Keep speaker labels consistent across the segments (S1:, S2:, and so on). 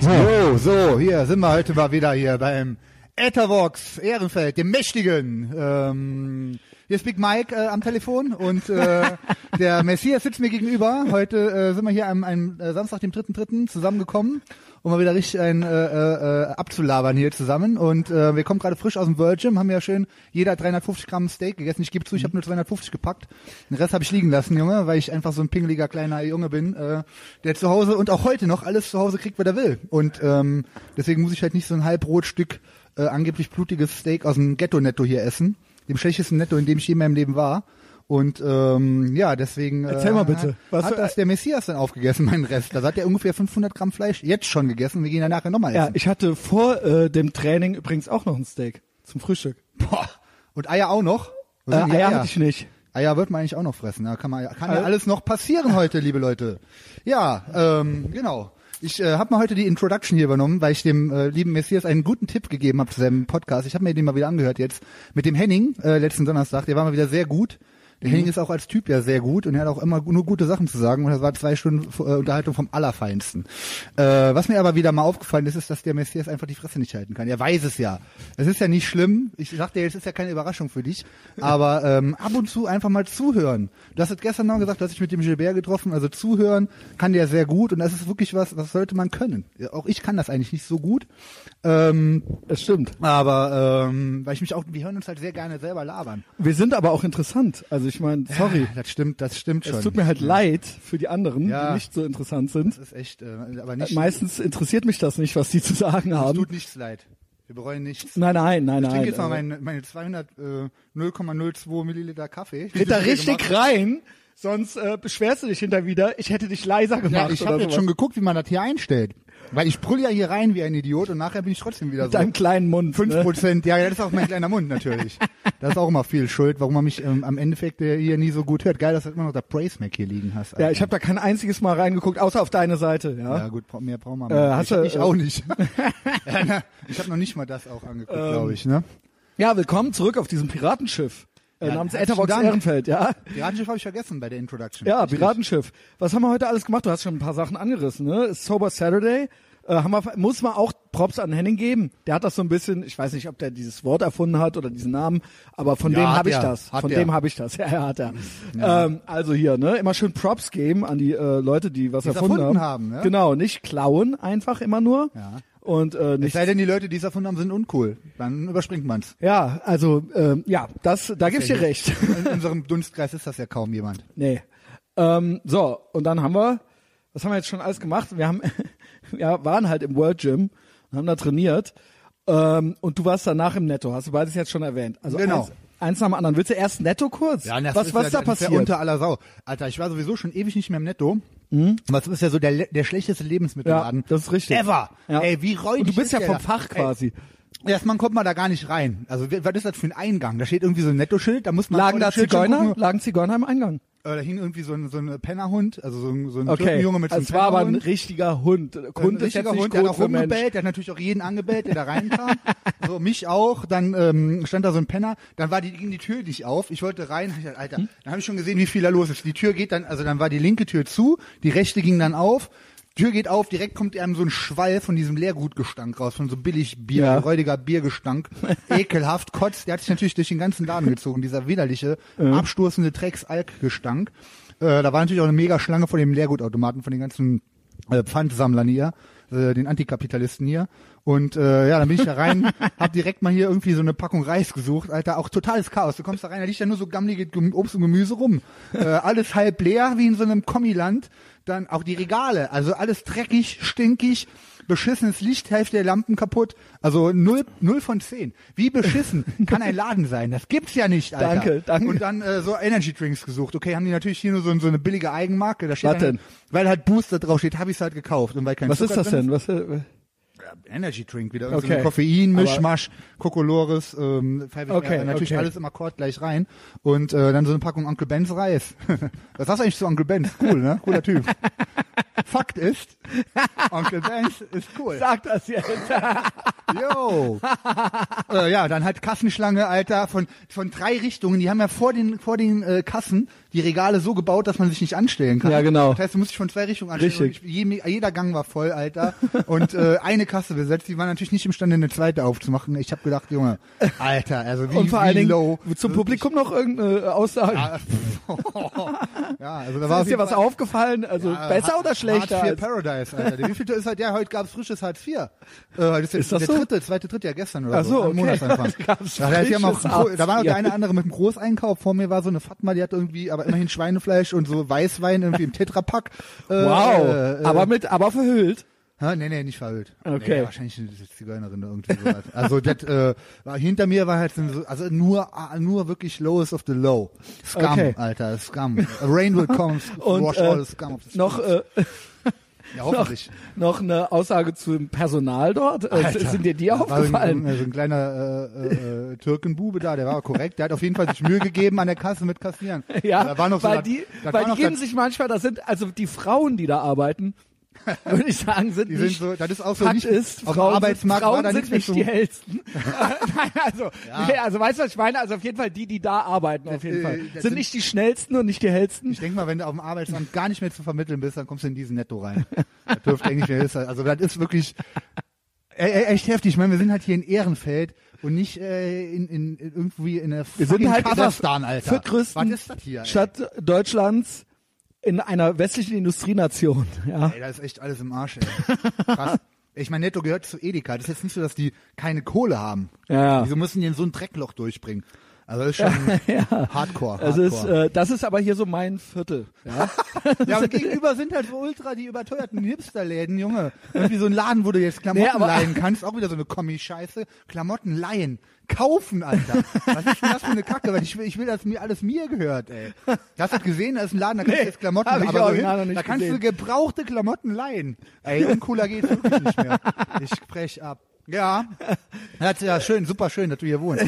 S1: So, so, hier sind wir heute mal wieder hier beim Ethervox Ehrenfeld, dem Mächtigen. Ähm, hier ist Big Mike äh, am Telefon und äh, der Messias sitzt mir gegenüber. Heute äh, sind wir hier am, am äh, Samstag, dem 3.3. zusammengekommen, um mal wieder richtig ein äh, äh, äh, abzulabern hier zusammen. Und äh, wir kommen gerade frisch aus dem World Gym, haben ja schön jeder 350 Gramm Steak gegessen. Ich gebe zu, ich
S2: Mhm.
S1: habe nur 250 gepackt. Den Rest habe ich liegen lassen, Junge, weil ich einfach so ein pingeliger kleiner Junge bin, äh, der zu Hause und auch heute noch alles zu Hause kriegt, was er will. Und ähm, deswegen muss ich halt nicht so ein Halbrotstück äh, angeblich blutiges Steak aus dem Ghetto-Netto hier essen. Dem schlechtesten Netto, in dem ich je in meinem Leben war. Und ähm, ja, deswegen äh,
S2: Erzähl mal bitte, was
S1: hat
S2: für-
S1: das der Messias dann aufgegessen, meinen Rest. Da hat er ungefähr 500 Gramm Fleisch jetzt schon gegessen. Wir gehen ja nachher nochmal
S2: Ja,
S1: essen.
S2: ich hatte vor äh, dem Training übrigens auch noch ein Steak zum Frühstück.
S1: Boah. Und Eier auch noch? Wo
S2: Äh,
S1: sind die
S2: Eier hatte ich nicht.
S1: Eier wird man eigentlich auch noch fressen. Da kann, man, kann ja
S2: Äh.
S1: alles noch passieren heute, liebe Leute. Ja, ähm, genau. Ich äh, habe mal heute die Introduction hier übernommen, weil ich dem äh, lieben Messias einen guten Tipp gegeben habe zu seinem Podcast. Ich habe mir den mal wieder angehört jetzt mit dem Henning äh, letzten Donnerstag. Der war mal wieder sehr gut. Der Henning ist auch als Typ ja sehr gut und er hat auch immer nur gute Sachen zu sagen. Und das war zwei Stunden äh, Unterhaltung vom Allerfeinsten. Äh, was mir aber wieder mal aufgefallen ist, ist, dass der Messias einfach die Fresse nicht halten kann. Er weiß es ja. Es ist ja nicht schlimm. Ich sagte ja, es ist ja keine Überraschung für dich. Aber ähm, ab und zu einfach mal zuhören. Du hast es gestern noch gesagt, du hast dich mit dem Gilbert getroffen. Also zuhören kann der sehr gut. Und das ist wirklich was, was sollte man können. Ja, Auch ich kann das eigentlich nicht so gut. Ähm,
S2: Das stimmt.
S1: aber ähm, weil ich mich auch, wir hören uns halt sehr gerne selber labern. Ah,
S2: Wir sind aber auch interessant. Also ich meine, sorry.
S1: Das stimmt, das stimmt schon.
S2: Es tut mir halt leid für die anderen,
S1: Ja.
S2: die nicht so interessant sind.
S1: Das ist echt, äh, aber nicht,
S2: Meistens interessiert mich das nicht, was die zu sagen
S1: es
S2: haben.
S1: tut nichts leid. Wir bereuen nichts.
S2: Nein, nein, nein,
S1: Ich trinke
S2: nein.
S1: jetzt mal
S2: Also,
S1: meine, meine 200, äh, 0,02 Milliliter Kaffee.
S2: Red da
S1: Die ich
S2: richtig
S1: gemacht
S2: rein, sonst äh, beschwerst du dich hinter wieder. Ich hätte dich leiser
S1: habe.
S2: gemacht.
S1: Ja, ich
S2: oder
S1: habe jetzt
S2: sowas.
S1: schon geguckt, wie man das hier einstellt. Weil ich brülle ja hier rein wie ein Idiot und nachher bin ich trotzdem wieder
S2: mit
S1: so.
S2: deinem kleinen Mund.
S1: Fünf
S2: ne?
S1: Prozent, ja, das ist auch mein kleiner Mund natürlich. Das ist auch immer viel Schuld, warum man mich ähm, am Endeffekt äh, hier nie so gut hört. Geil, dass du immer noch der Praise Mac hier liegen hast.
S2: Ja,
S1: Alter.
S2: ich habe da kein einziges Mal reingeguckt, außer auf deine Seite. Ja.
S1: Ja gut, bra- mehr brauchen wir
S2: Äh,
S1: nicht.
S2: hast
S1: ich,
S2: du,
S1: ich
S2: äh,
S1: auch nicht. ja, na, ich habe noch nicht mal das auch angeguckt,
S2: Ähm.
S1: glaube ich. Ne?
S2: Ja, willkommen zurück auf diesem Piratenschiff äh,
S1: Ja,
S2: namens
S1: herzlichen
S2: Etherbox
S1: Dank.
S2: Ehrenfeld, ja.
S1: Piratenschiff habe ich vergessen bei der Introduction.
S2: Ja,
S1: Richtig.
S2: Piratenschiff. Was haben wir heute alles gemacht? Du hast schon ein paar Sachen angerissen, ne? Sober Saturday. Äh, haben wir, muss man auch Props an Henning geben. Der hat das so ein bisschen, ich weiß nicht, ob der dieses Wort erfunden hat oder diesen Namen, aber von
S1: Ja,
S2: dem
S1: hat
S2: habe ich
S1: er,
S2: das.
S1: hat
S2: Von
S1: er.
S2: dem habe ich das. Ja, ja hat er. Ähm, also hier, ne, immer schön Props geben an die äh, Leute, die was
S1: Die's
S2: erfunden,
S1: erfunden haben,
S2: haben.
S1: ne?
S2: Genau, nicht klauen einfach immer nur.
S1: Ja.
S2: Und äh,
S1: Es
S2: nicht
S1: sei denn, die Leute, die es erfunden haben, sind uncool. Dann überspringt man's.
S2: ja, also ähm, ja, das da gibt's dir recht.
S1: In unserem Dunstkreis ist das ja kaum jemand.
S2: Nee. Ähm, so, und dann haben wir, was haben wir jetzt schon alles gemacht? Wir haben, ja, waren halt im World Gym und haben da trainiert. Ähm, und du warst danach im Netto, hast du beides jetzt schon erwähnt. Also
S1: Genau.
S2: eins, eins nach dem anderen. Willst du erst Netto kurz?
S1: Ja, das
S2: was
S1: ist
S2: was
S1: ja,
S2: da
S1: das ist
S2: passiert?
S1: Ja unter aller Sau. Alter, ich war sowieso schon ewig nicht mehr im Netto. Mhm. Das ist ja so der, le- der schlechteste Lebensmittelladen.
S2: Ja, das ist richtig.
S1: Ever.
S2: Ja.
S1: Ey, wie räudig
S2: und du bist
S1: ist
S2: ja
S1: der
S2: vom
S1: da?
S2: Fach quasi.
S1: Ey, erstmal kommt man da gar nicht rein. Also, wer- was ist das für ein Eingang? Da steht irgendwie so ein Netto-Schild, da muss man
S2: Lagen
S1: vor dem
S2: da
S1: Schild schon
S2: Zigeuner?
S1: gucken.
S2: Lagen Zigeuner im Eingang?
S1: Äh, da hing irgendwie so ein, so ein Pennerhund, also so ein, so ein
S2: Okay. Also
S1: Junge mit so einem
S2: es war aber ein
S1: Pennerhund.
S2: richtiger Hund.
S1: Ein
S2: Hund ist
S1: Äh, richtiger
S2: jetzt nicht
S1: Hund, der hat
S2: gut
S1: auch
S2: für Mensch.
S1: rumgebellt, der hat natürlich auch jeden angebellt, der da reinkam. so mich auch, dann ähm, stand da so ein Penner, dann war die, ging die Tür nicht auf, ich wollte rein, hab ich gedacht,
S2: Hm?
S1: Alter, dann habe ich schon gesehen, wie viel da los ist. Die Tür geht dann, also dann war die linke Tür zu, die rechte ging dann auf, Tür geht auf, direkt kommt einem so ein Schwall von diesem Leergutgestank raus, von so billig Bier,
S2: Ja.
S1: räudiger Biergestank, ekelhaft, kotzt, der hat sich natürlich durch den ganzen Laden gezogen, dieser widerliche, abstoßende Drecksalkgestank. Äh, da war natürlich auch eine mega Schlange vor dem Leergutautomaten, von den ganzen äh, Pfandsammlern hier, äh, den Antikapitalisten hier. Und äh, ja, dann bin ich da rein, hab direkt mal hier irgendwie so eine Packung Reis gesucht, Alter, auch totales Chaos. Du kommst da rein, da liegt ja nur so gammeliges Gem- Obst und Gemüse rum. Äh, alles halb leer, wie in so einem Kommiland. Dann auch die Regale, also alles dreckig, stinkig, beschissenes Licht, Hälfte der Lampen kaputt. Also null null von zehn. Wie beschissen kann ein Laden sein? Das gibt's ja nicht, Alter.
S2: Danke, danke.
S1: Und dann äh, so Energy Drinks gesucht. Okay, haben die natürlich hier nur so, so eine billige Eigenmarke. Da steht
S2: Was
S1: dann-
S2: denn?
S1: Weil halt Booster drauf steht, habe ich es halt gekauft. Und weil kein
S2: Was ist
S1: Zucker
S2: das
S1: drin
S2: denn? Was, äh,
S1: ist, Energy Drink wieder. Okay. So
S2: Okay.
S1: ein Koffein, Mischmasch, Kokolores, ähm, Five
S2: Okay,
S1: äh, natürlich
S2: okay.
S1: alles im Akkord gleich rein. Und äh, dann so eine Packung Uncle Ben's Reis. Was hast du eigentlich zu Uncle Ben's? Cool, ne? Cooler Typ. Fakt ist, Onkel Banks ist cool.
S2: Sag das jetzt.
S1: Yo. äh, ja, dann halt Kassenschlange, Alter, von, von drei Richtungen. Die haben ja vor den, vor den äh, Kassen die Regale so gebaut, dass man sich nicht anstellen kann.
S2: Ja, genau.
S1: Das heißt, du musst dich von zwei Richtungen anstellen.
S2: Richtig.
S1: Und Ich, je, jeder Gang war voll, Alter. Und äh, eine Kasse besetzt. Die waren natürlich nicht imstande, eine zweite aufzumachen. Ich habe gedacht, Junge, Alter, also wie,
S2: Und vor allen
S1: wie
S2: Dingen
S1: low.
S2: zum Publikum noch irgendeine Aussage.
S1: Ja, ja, also da war
S2: War
S1: auf
S2: ist dir
S1: jeden
S2: was
S1: Fall-
S2: aufgefallen? Also
S1: Ja,
S2: besser
S1: Har-
S2: oder schlechter?
S1: Hartz IV
S2: als-
S1: Paradise, Alter. Wie viel ist halt, ja, heute gab's frisches Hartz IV. Äh, das ist,
S2: Ist
S1: der,
S2: das
S1: der
S2: so?
S1: dritte, zweite, dritte, ja gestern oder
S2: Ach so,
S1: am
S2: okay.
S1: Monatsanfang.
S2: Gab's
S1: da, da, ist ja mal,
S2: frisches Hartz
S1: da war noch
S2: IV.
S1: der eine andere mit einem Großeinkauf. Vor mir war so eine Fatma, die hat irgendwie, aber immerhin Schweinefleisch und so Weißwein irgendwie im Tetrapack. Äh,
S2: Wow.
S1: Äh, äh,
S2: aber mit, aber verhüllt.
S1: Hä? Nee, nee, nicht verhüllt.
S2: Okay.
S1: Nee, wahrscheinlich eine Zigeunerin oder irgendwie sowas. Also das, äh, war, hinter mir war halt so, also nur, ah, nur wirklich lowest of the low. Scum,
S2: Okay.
S1: Alter, Scum. A rain will come,
S2: Und
S1: wash
S2: äh,
S1: all the scum of the street.
S2: noch, äh,
S1: ja,
S2: noch,
S1: hoffentlich.
S2: noch eine Aussage zum Personal dort. Äh,
S1: Alter.
S2: sind dir die
S1: Da war so ein,
S2: aufgefallen?
S1: so ein- so ein kleiner äh, äh, äh, Türkenbube da, der war korrekt. Der hat auf jeden Fall sich Mühe gegeben an der Kasse mit Kassieren.
S2: Ja,
S1: da war noch
S2: weil
S1: so,
S2: die,
S1: da war
S2: weil
S1: noch
S2: die geben
S1: das-
S2: sich manchmal, das sind, also die Frauen, die da arbeiten, würde ich sagen, sind
S1: die
S2: nicht,
S1: sind so, das ist auch so
S2: Fakt
S1: nicht,
S2: ist,
S1: auf
S2: Frauen,
S1: dem Arbeitsmarkt
S2: sind, Frauen
S1: war da nichts
S2: sind
S1: mehr
S2: nicht
S1: zu
S2: die hellsten. Nein, also,
S1: Ja.
S2: nee, also weißt du, was ich meine? Also auf jeden Fall die, die da arbeiten, auf jeden
S1: Äh,
S2: Fall.
S1: das
S2: Sind,
S1: sind-
S2: nicht die schnellsten und nicht die hellsten.
S1: Ich denke mal, wenn du auf dem Arbeitsamt gar nicht mehr zu vermitteln bist, dann kommst du in diesen Netto rein. Das dürfte eigentlich mehr ist. Also das ist wirklich e- e- echt heftig. Ich meine, wir sind halt hier in Ehrenfeld und nicht äh, in, in, in irgendwie in der
S2: Wir sind
S1: fucking
S2: halt
S1: Kasachstan,
S2: in der
S1: Alter.
S2: viertgrößten
S1: Was ist das hier? Ey?
S2: Stadt Deutschlands in einer westlichen Industrienation, ja.
S1: ey, da ist echt alles im Arsch, ey. Krass. Ich meine, Netto gehört zu Edeka. Das ist jetzt nicht so, dass die keine Kohle haben.
S2: Ja, ja.
S1: Wieso müssen die in so ein Dreckloch durchbringen? Also das ist schon hardcore.
S2: Das
S1: hardcore.
S2: ist, äh, das ist aber hier so mein Viertel. Ja?
S1: Ja, und gegenüber sind halt so ultra die überteuerten Hipsterläden, Junge. Irgendwie so ein Laden, wo du jetzt Klamotten
S2: Nee, aber-
S1: leihen kannst. Auch wieder so eine Kommi-Scheiße. Klamotten leihen. Kaufen, Alter. Was ist denn das für eine Kacke? Weil ich will, ich will dass mir alles mir gehört, ey. Das hat gesehen, da ist ein Laden, da kannst du
S2: Nee,
S1: jetzt Klamotten
S2: hab ich
S1: aber so hin,
S2: original noch nicht
S1: Da kannst
S2: gesehen.
S1: du gebrauchte Klamotten leihen. Ey, uncooler geht's wirklich nicht mehr. Ich sprech ab. Ja, das ist ja schön, super schön, dass du hier wohnst.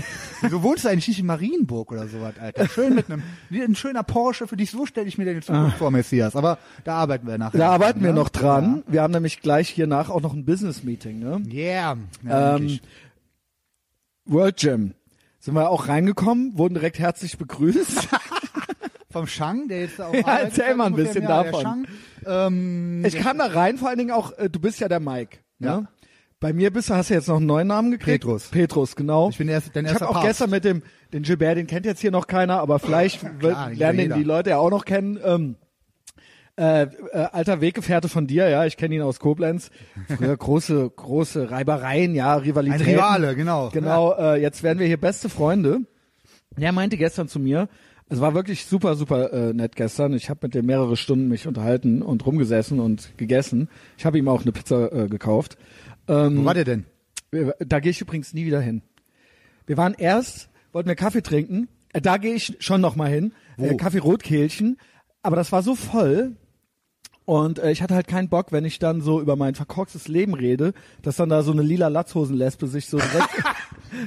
S1: Du wohnst eigentlich nicht in Marienburg oder sowas, Alter. Schön mit einem, wie ein schöner Porsche für dich, so stelle ich mir den Zukunft vor, Messias. Aber da arbeiten wir nachher.
S2: Ah. Da arbeiten wir
S1: ne?
S2: noch dran. Wir haben nämlich gleich hiernach auch noch ein Business-Meeting. Ne?
S1: Yeah. Ja,
S2: Ähm,
S1: wirklich.
S2: World Gym. Sind wir auch reingekommen, wurden direkt herzlich begrüßt.
S1: Vom Shang, der jetzt auch
S2: Ja,
S1: arbeitet.
S2: erzähl mal ein
S1: ungefähr im
S2: bisschen
S1: Jahr, der
S2: davon.
S1: Shang, ähm,
S2: Ich kam da rein, vor allen Dingen auch, äh, du bist ja der Mike. Ne?
S1: Ja.
S2: Bei mir bist du, hast du jetzt noch einen neuen Namen gekriegt?
S1: Petrus.
S2: Petrus, genau.
S1: Ich bin der erste- dein
S2: Ich hab
S1: erster
S2: auch
S1: Papst.
S2: gestern mit dem, den Gilbert, den kennt jetzt hier noch keiner, aber vielleicht wird,
S1: Klar, den
S2: lernen den
S1: jeder.
S2: die Leute ja auch noch kennen. Ähm, äh, äh, alter Weggefährte von dir, ja, ich kenne ihn aus Koblenz. Früher große, große Reibereien, ja,
S1: ein
S2: Rivalitäten.
S1: Rivale, genau.
S2: Genau, äh, jetzt werden wir hier beste Freunde. Der meinte gestern zu mir, es war wirklich super, super äh, nett gestern. Ich habe mit dem mehrere Stunden mich unterhalten und rumgesessen und gegessen. Ich habe ihm auch eine Pizza äh, gekauft. Ähm,
S1: Wo war der denn?
S2: wir- Da gehe ich übrigens nie wieder hin. Wir waren erst, wollten wir Kaffee trinken. Äh, Da gehe ich schon noch mal hin.
S1: Wo?
S2: Äh, Kaffee Rotkehlchen. Aber das war so voll. Und äh, ich hatte halt keinen Bock, wenn ich dann so über mein verkorkstes Leben rede, dass dann da so eine lila Latzhosenlesbe sich so direkt...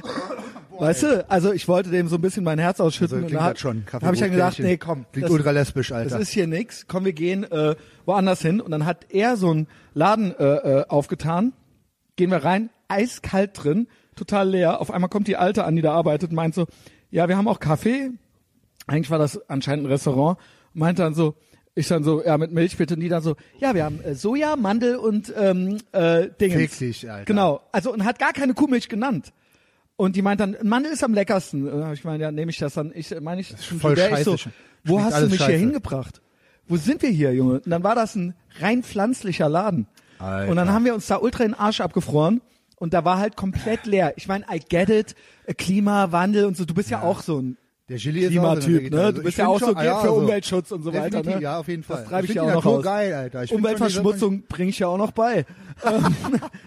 S2: weißt du, also ich wollte dem so ein bisschen mein Herz
S1: So
S2: ausschütten.
S1: Also, klingt
S2: und
S1: das schon.
S2: Da habe ich dann gedacht, nee, komm.
S1: Klingt
S2: das-
S1: ultra lesbisch, Alter.
S2: das ist hier nix. Komm, wir gehen äh, woanders hin. Und dann hat er so einen Laden äh, äh, aufgetan. Gehen wir rein, eiskalt drin, total leer. Auf einmal kommt die Alte an, die da arbeitet, meint so, ja, wir haben auch Kaffee. Eigentlich war das anscheinend ein Restaurant. Meint dann so, ich dann so, ja, mit Milch bitte. Und die dann so, ja, wir haben äh, Soja, Mandel und ähm, äh, Dingens.
S1: Fick dich, Alter.
S2: Genau. Also und hat gar keine Kuhmilch genannt. Und die meint dann, Mandel ist am leckersten. Und dann hab ich meine, ja, nehme ich das dann. Ich äh, meine, ich
S1: ist voll
S2: der
S1: scheiße.
S2: ich so,
S1: Schmeckt
S2: wo hast du
S1: alles
S2: mich hier
S1: scheiße.
S2: hingebracht? Wo sind wir hier, Junge? Und dann war das ein rein pflanzlicher Laden.
S1: Alter.
S2: Und dann haben wir uns da ultra in den Arsch abgefroren und da war halt komplett leer. Ich meine, I get it, äh, Klimawandel und so. Du bist ja, auch so ein
S1: Der Gilly ist auch so eine
S2: Klimatyp,
S1: Vegetarier.
S2: ne?
S1: Also
S2: Du
S1: ich
S2: bist ja
S1: find
S2: auch so
S1: schon- ah,
S2: geht
S1: ja,
S2: für
S1: also
S2: Umweltschutz und so weiter,
S1: definitiv,
S2: ne?
S1: ja, auf jeden Fall.
S2: Das treibe
S1: Ich
S2: ich, ja
S1: find
S2: auch
S1: die
S2: noch
S1: Natur
S2: aus.
S1: geil, Alter. Ich find schon, die soll man-
S2: Umweltverschmutzung bringe ich ja auch noch bei. Ähm,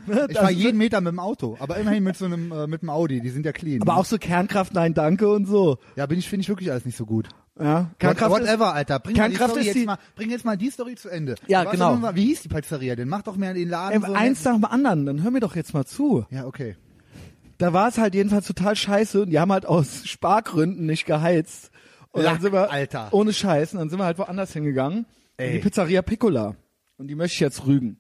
S2: ne?
S1: Ich
S2: Das-
S1: fahre jeden Meter mit dem Auto, aber immerhin mit so einem, äh, mit dem Audi, die sind ja clean.
S2: aber auch so Kernkraft, nein, danke und so.
S1: Ja, bin ich, finde ich wirklich alles nicht so gut.
S2: Ja,
S1: Kernkraft
S2: Kernkraft
S1: What,
S2: ist-
S1: whatever, Alter. Bring
S2: Kernkraft
S1: mal die Story
S2: ist
S1: jetzt
S2: die-
S1: mal, bring jetzt mal die Story zu Ende.
S2: Ja,
S1: Du warst
S2: genau.
S1: doch mal- Wie hieß die Pizzeria denn? Mach doch mehr den Laden.
S2: Ähm,
S1: so ne?
S2: eins nach dem anderen, dann hör mir doch jetzt mal zu.
S1: Ja, okay.
S2: Da war es halt jedenfalls total scheiße und die haben halt aus Spargründen nicht geheizt. Und
S1: Lack,
S2: dann sind wir,
S1: Alter.
S2: ohne Scheiß, und dann sind wir halt woanders hingegangen. In
S1: Ey.
S2: Die Pizzeria Piccola. Und die möchte ich jetzt rügen.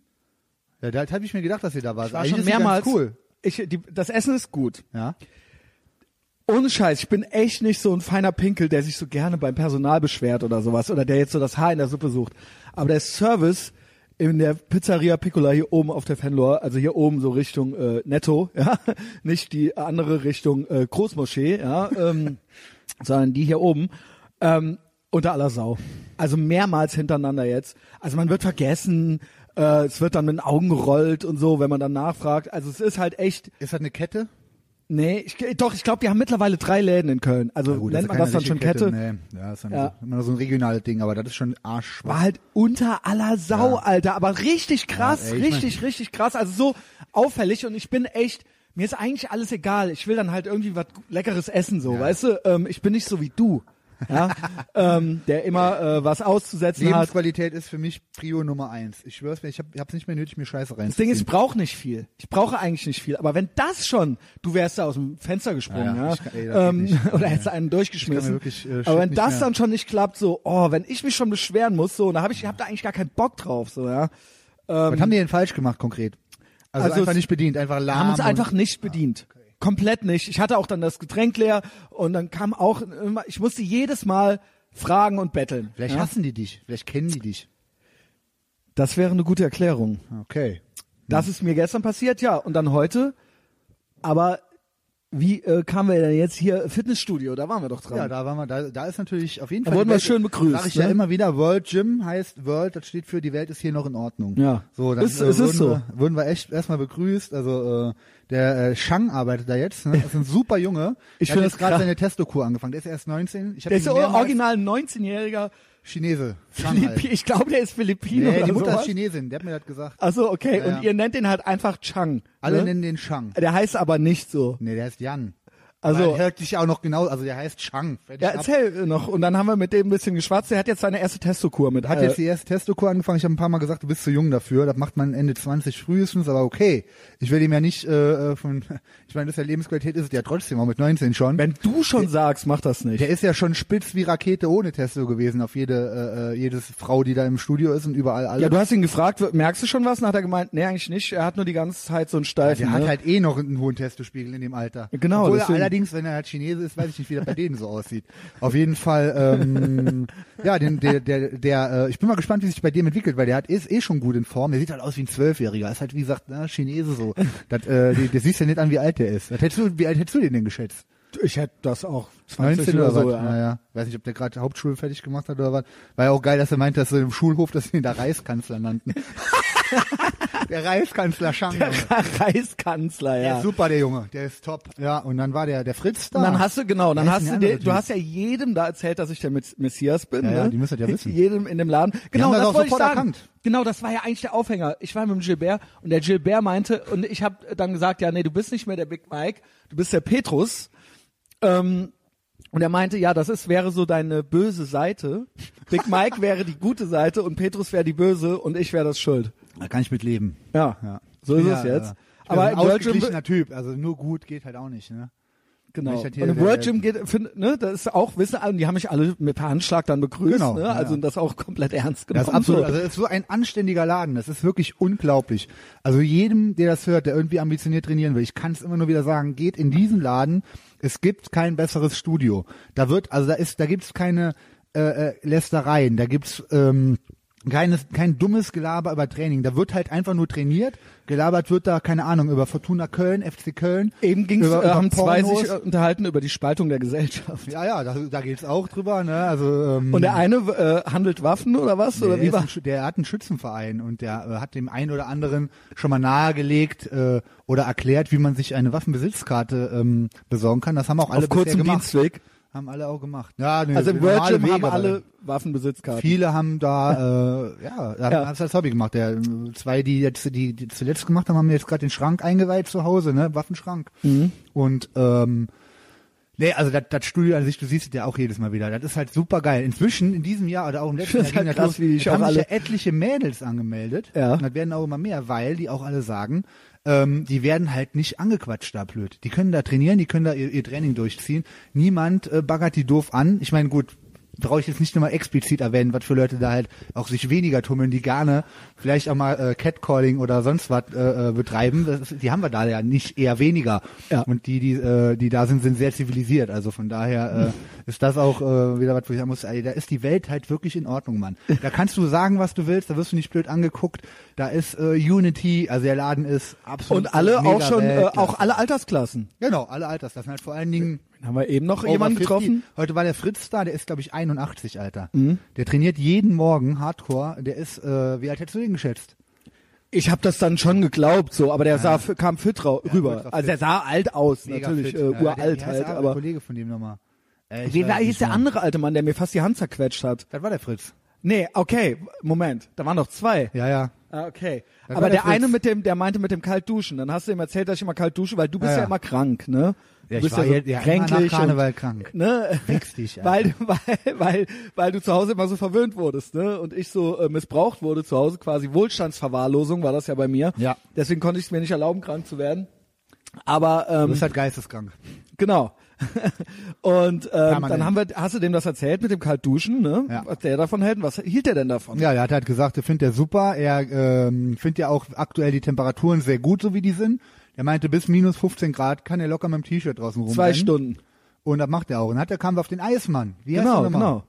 S1: Ja, da habe ich mir gedacht, dass ihr da wart.
S2: Ich war
S1: Eigentlich
S2: schon
S1: ist die ganz
S2: mehrmals.
S1: cool.
S2: Ich, die, das Essen ist gut.
S1: Ja.
S2: Ohne Scheiß, ich bin echt nicht so ein feiner Pinkel, der sich so gerne beim Personal beschwert oder sowas oder der jetzt so das Haar in der Suppe sucht. Aber der Service in der Pizzeria Piccola hier oben auf der Fenlor, also hier oben so Richtung äh, Netto, ja, nicht die andere Richtung äh, Großmoschee, ja, ähm, sondern die hier oben, ähm, unter aller Sau. Also mehrmals hintereinander jetzt. Also man wird vergessen, äh, es wird dann mit den Augen gerollt und so, wenn man dann nachfragt. Also es ist halt echt
S1: Ist das eine Kette?
S2: Nee, ich, doch, ich glaube, die haben mittlerweile drei Läden in Köln. Also nennt man das
S1: keine
S2: dann schon
S1: richtige ne.
S2: Kette.
S1: Nee. Ja, ist dann
S2: Ja.
S1: So, immer noch so ein regionales Ding, aber das ist schon arschschwach.
S2: War halt unter aller Sau,
S1: Ja.
S2: Alter. Aber richtig krass,
S1: Ja, ey, ich
S2: richtig, richtig krass. Also so auffällig und ich bin echt, mir ist eigentlich alles egal. Ich will dann halt irgendwie was Leckeres essen, so, weißt du? Ähm, ich bin nicht so wie du. Ja, ähm, der immer äh, was auszusetzen hat.
S1: Lebensqualität ist für mich Prio Nummer eins. Ich schwör's mir, ich hab, hab's nicht mehr nötig, mir Scheiße rein.
S2: Das Ding ist, ich brauche nicht viel. Ich brauche eigentlich nicht viel. Aber wenn das schon, du wärst da aus dem Fenster
S1: Ja,
S2: gesprungen, ja.
S1: ja. Ich kann- ey, das geht
S2: ähm,
S1: nicht.
S2: oder hättest einen
S1: Ich
S2: durchgeschmissen.
S1: kann mir wirklich, äh, shit
S2: aber wenn
S1: nicht
S2: das
S1: mehr-
S2: dann schon nicht klappt, so, oh, wenn ich mich schon beschweren muss, so, da habe ich, ich hab da eigentlich gar keinen Bock drauf, so, ja.
S1: Was haben die denn falsch gemacht konkret? Also,
S2: ähm, Also
S1: einfach
S2: es-
S1: nicht bedient, einfach lahm.
S2: haben uns
S1: und- Ah,
S2: einfach nicht bedient. Komplett nicht. Ich hatte auch dann das Getränk leer und dann kam auch immer, ich musste jedes Mal fragen und betteln.
S1: Vielleicht
S2: ja?
S1: hassen die dich, vielleicht kennen die dich.
S2: Das wäre eine gute Erklärung.
S1: Okay.
S2: Das
S1: Mhm.
S2: ist mir gestern passiert, ja. Und dann heute. Aber wie äh, kamen wir denn jetzt hier? Fitnessstudio, da waren wir doch dran.
S1: Ja, da waren wir, da, da ist natürlich auf jeden
S2: Da
S1: Fall.
S2: wurden
S1: die
S2: wir
S1: Welt-
S2: schön begrüßt,
S1: Sag ich
S2: ne?
S1: ja immer wieder, World Gym heißt World, das steht für die Welt ist hier noch in Ordnung.
S2: Ja.
S1: So, dann
S2: Ist-
S1: äh,
S2: es
S1: wurden,
S2: ist
S1: wir, wurden wir echt erstmal begrüßt. Also äh, der äh, Shang arbeitet da jetzt, ne? Das ist ein super Junge.
S2: Ich
S1: der hat
S2: find
S1: jetzt
S2: das
S1: gerade
S2: krass.
S1: seine Testokur angefangen. Der ist erst 19. Ich hab ihn
S2: der ist ja
S1: mehrmals-
S2: original ein 19-jähriger
S1: Chinese. Shang
S2: Philippi.
S1: halt.
S2: Ich glaube, der ist Philippiner
S1: Nee,
S2: oder
S1: die Mutter
S2: sowas.
S1: ist Chinesin, der hat mir das gesagt.
S2: Ach so, okay.
S1: Ja,
S2: und
S1: ja.
S2: ihr nennt den halt einfach Chang.
S1: Alle
S2: ne?
S1: nennen den Shang.
S2: Der heißt aber nicht so.
S1: Nee, der heißt Jan.
S2: Also-
S1: Aber er hört sich auch noch genau, also der heißt Shang. Fertig,
S2: Ja,
S1: ab.
S2: erzähl noch. Und dann haben wir mit dem ein bisschen geschwatzt. Der hat jetzt seine erste Testokur mit.
S1: Hat
S2: äh,
S1: jetzt die erste Testokur angefangen. Ich habe ein paar Mal gesagt, du bist zu jung dafür. Das macht man Ende 20 frühestens, aber okay. Ich will ihm ja nicht äh, von, ich meine, das ist ja Lebensqualität, ist es ja trotzdem, auch mit 19 schon.
S2: wenn du schon sagst, mach das nicht.
S1: der ist ja schon spitz wie Rakete ohne Testo gewesen auf jede, äh, äh, jedes Frau, die da im Studio ist und überall alle.
S2: ja, du hast ihn gefragt, merkst du schon was? Und hat er gemeint, nee, eigentlich nicht. Er hat nur die ganze Zeit so einen steifen.
S1: der hat
S2: ne?
S1: halt eh noch einen hohen Testospiegel in dem Alter.
S2: Genau,
S1: Obwohl
S2: deswegen-
S1: er allerdings, wenn er halt Chinese ist, weiß ich nicht, wie das bei denen so aussieht. Auf jeden Fall, ähm, ja, den, der, der, der, äh, ich bin mal gespannt, wie sich bei dem entwickelt, weil der hat ist eh schon gut in Form. Der sieht halt aus wie ein Zwölfjähriger. Ist halt wie gesagt, na, Chinese so. Das, äh, die- der siehst ja nicht an, wie alt der ist. Das hättest du, wie alt hättest du den denn geschätzt?
S2: ich hätte das auch
S1: 19 oder so, ja. ja. Weiß nicht, ob der gerade Hauptschule fertig gemacht hat oder was. War ja auch geil, dass er meint, dass so im Schulhof, dass sie ihn da Reichskanzler nannten. der Reichskanzler Schang. Junge.
S2: Reichskanzler,
S1: Der
S2: ja.
S1: ist super, der Junge. Der ist top. Ja, und dann war der, der Fritz da.
S2: Und dann hast du, genau, dann
S1: Wer ist
S2: hast
S1: denn der
S2: du, dir,
S1: andere
S2: du
S1: Typ?
S2: hast ja jedem da erzählt, dass ich der Mess- Messias bin.
S1: Ja,
S2: ne?
S1: ja, die müssen das ja wissen.
S2: Jedem in dem Laden. Genau,
S1: haben das
S2: das
S1: auch
S2: wollte ich
S1: sofort
S2: sagen.
S1: erkannt.
S2: Genau, das war ja eigentlich der Aufhänger. Ich war mit dem Gilbert und der Gilbert meinte, und ich habe dann gesagt, ja, nee, du bist nicht mehr der Big Mike, du bist der Petrus. Ähm, und er meinte, ja, das ist, wäre so deine böse Seite. Big Mike wäre die gute Seite und Petrus wäre die böse und ich wäre das schuld.
S1: Da kann ich mit leben.
S2: Ja,
S1: Ja.
S2: so ist
S1: Ja,
S2: es jetzt.
S1: ja. Ich bin
S2: Aber
S1: ein
S2: im World Gym-
S1: ausgeglichener Typ. Also nur gut geht halt auch nicht, ne?
S2: Genau.
S1: Wenn ich
S2: Und
S1: halt hier
S2: im
S1: wäre-
S2: World Gym geht, find, ne, das ist auch Wissen, und die haben mich alle mit per Handschlag dann begrüßt,
S1: Genau,
S2: ne,
S1: ja,
S2: also
S1: ja.
S2: das auch komplett ernst genommen.
S1: Das ist absolut,
S2: so.
S1: also das ist so ein anständiger Laden. Das ist wirklich unglaublich. Also jedem, der das hört, der irgendwie ambitioniert trainieren will, ich kann es immer nur wieder sagen, geht in diesen Laden. Es gibt kein besseres Studio. Da wird, also da ist, da gibt's keine äh, äh, Lästereien. Da gibt's ähm, keines, kein dummes Gelaber über Training. Da wird halt einfach nur trainiert. Gelabert wird da, keine Ahnung, über Fortuna Köln, FC Köln.
S2: Eben ging's,
S1: über-
S2: äh,
S1: über
S2: haben zwei
S1: Pornos.
S2: sich äh, unterhalten über die Spaltung der Gesellschaft.
S1: Ja, ja, da, da geht's auch drüber, ne? Also ähm,
S2: Und der eine äh, handelt Waffen oder was?
S1: Der,
S2: oder wie
S1: ist
S2: war?
S1: ein, Schü- der hat einen Schützenverein und der äh, hat dem einen oder anderen schon mal nahegelegt äh, oder erklärt, wie man sich eine Waffenbesitzkarte ähm, besorgen kann. Das haben auch alle
S2: Auf kurzem
S1: bisher gemacht.
S2: Dienstweg.
S1: Haben alle auch gemacht. Ja, ne,
S2: Also im World
S1: normale
S2: Gym
S1: Wege,
S2: haben
S1: aber
S2: alle Waffenbesitzkarten.
S1: Viele haben da, äh, ja, haben
S2: Ja.
S1: ja. das als Hobby gemacht. Der, äh, zwei, die jetzt, die, die zuletzt gemacht haben, haben jetzt gerade den Schrank eingeweiht zu Hause, ne, Waffenschrank.
S2: Mhm.
S1: Und ähm, Nee, also das, das Studio an sich, du siehst es ja auch jedes Mal wieder. Das ist halt super geil. Inzwischen, in diesem Jahr oder auch im letzten Jahr,
S2: Das ist
S1: ging
S2: halt
S1: das
S2: krass, wie ich
S1: Jetzt haben
S2: auch
S1: sich ja
S2: alle-
S1: etliche Mädels angemeldet.
S2: Ja.
S1: Und das werden auch immer mehr, weil die auch alle sagen, ähm, die werden halt nicht angequatscht da blöd. Die können da trainieren, die können da ihr, ihr Training durchziehen. Niemand äh, baggert die doof an. Ich meine, gut, brauche ich jetzt nicht nochmal explizit erwähnen, was für Leute da halt auch sich weniger tummeln, die gerne vielleicht auch mal äh, Catcalling oder sonst was äh, äh, betreiben. Das, ist- die haben wir da ja nicht, eher weniger.
S2: Ja.
S1: Und die, die, äh, die da sind, sind sehr zivilisiert. Also von daher äh, ist das auch äh, wieder was, wo ich sagen muss, ey, da ist die Welt halt wirklich in Ordnung, Mann. Da kannst du sagen, was du willst, da wirst du nicht blöd angeguckt. Da ist äh, Unity, also der Laden ist absolut
S2: Und alle auch
S1: mega
S2: schon, äh,
S1: Weltklasse.
S2: auch alle Altersklassen.
S1: Genau, alle Altersklassen. Halt vor allen Dingen
S2: Dann haben wir eben noch
S1: Over
S2: jemanden
S1: 50.
S2: getroffen. Mhm.
S1: Heute war der Fritz da, der ist, glaube ich, 81, Alter. Der trainiert jeden Morgen Hardcore. Der ist, äh, wie alt hättest du den geschätzt?
S2: Ich habe das dann schon geglaubt, so, aber der sah, fi- kam fit rau- rüber.
S1: ultra fit.
S2: Also der sah alt aus, natürlich,
S1: fit.
S2: äh,
S1: Ja, der-
S2: uralt
S1: wie heißt
S2: halt,
S1: der
S2: aber.
S1: Kollege von dem nochmal. Äh, ich
S2: Wie
S1: weiß
S2: war
S1: es
S2: hieß
S1: nicht
S2: der
S1: mehr.
S2: andere alte Mann, der mir fast die Hand zerquetscht hat?
S1: Das war der Fritz.
S2: Nee, okay, Moment, da waren noch zwei.
S1: Ja, ja.
S2: Ah, okay.
S1: Dann
S2: Aber
S1: war der
S2: der eine
S1: Fritz.
S2: mit dem, der meinte mit dem Kaltduschen. Dann hast du ihm erzählt, dass ich immer kalt dusche, weil du bist ja,
S1: ja.
S2: immer krank, ne?
S1: Ja,
S2: du
S1: ich
S2: bist
S1: war
S2: ja so
S1: ja- ja, immer nach
S2: kränklich
S1: Karneval
S2: und,
S1: krank.
S2: Ne?
S1: Fix dich, Alter.
S2: weil, weil, weil, weil du zu Hause immer so verwöhnt wurdest, ne? Und ich so äh, missbraucht wurde zu Hause, quasi Wohlstandsverwahrlosung war das ja bei mir.
S1: Ja.
S2: Deswegen konnte ich es mir nicht erlauben, krank zu werden. Aber ähm,
S1: Du bist halt geisteskrank.
S2: Genau. Und ähm,
S1: Permanent.
S2: dann haben wir, hast du dem das erzählt mit dem Kaltduschen, ne?
S1: Ja.
S2: Was der davon hält und was hielt der denn davon?
S1: Ja, er hat halt gesagt, er findet er super. Er ähm, findet ja auch aktuell die Temperaturen sehr gut, so wie die sind. Er meinte, bis minus 15 Grad kann er locker mit dem T-Shirt draußen rumrennen.
S2: Zwei Stunden.
S1: Und das macht er auch. Und hat er kam auf den Eismann. Wie heißt
S2: Genau,
S1: der nochmal?
S2: genau.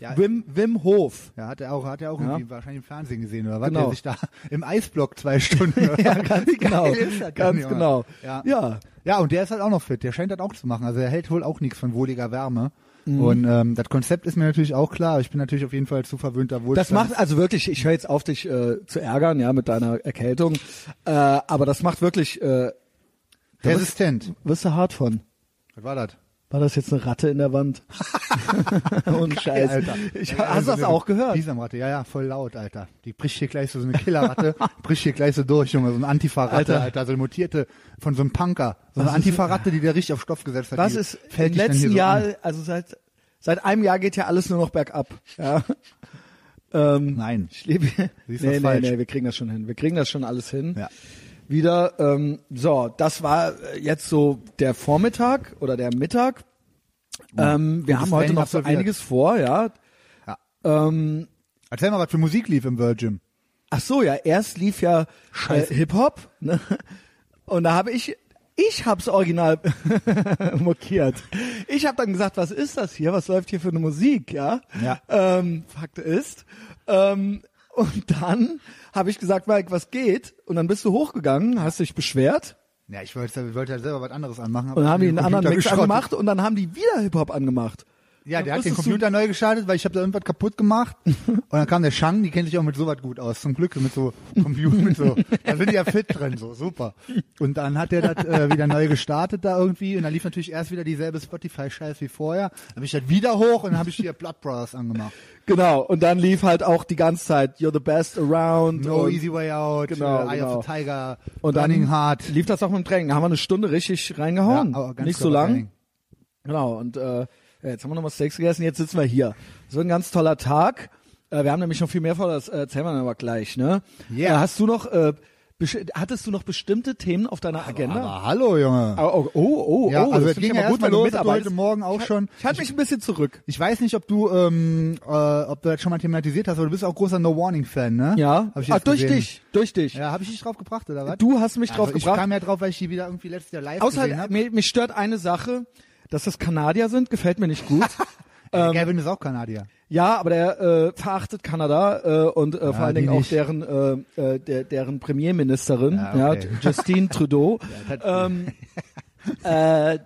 S1: Ja.
S2: Wim, Wim Hof.
S1: Ja, hat er auch, hat er auch
S2: Ja.
S1: irgendwie wahrscheinlich im Fernsehen gesehen oder was?
S2: Genau.
S1: Der sich da im Eisblock zwei Stunden.
S2: Ja, ganz
S1: Wie geil
S2: genau.
S1: ist das denn,
S2: Ganz
S1: Junge?
S2: genau.
S1: Ja. ja.
S2: ja.
S1: und der ist halt auch noch fit. Der scheint das auch zu machen. Also er hält wohl auch nichts von wohliger Wärme.
S2: Mhm.
S1: Und ähm, das Konzept ist mir natürlich auch klar. Ich bin natürlich auf jeden Fall zu verwöhnter Wohlstand.
S2: Das macht also wirklich, ich höre jetzt auf, dich äh, zu ärgern, ja, mit deiner Erkältung. Äh, aber das macht wirklich, äh,
S1: resistent.
S2: wirst du hart von.
S1: Was war das?
S2: War das jetzt eine Ratte in der Wand? Ohne Scheiß.
S1: Alter.
S2: Ich,
S1: Ja,
S2: hast du
S1: also
S2: das
S1: eine
S2: auch gehört?
S1: Bisamratte, ja, ja, voll laut, Alter. Die bricht hier gleich so, so eine Killerratte, bricht hier gleich so durch, Junge, so eine Antifa-Ratte,
S2: Alter.
S1: Alter. so eine mutierte von so einem Punker. So eine Antifa-Ratte, die der richtig auf Stoff gesetzt hat.
S2: Was
S1: die
S2: ist
S1: fällt dich dann
S2: im
S1: hier
S2: letzten
S1: so
S2: Jahr,
S1: an.
S2: also seit seit einem Jahr geht ja alles nur noch bergab. Ja. ähm,
S1: Nein.
S2: Ich lebe hier. Nee,
S1: Siehst du das
S2: nee,
S1: falsch?
S2: nee, wir kriegen das schon hin. Wir kriegen das schon alles hin.
S1: Ja.
S2: Wieder. Ähm, so, das war äh, jetzt so der Vormittag oder der Mittag. Ähm, wir
S1: Gutes
S2: haben heute
S1: Training
S2: noch so
S1: absolviert.
S2: einiges vor, ja.
S1: Ja.
S2: Ähm,
S1: Erzähl mal, was für Musik lief im Virgin.
S2: Ach so, ja, erst lief ja äh,
S1: Scheiße.
S2: Hip-Hop ne? und da habe ich, ich hab's original mokiert. Ich habe dann gesagt, was ist das hier, was läuft hier für eine Musik, ja?
S1: Ja.
S2: Ähm, Fakt ist, ähm, und dann habe ich gesagt, Mike, was geht? Und dann bist du hochgegangen, hast dich beschwert
S1: Ja, ich wollte, ich wollte ja selber was anderes anmachen. aber
S2: und dann haben die
S1: ich
S2: einen
S1: den
S2: anderen
S1: Computer
S2: Mix
S1: geschrottet.
S2: angemacht und dann haben die wieder Hip-Hop angemacht.
S1: Ja,
S2: Dann
S1: der hat den
S2: musstest du-
S1: Computer neu geschaltet, weil ich habe da irgendwas kaputt gemacht. Und dann kam der Shang, die kennt sich auch mit sowas gut aus. Zum Glück mit so Computer, mit so. Da sind die ja fit drin, so super. Und dann hat der das äh, wieder neu gestartet da irgendwie. Und dann lief natürlich erst wieder dieselbe Spotify-Scheiß wie vorher. Dann bin ich das wieder hoch und dann habe ich hier Blood Brothers angemacht.
S2: Genau, und dann lief halt auch die ganze Zeit You're the best around
S1: No
S2: und
S1: Easy Way Out,
S2: Genau,
S1: äh, Eye
S2: genau.
S1: of the Tiger,
S2: Und dann
S1: Running Hard.
S2: lief das auch mit dem Training. Da haben wir eine Stunde richtig reingehauen. Nicht so lang. Genau, und äh, ja, jetzt haben wir nochmal Steaks gegessen, jetzt sitzen wir hier. Es wird ein ganz toller Tag. Äh, wir haben nämlich noch viel mehr vor, das äh, erzählen wir dann aber gleich, ne?
S1: Yeah.
S2: Äh, hast du noch, äh, besch- hattest du noch bestimmte Themen auf deiner Agenda?
S1: Aber hallo, Junge.
S2: oh, oh, oh,
S1: Ja,
S2: ne? oh,
S1: also
S2: das
S1: es
S2: find ich
S1: ging
S2: aber
S1: ja
S2: gut, wenn
S1: erstmal
S2: du
S1: los, dass du
S2: mitarbeitest.
S1: heute Morgen auch schon.
S2: Ich halte mich ein bisschen zurück.
S1: Ich weiß nicht, ob du, ähm, äh, ob du das schon mal thematisiert hast, aber du bist auch großer No Warning Fan, ne?
S2: Ja,
S1: Hab ich
S2: ah,
S1: jetzt
S2: durch
S1: gesehen.
S2: dich, durch dich.
S1: Ja, habe ich dich drauf gebracht oder was?
S2: Du hast mich
S1: also
S2: drauf
S1: ich
S2: gebracht.
S1: kam ja drauf, weil ich die wieder irgendwie letztes Jahr live
S2: Außer,
S1: gesehen habe.
S2: mir, mich stört eine Sache, dass das Kanadier sind, gefällt mir nicht gut.
S1: Ähm, Gavin ist auch Kanadier.
S2: Ja, aber der äh, verachtet Kanada äh, und äh, vor allen
S1: die
S2: Dingen auch
S1: nicht.
S2: deren, äh, äh, der, deren Premierministerin, ja,
S1: Ja, okay.
S2: Justine Trudeau. ähm, äh,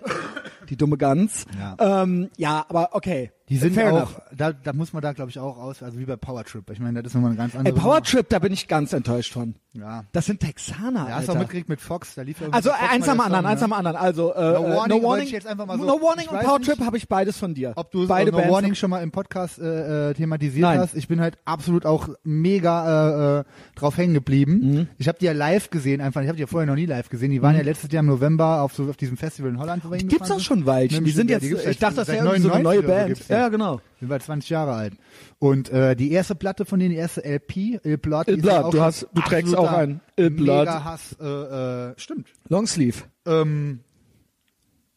S2: die dumme Gans. Ja,
S1: Ja.
S2: ähm, ja aber okay.
S1: Die sind
S2: Fair
S1: auch,
S2: enough.
S1: da, da muss man da glaube ich auch aus, also wie bei Power Trip. Ich meine, das ist nochmal ein ganz
S2: Ey,
S1: anderes.
S2: Power Trip, da bin ich ganz enttäuscht von.
S1: Ja.
S2: Das sind Texaner,
S1: Da hast du auch
S2: Alter.
S1: mitgekriegt mit Fox, da lief irgendwie
S2: Also äh,
S1: bei Fox
S2: eins
S1: mal
S2: am
S1: der
S2: anderen,
S1: Song,
S2: eins
S1: ne?
S2: am anderen. Also äh,
S1: No
S2: äh,
S1: Warning
S2: no
S1: wollte
S2: warning,
S1: ich jetzt einfach mal so-
S2: no warning
S1: ich
S2: und
S1: weiß
S2: Power
S1: nicht,
S2: Trip habe ich beides von dir.
S1: Ob du
S2: Beide
S1: No
S2: Bands
S1: Warning schon mal im Podcast äh, äh, thematisiert
S2: Nein.
S1: hast, ich bin halt absolut auch mega äh, äh, drauf hängen geblieben.
S2: Mhm.
S1: Ich habe die ja live gesehen, einfach. Ich habe die ja vorher noch nie live gesehen. Die waren ja letztes Jahr im November auf so auf diesem Festival in Holland. wo wir
S2: Gibt's
S1: hingefahren
S2: auch
S1: sind.
S2: schon Weilchen. Die
S1: Nämlich-
S2: sind
S1: ja,
S2: jetzt,
S1: gibt's
S2: ich
S1: seit-
S2: dachte, das
S1: seit
S2: wäre irgendwie so eine neue
S1: 99 oder so
S2: Band.
S1: gibt's die.
S2: Ja, genau.
S1: Sind wir 20 Jahre alt. Und äh, die erste Platte von denen, die erste LP, Il Blood,
S2: Il
S1: die ist ja
S2: Blood,
S1: auch
S2: du
S1: schon
S2: hast- du trägst
S1: absoluter
S2: auch ein Il Blood.
S1: Mega Hass, äh, äh, stimmt.
S2: Longsleeve.
S1: Ähm,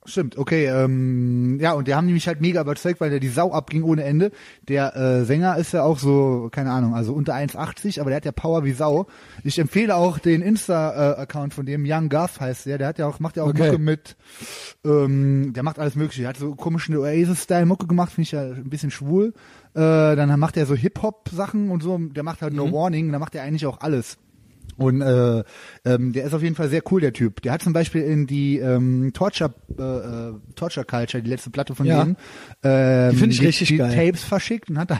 S1: Stimmt, okay. Ähm, ja, und der haben die mich halt mega überzeugt, weil der die Sau abging ohne Ende. Der äh, Sänger ist ja auch so, keine Ahnung, also unter 1,80, aber der hat ja Power wie Sau. Ich empfehle auch den Insta-Account von dem, Young Guff heißt der, der hat ja auch, macht ja auch
S2: Okay.
S1: Mucke mit, ähm, der macht alles mögliche. Der hat so komischen Oasis-Style-Mucke gemacht, finde ich ja ein bisschen schwul. Äh, dann macht er so Hip-Hop-Sachen und so, der macht halt
S2: Mhm.
S1: No Warning, da macht er eigentlich auch alles. Und äh, ähm, der ist auf jeden Fall sehr cool, der Typ. Der hat zum Beispiel in die ähm, Torture, äh, äh, Torture Culture, die letzte Platte von
S2: Ja.
S1: denen, ähm,
S2: Die find ich
S1: die,
S2: richtig
S1: die
S2: geil.
S1: Tapes verschickt und hat da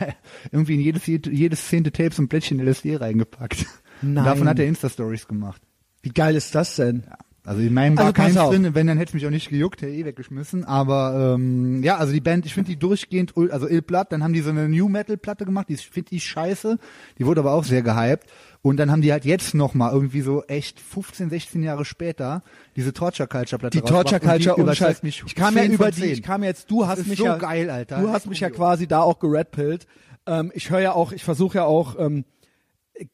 S1: irgendwie in jedes, jedes zehnte Tape so ein Plättchen LSD reingepackt.
S2: Nein.
S1: Und davon hat er Insta-Stories gemacht.
S2: Wie geil ist das denn?
S1: Also in meinem
S2: Also
S1: war keins
S2: pass auf.
S1: drin, wenn, dann hätte es mich auch nicht gejuckt, hätte eh weggeschmissen. Aber ähm, ja, also die Band, ich finde die durchgehend, ul- also Ill Blood, dann haben die so eine New Metal Platte gemacht, die finde ich scheiße, die wurde aber auch sehr gehypt. Und dann haben die halt jetzt nochmal irgendwie so echt 15, 16 Jahre später diese Torture Culture Platte
S2: Die Torture
S1: rausgebracht und die
S2: Culture
S1: überzeugt
S2: und
S1: mich
S2: Ich kam ja
S1: 10 von
S2: über die,
S1: 10.
S2: ich kam jetzt, du hast
S1: ist
S2: mich
S1: so
S2: ja,
S1: geil, Alter.
S2: du
S1: Das
S2: hast
S1: ist
S2: mich ja
S1: cool.
S2: quasi da auch geredpillt. Ähm, ich höre ja auch, ich versuche ja auch ähm,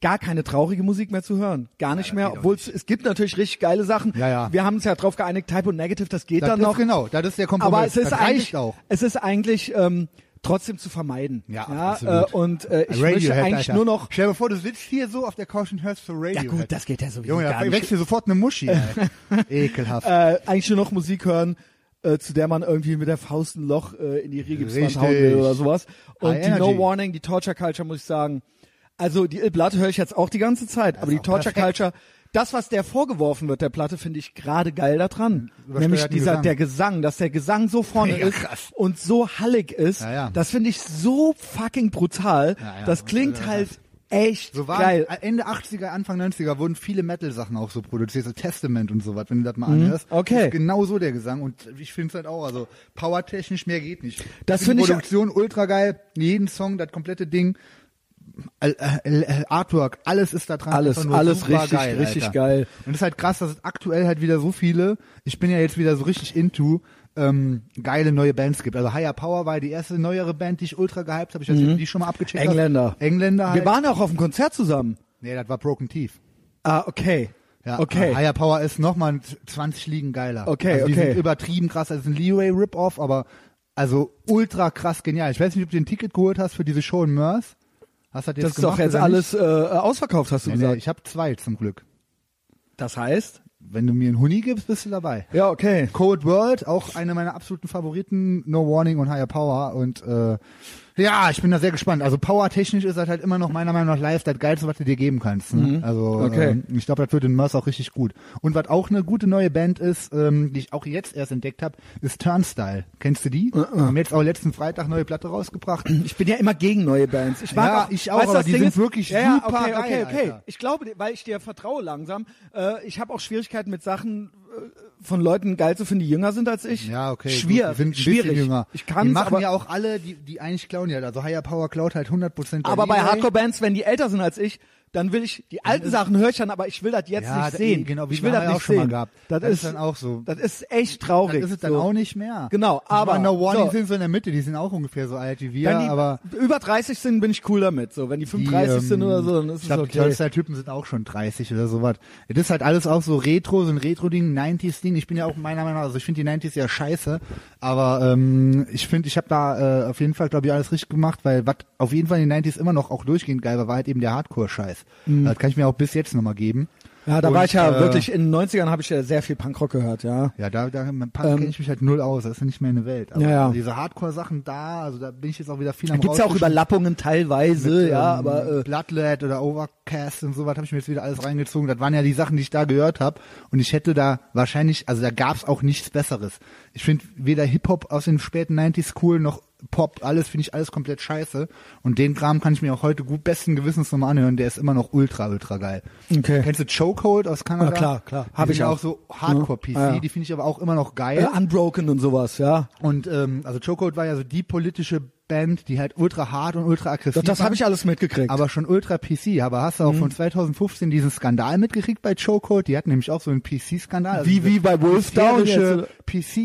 S2: gar keine traurige Musik mehr zu hören, gar nicht mehr, obwohl es- es gibt natürlich richtig geile Sachen.
S1: Ja, ja.
S2: Wir haben uns ja drauf geeinigt, Type und Negative, das geht
S1: das
S2: dann
S1: ist
S2: noch.
S1: genau, das ist der Kompromiss.
S2: aber es ist
S1: das
S2: eigentlich
S1: reicht auch.
S2: es ist eigentlich ähm, trotzdem zu vermeiden.
S1: Ja,
S2: äh,
S1: absolut.
S2: und äh, ich
S1: Radiohead,
S2: möchte eigentlich
S1: Alter.
S2: nur noch
S1: Stell dir vor, du sitzt hier so auf der Couch und hörst so Radio.
S2: ja gut, das geht ja sowieso
S1: Junge,
S2: gar
S1: da
S2: nicht.
S1: wächst dir sofort eine Muschi, Alter. Ekelhaft.
S2: äh, eigentlich nur noch Musik hören, äh, zu der man irgendwie mit der Faust ein Loch äh, in die Regelswand
S1: Richtig.
S2: hauen will oder sowas. Und
S1: High
S2: die No
S1: Energy.
S2: Warning, die Torture Culture, muss ich sagen. Also die Ill Blood höre ich jetzt auch die ganze Zeit, aber die
S1: auch
S2: Torture
S1: perfekt.
S2: Culture, das, was der vorgeworfen wird, der Platte, finde ich gerade geil daran.
S1: Übersteuerten
S2: Nämlich dieser,
S1: Gesang.
S2: der Gesang, dass der Gesang so vorne
S1: Ja,
S2: ist
S1: krass.
S2: und so hallig ist,
S1: Ja, ja.
S2: das finde ich so fucking brutal.
S1: Ja, ja,
S2: Das
S1: und,
S2: klingt
S1: äh,
S2: halt echt
S1: So waren äh,
S2: geil.
S1: Ende 80er, Anfang 90er wurden viele Metal-Sachen auch so produziert, so Testament und sowas, wenn du das mal anhörst.
S2: Mhm. okay.
S1: Ist genau so der Gesang und ich finde es halt auch, also powertechnisch mehr geht nicht.
S2: Das
S1: Die
S2: finde ich-
S1: Produktion ultra geil, jeden Song, das komplette Ding, Al- äh, äh, Artwork, alles ist da dran.
S2: Alles,
S1: einfach nur
S2: alles
S1: super
S2: richtig,
S1: geil,
S2: richtig
S1: Alter.
S2: geil.
S1: Und es ist halt krass, dass es aktuell halt wieder so viele, ich bin ja jetzt wieder so richtig into, ähm, geile neue Bands gibt. Also Higher Power war die erste neuere Band, die ich ultra gehypt habe. Ich weiß nicht, ob du die schon mal abgecheckt. hast.
S2: Mhm. Engländer.
S1: Engländer halt.
S2: Wir waren auch auf dem Konzert zusammen.
S1: Nee, das war Broken Teeth.
S2: Ah, okay.
S1: Ja,
S2: okay.
S1: äh, Higher Power ist nochmal 20 Ligen geiler.
S2: Okay,
S1: also die
S2: okay.
S1: sind übertrieben krass. Das ist ein Leeway Rip-Off, aber also ultra krass genial. Ich weiß nicht, ob du ein Ticket geholt hast für diese Show in Mörs. Hast du das jetzt
S2: Das ist
S1: gemacht
S2: doch jetzt
S1: oder
S2: alles äh, ausverkauft, hast du
S1: Nicht? Nee, nee,
S2: gesagt.
S1: ich habe zwei zum Glück.
S2: Das heißt?
S1: Wenn du mir einen Huni gibst, bist du dabei.
S2: Ja, okay.
S1: Cold World, auch eine meiner absoluten Favoriten, No Warning und Higher Power und äh, ja, ich bin da sehr gespannt. Also power-technisch ist das halt immer noch meiner Meinung nach live das Geilste, was du dir geben kannst. Ne? Also
S2: Okay.
S1: ähm, ich glaube, das wird in Mörs auch richtig gut. Und was auch eine gute neue Band ist, ähm, die ich auch jetzt erst entdeckt habe, ist Turnstyle. Kennst du die? Haben jetzt auch letzten Freitag neue Platte rausgebracht.
S2: Ich bin ja immer gegen neue Bands. Ich mag
S1: Ja,
S2: auch,
S1: ich auch,
S2: weißt du,
S1: aber
S2: das
S1: die
S2: Ding
S1: sind
S2: ist,
S1: wirklich
S2: ja, ja,
S1: super
S2: okay,
S1: geil,
S2: okay, okay.
S1: Alter.
S2: Ich glaube, weil ich dir vertraue langsam. Äh, ich habe auch Schwierigkeiten mit Sachen äh, von Leuten geil zu finden, die jünger sind als ich.
S1: Ja, okay.
S2: Schwier
S1: Gut, die sind ein bisschen
S2: schwierig.
S1: Jünger.
S2: Ich
S1: die
S2: kann
S1: machen
S2: aber,
S1: ja auch alle, die, die eigentlich klauen ja. Also Higher Power klaut halt 100% der
S2: aber bei
S1: Leeway.
S2: Hardcore-Bands, wenn die älter sind als ich, dann will ich die alten Sachen höre ich dann, aber ich will das jetzt
S1: Ja,
S2: nicht
S1: da-
S2: sehen.
S1: genau, wie
S2: ich will
S1: wir
S2: das
S1: haben
S2: nicht
S1: ja auch schon mal
S2: sehen.
S1: gehabt.
S2: Das,
S1: Das
S2: ist
S1: ist dann auch so.
S2: Das ist echt traurig.
S1: Das ist es dann
S2: so.
S1: auch nicht mehr.
S2: Genau,
S1: Ich
S2: aber-
S1: meine, No Warning
S2: so.
S1: sind so in der Mitte, die sind auch ungefähr so alt wie wir,
S2: Wenn die
S1: aber
S2: über 30 sind, bin ich cool damit. So, wenn die ähm,
S1: die, ähm,
S2: 35 sind oder so, dann ist
S1: ich glaub,
S2: es
S1: Die
S2: okay.
S1: Turnstile-Typen sind auch schon 30 oder sowas. Das ist halt alles auch so Retro, so ein Retro-Ding, 90s-Ding. Ich bin ja auch meiner Meinung nach, also ich finde die 90s ja scheiße, aber ähm, ich finde, ich habe da äh, auf jeden Fall, glaube ich, alles richtig gemacht, weil was auf jeden Fall in den 90s immer noch auch durchgehend geil war, war halt eben der Hardcore-Scheiß.
S2: Mhm.
S1: Das kann ich mir auch bis jetzt nochmal geben.
S2: Ja, da
S1: Und,
S2: war ich ja
S1: äh,
S2: wirklich in den 90ern habe ich ja sehr viel Punkrock gehört, ja.
S1: Ja, da, da mit Punk kenne ich mich halt null aus, das ist ja nicht meine Welt. Aber
S2: Ähm, Ja, ja.
S1: diese Hardcore-Sachen da, also da bin ich jetzt auch wieder viel
S2: Da
S1: am
S2: gibt's ja auch
S1: rausfischen.
S2: Überlappungen teilweise,
S1: mit,
S2: ja,
S1: ähm,
S2: aber äh,
S1: Bloodlet oder Overcast und sowas habe ich mir jetzt wieder alles reingezogen. Das waren ja die Sachen, die ich da gehört habe. Und ich hätte da wahrscheinlich, also da gab's auch nichts Besseres. Ich finde weder Hip-Hop aus den späten 90s cool, noch Pop, alles finde ich alles komplett scheiße. Und den Kram kann ich mir auch heute gut besten Gewissens nochmal anhören. Der ist immer noch ultra, ultra geil.
S2: Okay.
S1: Kennst du Chokehold aus Kanada?
S2: Ja, Ah, klar, klar.
S1: Habe
S2: Hab
S1: ich
S2: ich
S1: auch.
S2: auch.
S1: so Hardcore-PC.
S2: Ja, ja.
S1: Die finde ich aber auch immer noch geil.
S2: äh, Unbroken und sowas, ja.
S1: Und ähm, also Chokehold war ja so die politische Band, die halt ultra hart und ultra aggressiv
S2: Das, das
S1: war,
S2: habe ich Mhm. alles mitgekriegt.
S1: aber schon ultra PC. Aber hast du auch von 2015 diesen Skandal mitgekriegt bei Chokehold? Die hatten nämlich auch so einen PC-Skandal. Also
S2: wie,
S1: diese
S2: wie bei Wolfdown jetzt.
S1: hysterische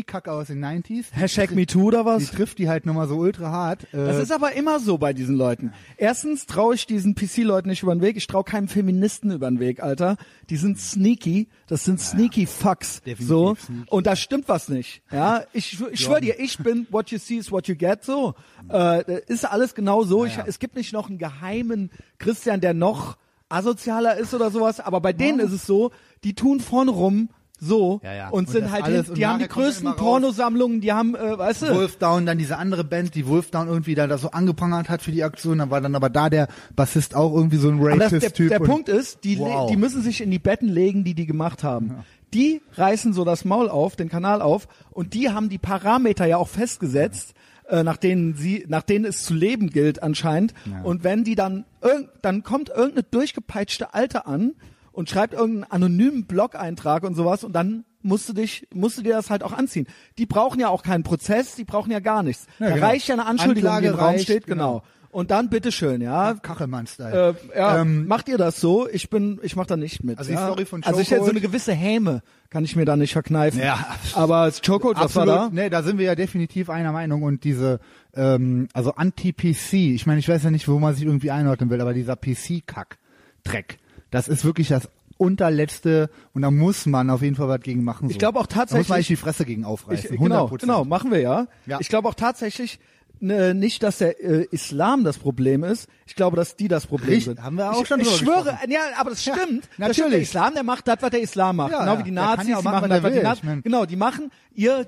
S1: PC-Kacke aus den 90s.
S2: Hashtag MeToo oder
S1: Die
S2: was?
S1: trifft die halt nochmal so ultra hart.
S2: Das
S1: Äh,
S2: ist aber immer so bei diesen Leuten. Erstens traue ich diesen PC-Leuten nicht über den Weg. Ich traue keinem Feministen über den Weg, Alter. Die sind sneaky. Das sind sneaky Fucks.
S1: Definitiv
S2: so.
S1: sneaky.
S2: Und da stimmt was nicht. Ja, ich, schw- ich schwöre dir, ich bin what you see is what you get. So äh, ist alles genau so. Ich, es gibt nicht noch einen geheimen Christian, der noch asozialer ist oder sowas. Aber bei denen ist es so, die tun vorne rum so
S1: Ja, ja.
S2: und
S1: Und
S2: sind
S1: das
S2: halt
S1: alles-
S2: hinten.
S1: und
S2: Die haben die
S1: nachher kommt
S2: größten
S1: immer raus.
S2: Pornosammlungen. Die haben, äh, weißt du.
S1: Wolfdown, dann diese andere Band, die Wolfdown irgendwie da, da so angeprangert hat für die Aktion, dann war dann aber da der Bassist auch irgendwie so ein
S2: Aber das, der,
S1: Rapist-Typ.
S2: der
S1: und-
S2: Punkt ist, die, le-
S1: Wow.
S2: die müssen sich in die Betten legen, die die gemacht haben. Die reißen so das Maul auf, den Kanal auf, und die haben die Parameter ja auch festgesetzt, äh, nach denen sie, nach denen es zu leben gilt anscheinend. Und wenn die dann, irg dann kommt irgendeine durchgepeitschte Alte an und schreibt irgendeinen anonymen Blog-Eintrag und sowas, und dann musst du dich, musst du dir das halt auch anziehen. Die brauchen ja auch keinen Prozess, die brauchen ja gar nichts.
S1: Ja,
S2: da
S1: genau.
S2: reicht ja eine Anschuldigung, die im
S1: Anklage
S2: Raum
S1: reicht,
S2: steht, genau. Und dann bitteschön, ja,
S1: Kachelmann-Style.
S2: äh, ja,
S1: Ähm,
S2: macht ihr das so? Ich bin, ich mach da nicht mit.
S1: Also die
S2: ja.
S1: Story von
S2: Also ich hätte so eine
S1: Chokehold-
S2: gewisse Häme, kann ich mir da nicht verkneifen.
S1: Ja.
S2: Aber das Chokehold, was war da?
S1: Nee, da sind wir ja definitiv einer Meinung und diese, ähm, also Anti-PC, ich meine, ich weiß ja nicht, wo man sich irgendwie einordnen will, aber dieser PC-Kack-Dreck, das ist wirklich das unterletzte und da muss man auf jeden Fall was gegen machen. So.
S2: Ich glaube auch
S1: Da muss man
S2: tatsächlich-
S1: echt die Fresse gegen aufreißen.
S2: Ich,
S1: 100%.
S2: genau, genau, machen wir ja.
S1: Ja.
S2: Ich glaube auch tatsächlich ne, nicht, dass der äh, Islam das Problem ist. Ich glaube, dass die das Problem
S1: Richtig,
S2: sind.
S1: haben wir auch
S2: ich,
S1: schon
S2: Ich
S1: drüber
S2: schwöre,
S1: gesprochen.
S2: ja, aber das stimmt. das stimmt. Der
S1: natürlich.
S2: Islam, der macht das, was der Islam macht.
S1: Ja,
S2: genau
S1: ja.
S2: wie die
S1: Der kann
S2: Nazis,
S1: ja auch
S2: die
S1: machen,
S2: machen
S1: was
S2: das,
S1: er
S2: was die
S1: will.
S2: Nazis.
S1: Ich mein-
S2: Genau, die machen ihr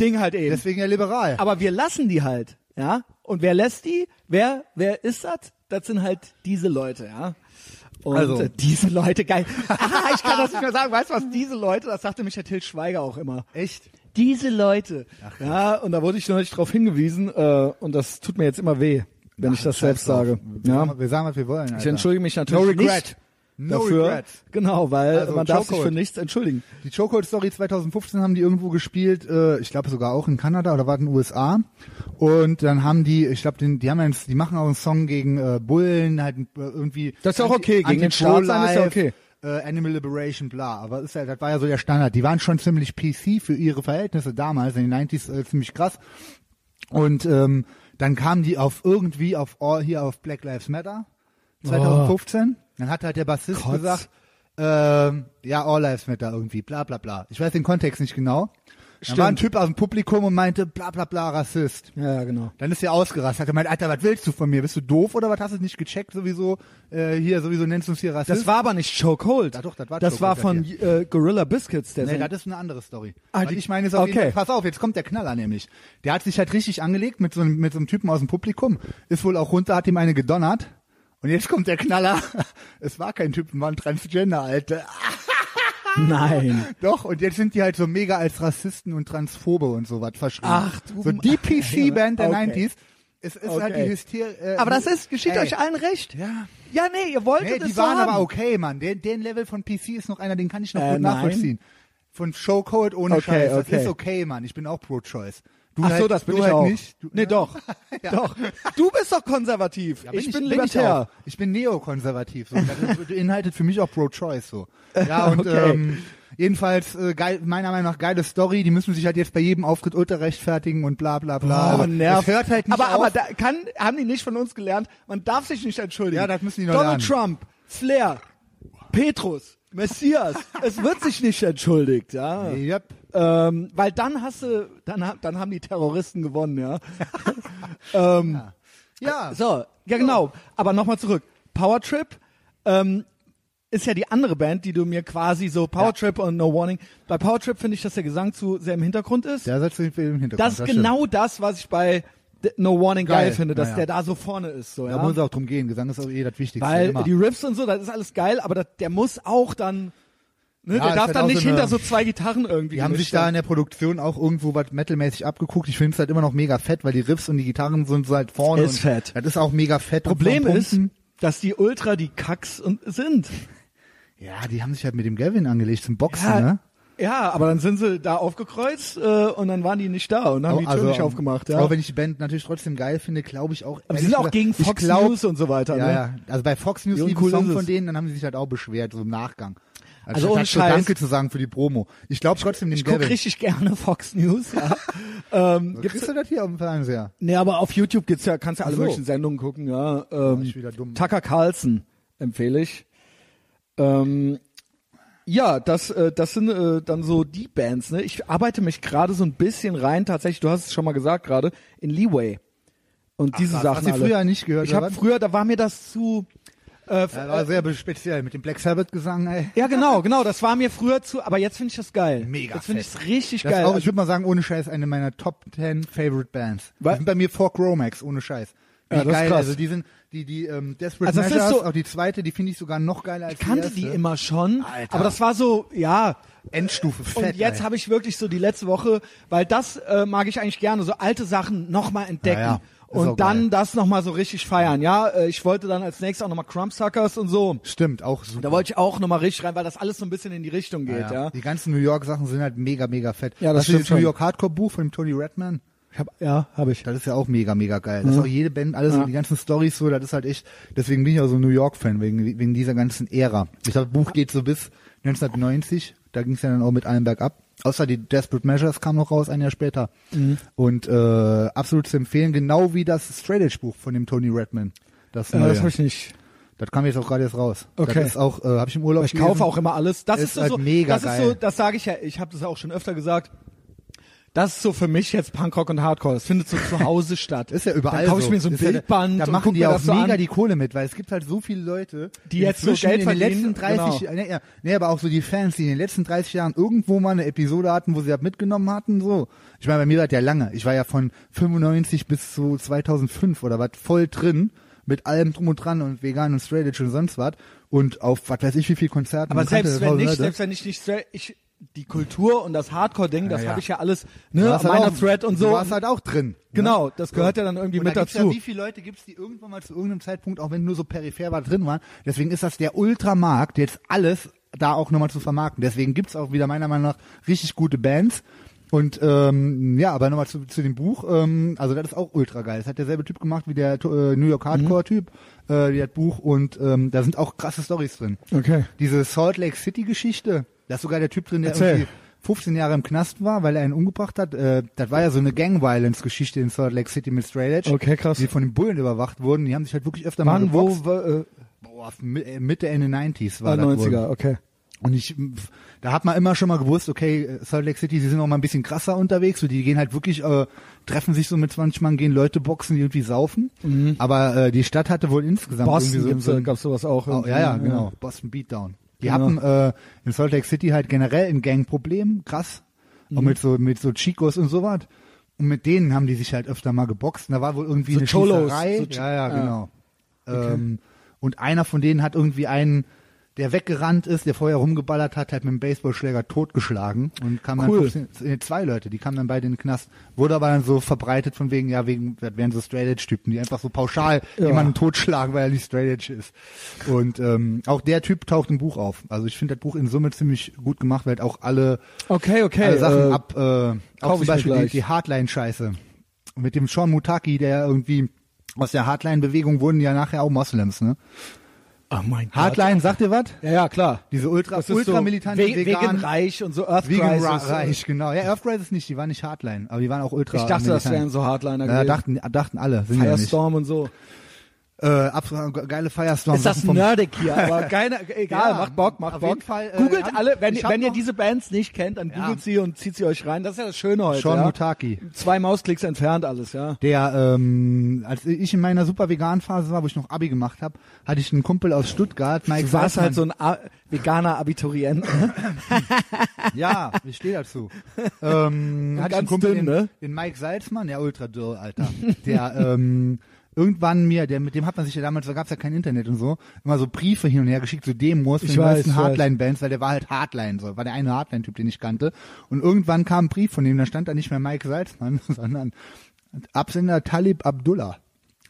S2: Ding halt eben.
S1: Deswegen ja liberal.
S2: Aber wir lassen die halt, ja. Und wer lässt die? Wer, wer ist das? Das sind halt diese Leute, ja. Und
S1: Also.
S2: äh, diese Leute, geil. Ah, ich kann das nicht mehr sagen. Weißt du was? Diese Leute, das sagte mich der Till Schweiger auch immer.
S1: echt?
S2: Diese Leute. ja, und da wurde ich neulich drauf hingewiesen äh, und das tut mir jetzt immer weh, wenn ich das
S1: Scheiß
S2: selbst
S1: drauf.
S2: sage.
S1: Wir,
S2: Ja.
S1: sagen, wir sagen, was wir wollen. Alter.
S2: Ich entschuldige mich natürlich
S1: No regret.
S2: nicht
S1: No
S2: dafür.
S1: regrets.
S2: Genau, weil
S1: Also,
S2: man darf sich
S1: Chokehold.
S2: für nichts entschuldigen.
S1: Die Chokehold Story 2015 haben die irgendwo gespielt, äh, ich glaube sogar auch in Kanada oder war es in den USA. Und dann haben die, ich glaube, den, die haben einen, die machen auch einen Song gegen äh, Bullen, halt äh, irgendwie.
S2: Das ist ja auch okay, gegen den Staat
S1: Anti-Pro-Life,
S2: sein ist ja okay.
S1: Äh, Animal Liberation, bla. Aber ist ja, das war ja so der Standard. Die waren schon ziemlich PC für ihre Verhältnisse damals, in den 90s äh, ziemlich krass. Und ähm, dann kamen die auf irgendwie auf all, hier auf Black Lives Matter 2015. Dann hat halt der Bassist
S2: Oh. Kotz.
S1: gesagt, ähm, ja, All Lives Matter irgendwie, bla bla bla. Ich weiß den Kontext nicht genau. Dann
S2: Stimmt.
S1: war ein Typ aus dem Publikum und meinte, bla bla bla, Rassist.
S2: Ja, genau.
S1: Dann ist er ausgerastet, hat gemeint, Alter, was willst du von mir? Bist du doof oder was? Hast du es nicht gecheckt sowieso? Äh, hier, sowieso nennst du uns hier Rassist.
S2: Das war aber nicht Chokehold.
S1: Ja, doch, das war
S2: das war von
S1: Chokehold,
S2: äh, Gorilla Biscuits, der
S1: Nee,
S2: Song.
S1: das ist eine andere Story.
S2: Ah,
S1: Weil
S2: die-
S1: ich meine, es ist auf jeden
S2: okay.
S1: Fall, pass auf, jetzt kommt der Knaller nämlich. Der hat sich halt richtig angelegt mit so, einem, mit so einem Typen aus dem Publikum. Ist wohl auch runter, hat ihm eine gedonnert. Und jetzt kommt der Knaller. Es war kein Typen, war ein Transgender, Alter.
S2: Nein.
S1: Doch, und jetzt sind die halt so mega als Rassisten und Transphobe und sowas verschrieben.
S2: Ach, du
S1: So die PC-Band der
S2: Okay.
S1: 90s. Es ist halt die
S2: Okay.
S1: Hysterie. Äh,
S2: Aber das ist, geschieht
S1: ey.
S2: euch allen recht.
S1: Ja.
S2: Ja, nee, ihr wolltet
S1: Nee,
S2: es
S1: die
S2: so
S1: waren
S2: haben.
S1: aber okay, Mann. Den, den Level von PC ist noch einer, den kann ich noch
S2: Äh,
S1: gut
S2: nein.
S1: nachvollziehen. Von Showcode ohne
S2: Okay,
S1: Scheiß. Das
S2: okay.
S1: ist okay, Mann. Ich bin auch pro-Choice. Du
S2: Ach
S1: halt,
S2: so, das bin
S1: du
S2: ich
S1: halt
S2: auch.
S1: nicht. Du,
S2: nee, doch. Doch. Du bist doch konservativ.
S1: Ja,
S2: ich, bin
S1: bin
S2: libertär.
S1: Ich, auch. ich bin neokonservativ. So. Das ist- beinhaltet für mich auch Pro-Choice. So. Ja, und
S2: Okay.
S1: ähm, jedenfalls, äh, geil, meiner Meinung nach, geile Story. Die müssen sich halt jetzt bei jedem Auftritt ultra rechtfertigen und bla bla bla.
S2: Oh,
S1: Aber
S2: nervt.
S1: Das hört halt nicht
S2: aber,
S1: auf.
S2: aber da kann, haben die nicht von uns gelernt, man darf sich nicht entschuldigen.
S1: Ja, das müssen die noch
S2: Donald
S1: lernen.
S2: Trump, Flair, Petrus, Messias, es wird sich nicht entschuldigt, ja.
S1: yep.
S2: Ähm, weil dann hast du, dann, ha- dann haben die Terroristen gewonnen, ja.
S1: Ja,
S2: So, ja genau. Aber nochmal zurück. Power Trip ähm, ist ja die andere Band, die du mir quasi so Power
S1: Ja.
S2: Trip und No Warning. Bei Power Trip finde ich, dass der Gesang zu sehr im Hintergrund ist.
S1: der Satz steht im Hintergrund.
S2: das ist
S1: stimmt.
S2: genau das, was ich bei D- No Warning geil,
S1: Geil.
S2: finde, dass
S1: Ja, ja.
S2: der da so vorne ist. So,
S1: Da
S2: ja?
S1: muss es auch drum gehen. Gesang ist auch eh das Wichtigste.
S2: Weil
S1: immer.
S2: die Riffs und so, das ist alles geil, aber das, der muss auch dann, ne,
S1: Ja,
S2: der
S1: das
S2: darf
S1: hat
S2: dann
S1: auch
S2: nicht
S1: so eine-
S2: hinter so zwei Gitarren irgendwie.
S1: Die haben sich
S2: gemischt
S1: da
S2: sein.
S1: in der Produktion auch irgendwo was metalmäßig abgeguckt. Ich finde es halt immer noch mega fett, weil die Riffs und die Gitarren sind so halt vorne.
S2: Ist
S1: und
S2: fett.
S1: Das ist auch mega fett.
S2: Problem
S1: Und vom
S2: ist,
S1: Pumpen-
S2: dass die Ultra die Kacks und, sind.
S1: ja, die haben sich halt mit dem Gavin angelegt zum Boxen,
S2: Ja,
S1: ne?
S2: Ja, aber dann sind sie da aufgekreuzt äh, und dann waren die nicht da und haben die Tür nicht
S1: ähm,
S2: aufgemacht. Ja.
S1: Auch wenn ich die Band natürlich trotzdem geil finde, glaube ich auch.
S2: aber
S1: ehrlich
S2: sie sind auch
S1: gesagt,
S2: gegen
S1: ich
S2: Fox
S1: glaub,
S2: News und so weiter.
S1: Ja,
S2: ne?
S1: ja. Also bei Fox News
S2: Wie
S1: lief
S2: uncool
S1: ein Song
S2: ist es?
S1: von denen, dann haben sie sich halt auch beschwert, so im Nachgang.
S2: Also
S1: statt
S2: ohne
S1: so
S2: Scheiß.
S1: Danke zu sagen für die Promo. Ich glaube trotzdem den
S2: Ich gucke richtig gerne Fox News. Ja. ähm, gibt's,
S1: Kriegst du das hier auf dem Fernseher?
S2: nee, aber auf YouTube gibt's ja, kannst ja alle
S1: Ach so.
S2: möglichen Sendungen gucken. Ja. Ähm,
S1: ich wieder dumm.
S2: Tucker Carlson empfehle ich. Ähm, ja, das, äh, das sind äh, dann so die Bands. Ne? Ich arbeite mich gerade so ein bisschen rein. Tatsächlich, du hast es schon mal gesagt gerade in Leeway und diese
S1: krass.
S2: Sachen
S1: Hast du
S2: alle.
S1: früher nicht gehört,
S2: Ich
S1: oder
S2: habe
S1: was?
S2: früher, da war mir das zu äh,
S1: Ja, war sehr speziell mit dem Black Sabbath Gesang, ey.
S2: Ja, genau, genau. Das war mir früher zu, aber jetzt finde ich das geil.
S1: Mega
S2: Jetzt finde ich
S1: fett.
S2: es richtig
S1: Das
S2: geil. also
S1: Auch, ich würde mal sagen, ohne Scheiß, eine meiner Top 10 Favorite Bands.
S2: Wa-
S1: Die sind bei mir vor Chromax, ohne Scheiß. Wie
S2: Ja, das ist
S1: geil,
S2: krass.
S1: also die sind, die, die, ähm, Desperate
S2: Also das ist
S1: Measures,
S2: so-
S1: auch die zweite, die finde ich sogar noch geiler als
S2: ich kannte
S1: die
S2: die
S1: erste.
S2: immer schon,
S1: Alter.
S2: aber das war so, ja.
S1: Endstufe
S2: Und
S1: fett.
S2: jetzt
S1: ey.
S2: habe ich wirklich so die letzte Woche, weil das äh, mag ich eigentlich gerne, so alte Sachen nochmal entdecken.
S1: Ja, ja. Ist auch
S2: Und dann
S1: geil.
S2: das nochmal so richtig feiern, ja. Äh, Ich wollte dann als nächstes auch nochmal Crumbsuckers und so.
S1: Stimmt, auch super.
S2: Da wollte ich auch nochmal richtig rein, weil das alles so ein bisschen in die Richtung geht, ja.
S1: Die ganzen New York Sachen sind halt mega, mega fett.
S2: Ja, das
S1: Hast du dieses
S2: stimmt schon.
S1: New York Hardcore Buch von dem Tony Redman?
S2: Ich hab, ja, habe ich.
S1: Das ist ja auch mega, mega geil. Das ist auch jede Band, alles,
S2: Mhm. Ja.
S1: die ganzen Stories so, das ist halt echt, deswegen bin ich auch so ein New York-Fan, wegen, wegen dieser ganzen Ära. Ich glaube, das Buch geht so bis 1990, da ging es ja dann auch mit allem bergab. Außer die Desperate Measures kam noch raus, ein Jahr später.
S2: Mhm.
S1: Und äh, absolut zu empfehlen, genau wie das Straight Edge Buch von dem Tony Redman. Das,
S2: Äh,
S1: neue.
S2: Das habe ich nicht.
S1: das kam jetzt auch gerade jetzt raus.
S2: Okay.
S1: Das ist auch, äh, habe ich im Urlaub
S2: Ich kaufe
S1: gelesen.
S2: auch immer alles. Das
S1: Ist
S2: ist, so,
S1: halt
S2: so
S1: mega
S2: das ist
S1: geil.
S2: so, das sage ich ja, ich habe das auch schon öfter gesagt. Das ist so für mich jetzt Punkrock und Hardcore. Das findet so zu Hause statt.
S1: Ist ja überall
S2: Dann kaufe ich
S1: so.
S2: mir so ein
S1: ist
S2: Bildband
S1: Ja, ne- da
S2: und
S1: machen
S2: guck
S1: die
S2: mir
S1: auch
S2: das so
S1: mega
S2: an.
S1: die Kohle mit, weil es gibt halt so viele Leute,
S2: Die jetzt so
S1: inzwischen
S2: Geld
S1: in den
S2: verdienen,
S1: letzten 30,
S2: genau.
S1: nee, ja, nee, aber auch so die Fans, die in den letzten 30 Jahren irgendwo mal eine Episode hatten, wo sie das mitgenommen hatten, so. Ich meine, bei mir war das ja lange. Ich war ja von 95 bis zu 2005 oder was voll drin mit allem drum und dran und vegan und straight edge und sonst was und auf was weiß ich wie viel Konzerten.
S2: Aber
S1: und kannte
S2: selbst wenn
S1: tausend
S2: nicht,
S1: Leute.
S2: selbst wenn ich nicht, straight- ich, die Kultur und das Hardcore-Ding, das
S1: Ja, ja.
S2: habe ich ja alles,
S1: Du
S2: ne,
S1: warst halt
S2: meiner
S1: auch-
S2: Thread und
S1: Du
S2: so.
S1: warst halt auch drin.
S2: Genau, das gehört ja dann irgendwie
S1: Und
S2: mit
S1: da gibt's
S2: dazu.
S1: Ja, wie viele Leute gibt es, die irgendwann mal zu irgendeinem Zeitpunkt, auch wenn nur so peripher war, drin waren? Deswegen ist das der Ultramarkt, jetzt alles da auch nochmal zu vermarkten. Deswegen gibt's auch wieder meiner Meinung nach richtig gute Bands. Und ähm, ja, aber nochmal zu, zu dem Buch, ähm, also das ist auch ultra geil. Das hat derselbe Typ gemacht wie der äh, New York Hardcore-Typ,
S2: Mhm.
S1: äh, der hat Buch und ähm, da sind auch krasse Stories drin
S2: Okay.
S1: diese Salt Lake City Geschichte, da ist sogar der Typ drin, der
S2: Erzähl.
S1: irgendwie 15 Jahre im Knast war, weil er einen umgebracht hat. Äh, das war ja so eine Gang-Violence-Geschichte in Salt Lake City mit Straight Edge.
S2: Okay, krass.
S1: Die von den Bullen überwacht wurden. Die haben sich halt wirklich öfter mal
S2: Wann,
S1: geboxt.
S2: wo, wo äh, Ah,
S1: Boah, Mi- äh, Mitte, Ende 90s war das wohl.
S2: 90er, okay.
S1: Und ich, pf, da hat man immer schon mal gewusst, okay, äh, Salt Lake City, die sind noch mal ein bisschen krasser unterwegs. So, die gehen halt wirklich, äh, treffen sich so mit 20 Mann, gehen Leute boxen, die irgendwie saufen. Aber äh, die Stadt hatte wohl insgesamt
S2: Mhm. Boston
S1: irgendwie
S2: gibt's,
S1: so, so
S2: äh,
S1: ein-
S2: gab's sowas auch.
S1: Oh,
S2: irgendwie, ne,
S1: ja, ja, genau. Boston Beatdown. Die
S2: Genau.
S1: haben äh, in Salt Lake City halt generell ein Gangproblem, krass. Auch
S2: Mhm.
S1: mit so mit so Chicos und sowas. Und mit denen haben die sich halt öfter mal geboxt. Und da war wohl irgendwie
S2: So
S1: eine
S2: Cholos,
S1: Schießerei.
S2: so Chi-
S1: ja, ja,
S2: ah.
S1: genau. Ähm, und einer von denen hat irgendwie einen, der weggerannt ist, der vorher rumgeballert hat, halt mit dem Baseballschläger totgeschlagen und kam
S2: Cool.
S1: dann 15, äh, zwei Leute, die kamen dann beide in den Knast. Wurde aber dann so verbreitet von wegen, ja, wegen, das wären so Straight Edge Typen, die einfach so pauschal
S2: Ja.
S1: jemanden totschlagen, weil er nicht Straight Edge ist. Und ähm, auch der Typ taucht im Buch auf. Also ich finde das Buch in Summe ziemlich gut gemacht, weil halt auch alle,
S2: Okay, okay.
S1: alle Sachen
S2: äh,
S1: ab, äh,
S2: kauf
S1: auch
S2: ich mir
S1: zum Beispiel die,
S2: gleich.
S1: die Hardline-Scheiße. Mit dem Sean Mutaki, der irgendwie aus der Hardline-Bewegung wurden ja nachher auch Moslems, ne?
S2: Oh mein Gott.
S1: Hardline, sagt ihr was?
S2: Ja, ja, klar.
S1: Diese ultra,
S2: Das ist so
S1: ultramilitante
S2: Ve- Vegan
S1: vegan,
S2: Reich und so Earth
S1: vegan Ra-
S2: Crisis.
S1: reich, genau. Ja, Earthrise ist nicht, die waren nicht Hardline, aber die waren auch ultra
S2: Ich dachte, das wären
S1: militant.
S2: so Hardliner
S1: ja,
S2: gewesen.
S1: dachten, dachten alle, sind ja nicht.
S2: Firestorm und so.
S1: Äh, absolut geile Firestorm.
S2: Ist das
S1: Sachen vom-
S2: nerdig hier, aber keine, egal,
S1: Ja,
S2: macht Bock, macht
S1: auf
S2: Bock.
S1: jeden Fall, äh,
S2: googelt
S1: haben-
S2: alle, wenn,
S1: ich hab
S2: wenn ihr
S1: noch-
S2: diese Bands nicht kennt, dann
S1: Ja.
S2: googelt sie und zieht sie euch rein. Das ist ja das Schöne heute.
S1: Sean
S2: ja.
S1: Mutaki.
S2: Zwei Mausklicks entfernt alles, ja.
S1: Der, ähm, als ich in meiner super vegan Phase war, wo ich noch Abi gemacht habe, hatte ich einen Kumpel aus Stuttgart, Mike
S2: Du warst halt so
S1: Salzmann.
S2: ein A veganer Abiturient.
S1: Ja, ich stehe dazu. ähm, hatte ich einen
S2: ganz
S1: Kumpel,
S2: dünn,
S1: den,
S2: ne?
S1: den Mike Salzmann, der ultra dürr, Alter. Der, ähm, irgendwann mir, der, mit dem hat man sich ja damals, da gab's ja kein Internet und so, immer so Briefe hin und her geschickt, so Demos
S2: Ich
S1: von den
S2: weiß,
S1: neuesten
S2: ich weiß.
S1: Hardline-Bands, weil der war halt Hardline, so, war der eine Hardline-Typ, den ich kannte. Und irgendwann kam ein Brief von dem, da stand da nicht mehr Mike Salzmann, sondern Absender Talib Abdullah.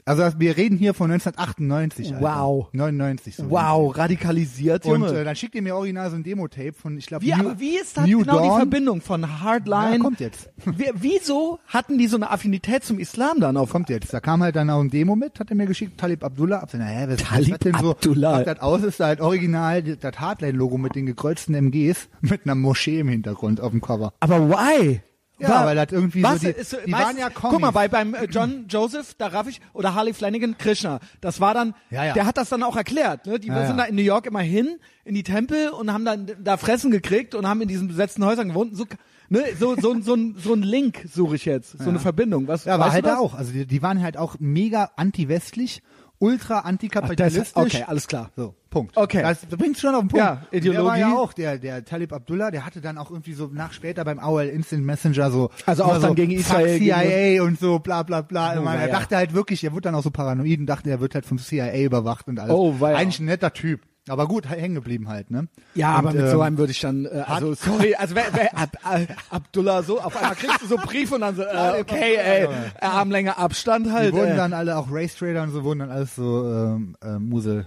S1: Also wir reden hier von 1998. Alter.
S2: Wow.
S1: 99 so.
S2: Wow, radikalisiert,
S1: Und
S2: Junge.
S1: äh, dann schickt ihr mir original so ein Demo-Tape von, ich glaube,
S2: wie,
S1: New,
S2: aber wie ist da
S1: New
S2: genau
S1: Dawn.
S2: die Verbindung von Hardline?
S1: Ja, kommt jetzt.
S2: Wie, wieso hatten die so eine Affinität zum Islam dann auf?
S1: Kommt jetzt. Da kam halt dann auch ein Demo mit, hat er mir geschickt, Talib Abdullah. Hab gesagt, hä, was
S2: Talib
S1: was hat denn so?
S2: Abdullah.
S1: Packt das aus, ist da halt original das Hardline-Logo mit den gekreuzten MGs mit einer Moschee im Hintergrund auf dem Cover.
S2: Aber why?
S1: Ja, weil das irgendwie
S2: was
S1: so die-
S2: ist,
S1: die
S2: meistens-
S1: waren ja Kommis.
S2: Guck mal, bei beim äh, John Joseph, da raff ich oder Harley Flanagan Krishna. Das war dann
S1: Ja, ja.
S2: der hat das dann auch erklärt, ne? Die
S1: Ja,
S2: sind
S1: ja.
S2: da in New York immer hin in die Tempel und haben dann da Fressen gekriegt und haben in diesen besetzten Häusern gewohnt, Und so ne so so so ein so ein Link suche ich jetzt, so eine Verbindung, was
S1: Ja,
S2: weißt
S1: war
S2: du
S1: halt
S2: das?
S1: auch. Also die, die waren halt auch mega anti-westlich, ultra antikapitalistisch.
S2: Ach, das- okay, alles klar.
S1: So, Punkt.
S2: Okay.
S1: Das, das bringt's schon auf den Punkt.
S2: Ja,
S1: Der war ja
S2: Ideologie.
S1: auch, der, der Talib Abdullah, der hatte dann auch irgendwie so nach später beim AOL Instant Messenger so.
S2: Also auch
S1: immer
S2: dann
S1: so,
S2: gegen
S1: fuck
S2: Israel, gegen-
S1: CIA und so, bla, bla, bla.
S2: Oh,
S1: ich meine, er
S2: weia.
S1: dachte halt wirklich, er wurde dann auch so paranoid und dachte, er wird halt vom CIA überwacht und alles.
S2: Oh, weia.
S1: Eigentlich ein netter Typ. Aber gut, hängen geblieben halt, ne?
S2: Ja,
S1: und,
S2: aber mit
S1: ähm,
S2: so einem würde ich dann, äh, also sorry, also wer, wer, Ab, Ab, Abdullah so, auf einmal kriegst du so Brief und dann so, äh, okay, ey, äh, Armlänge Abstand
S1: Die
S2: halt.
S1: wurden
S2: Äh.
S1: dann alle, auch Race Trader und so, wurden dann alles so ähm, äh, Musel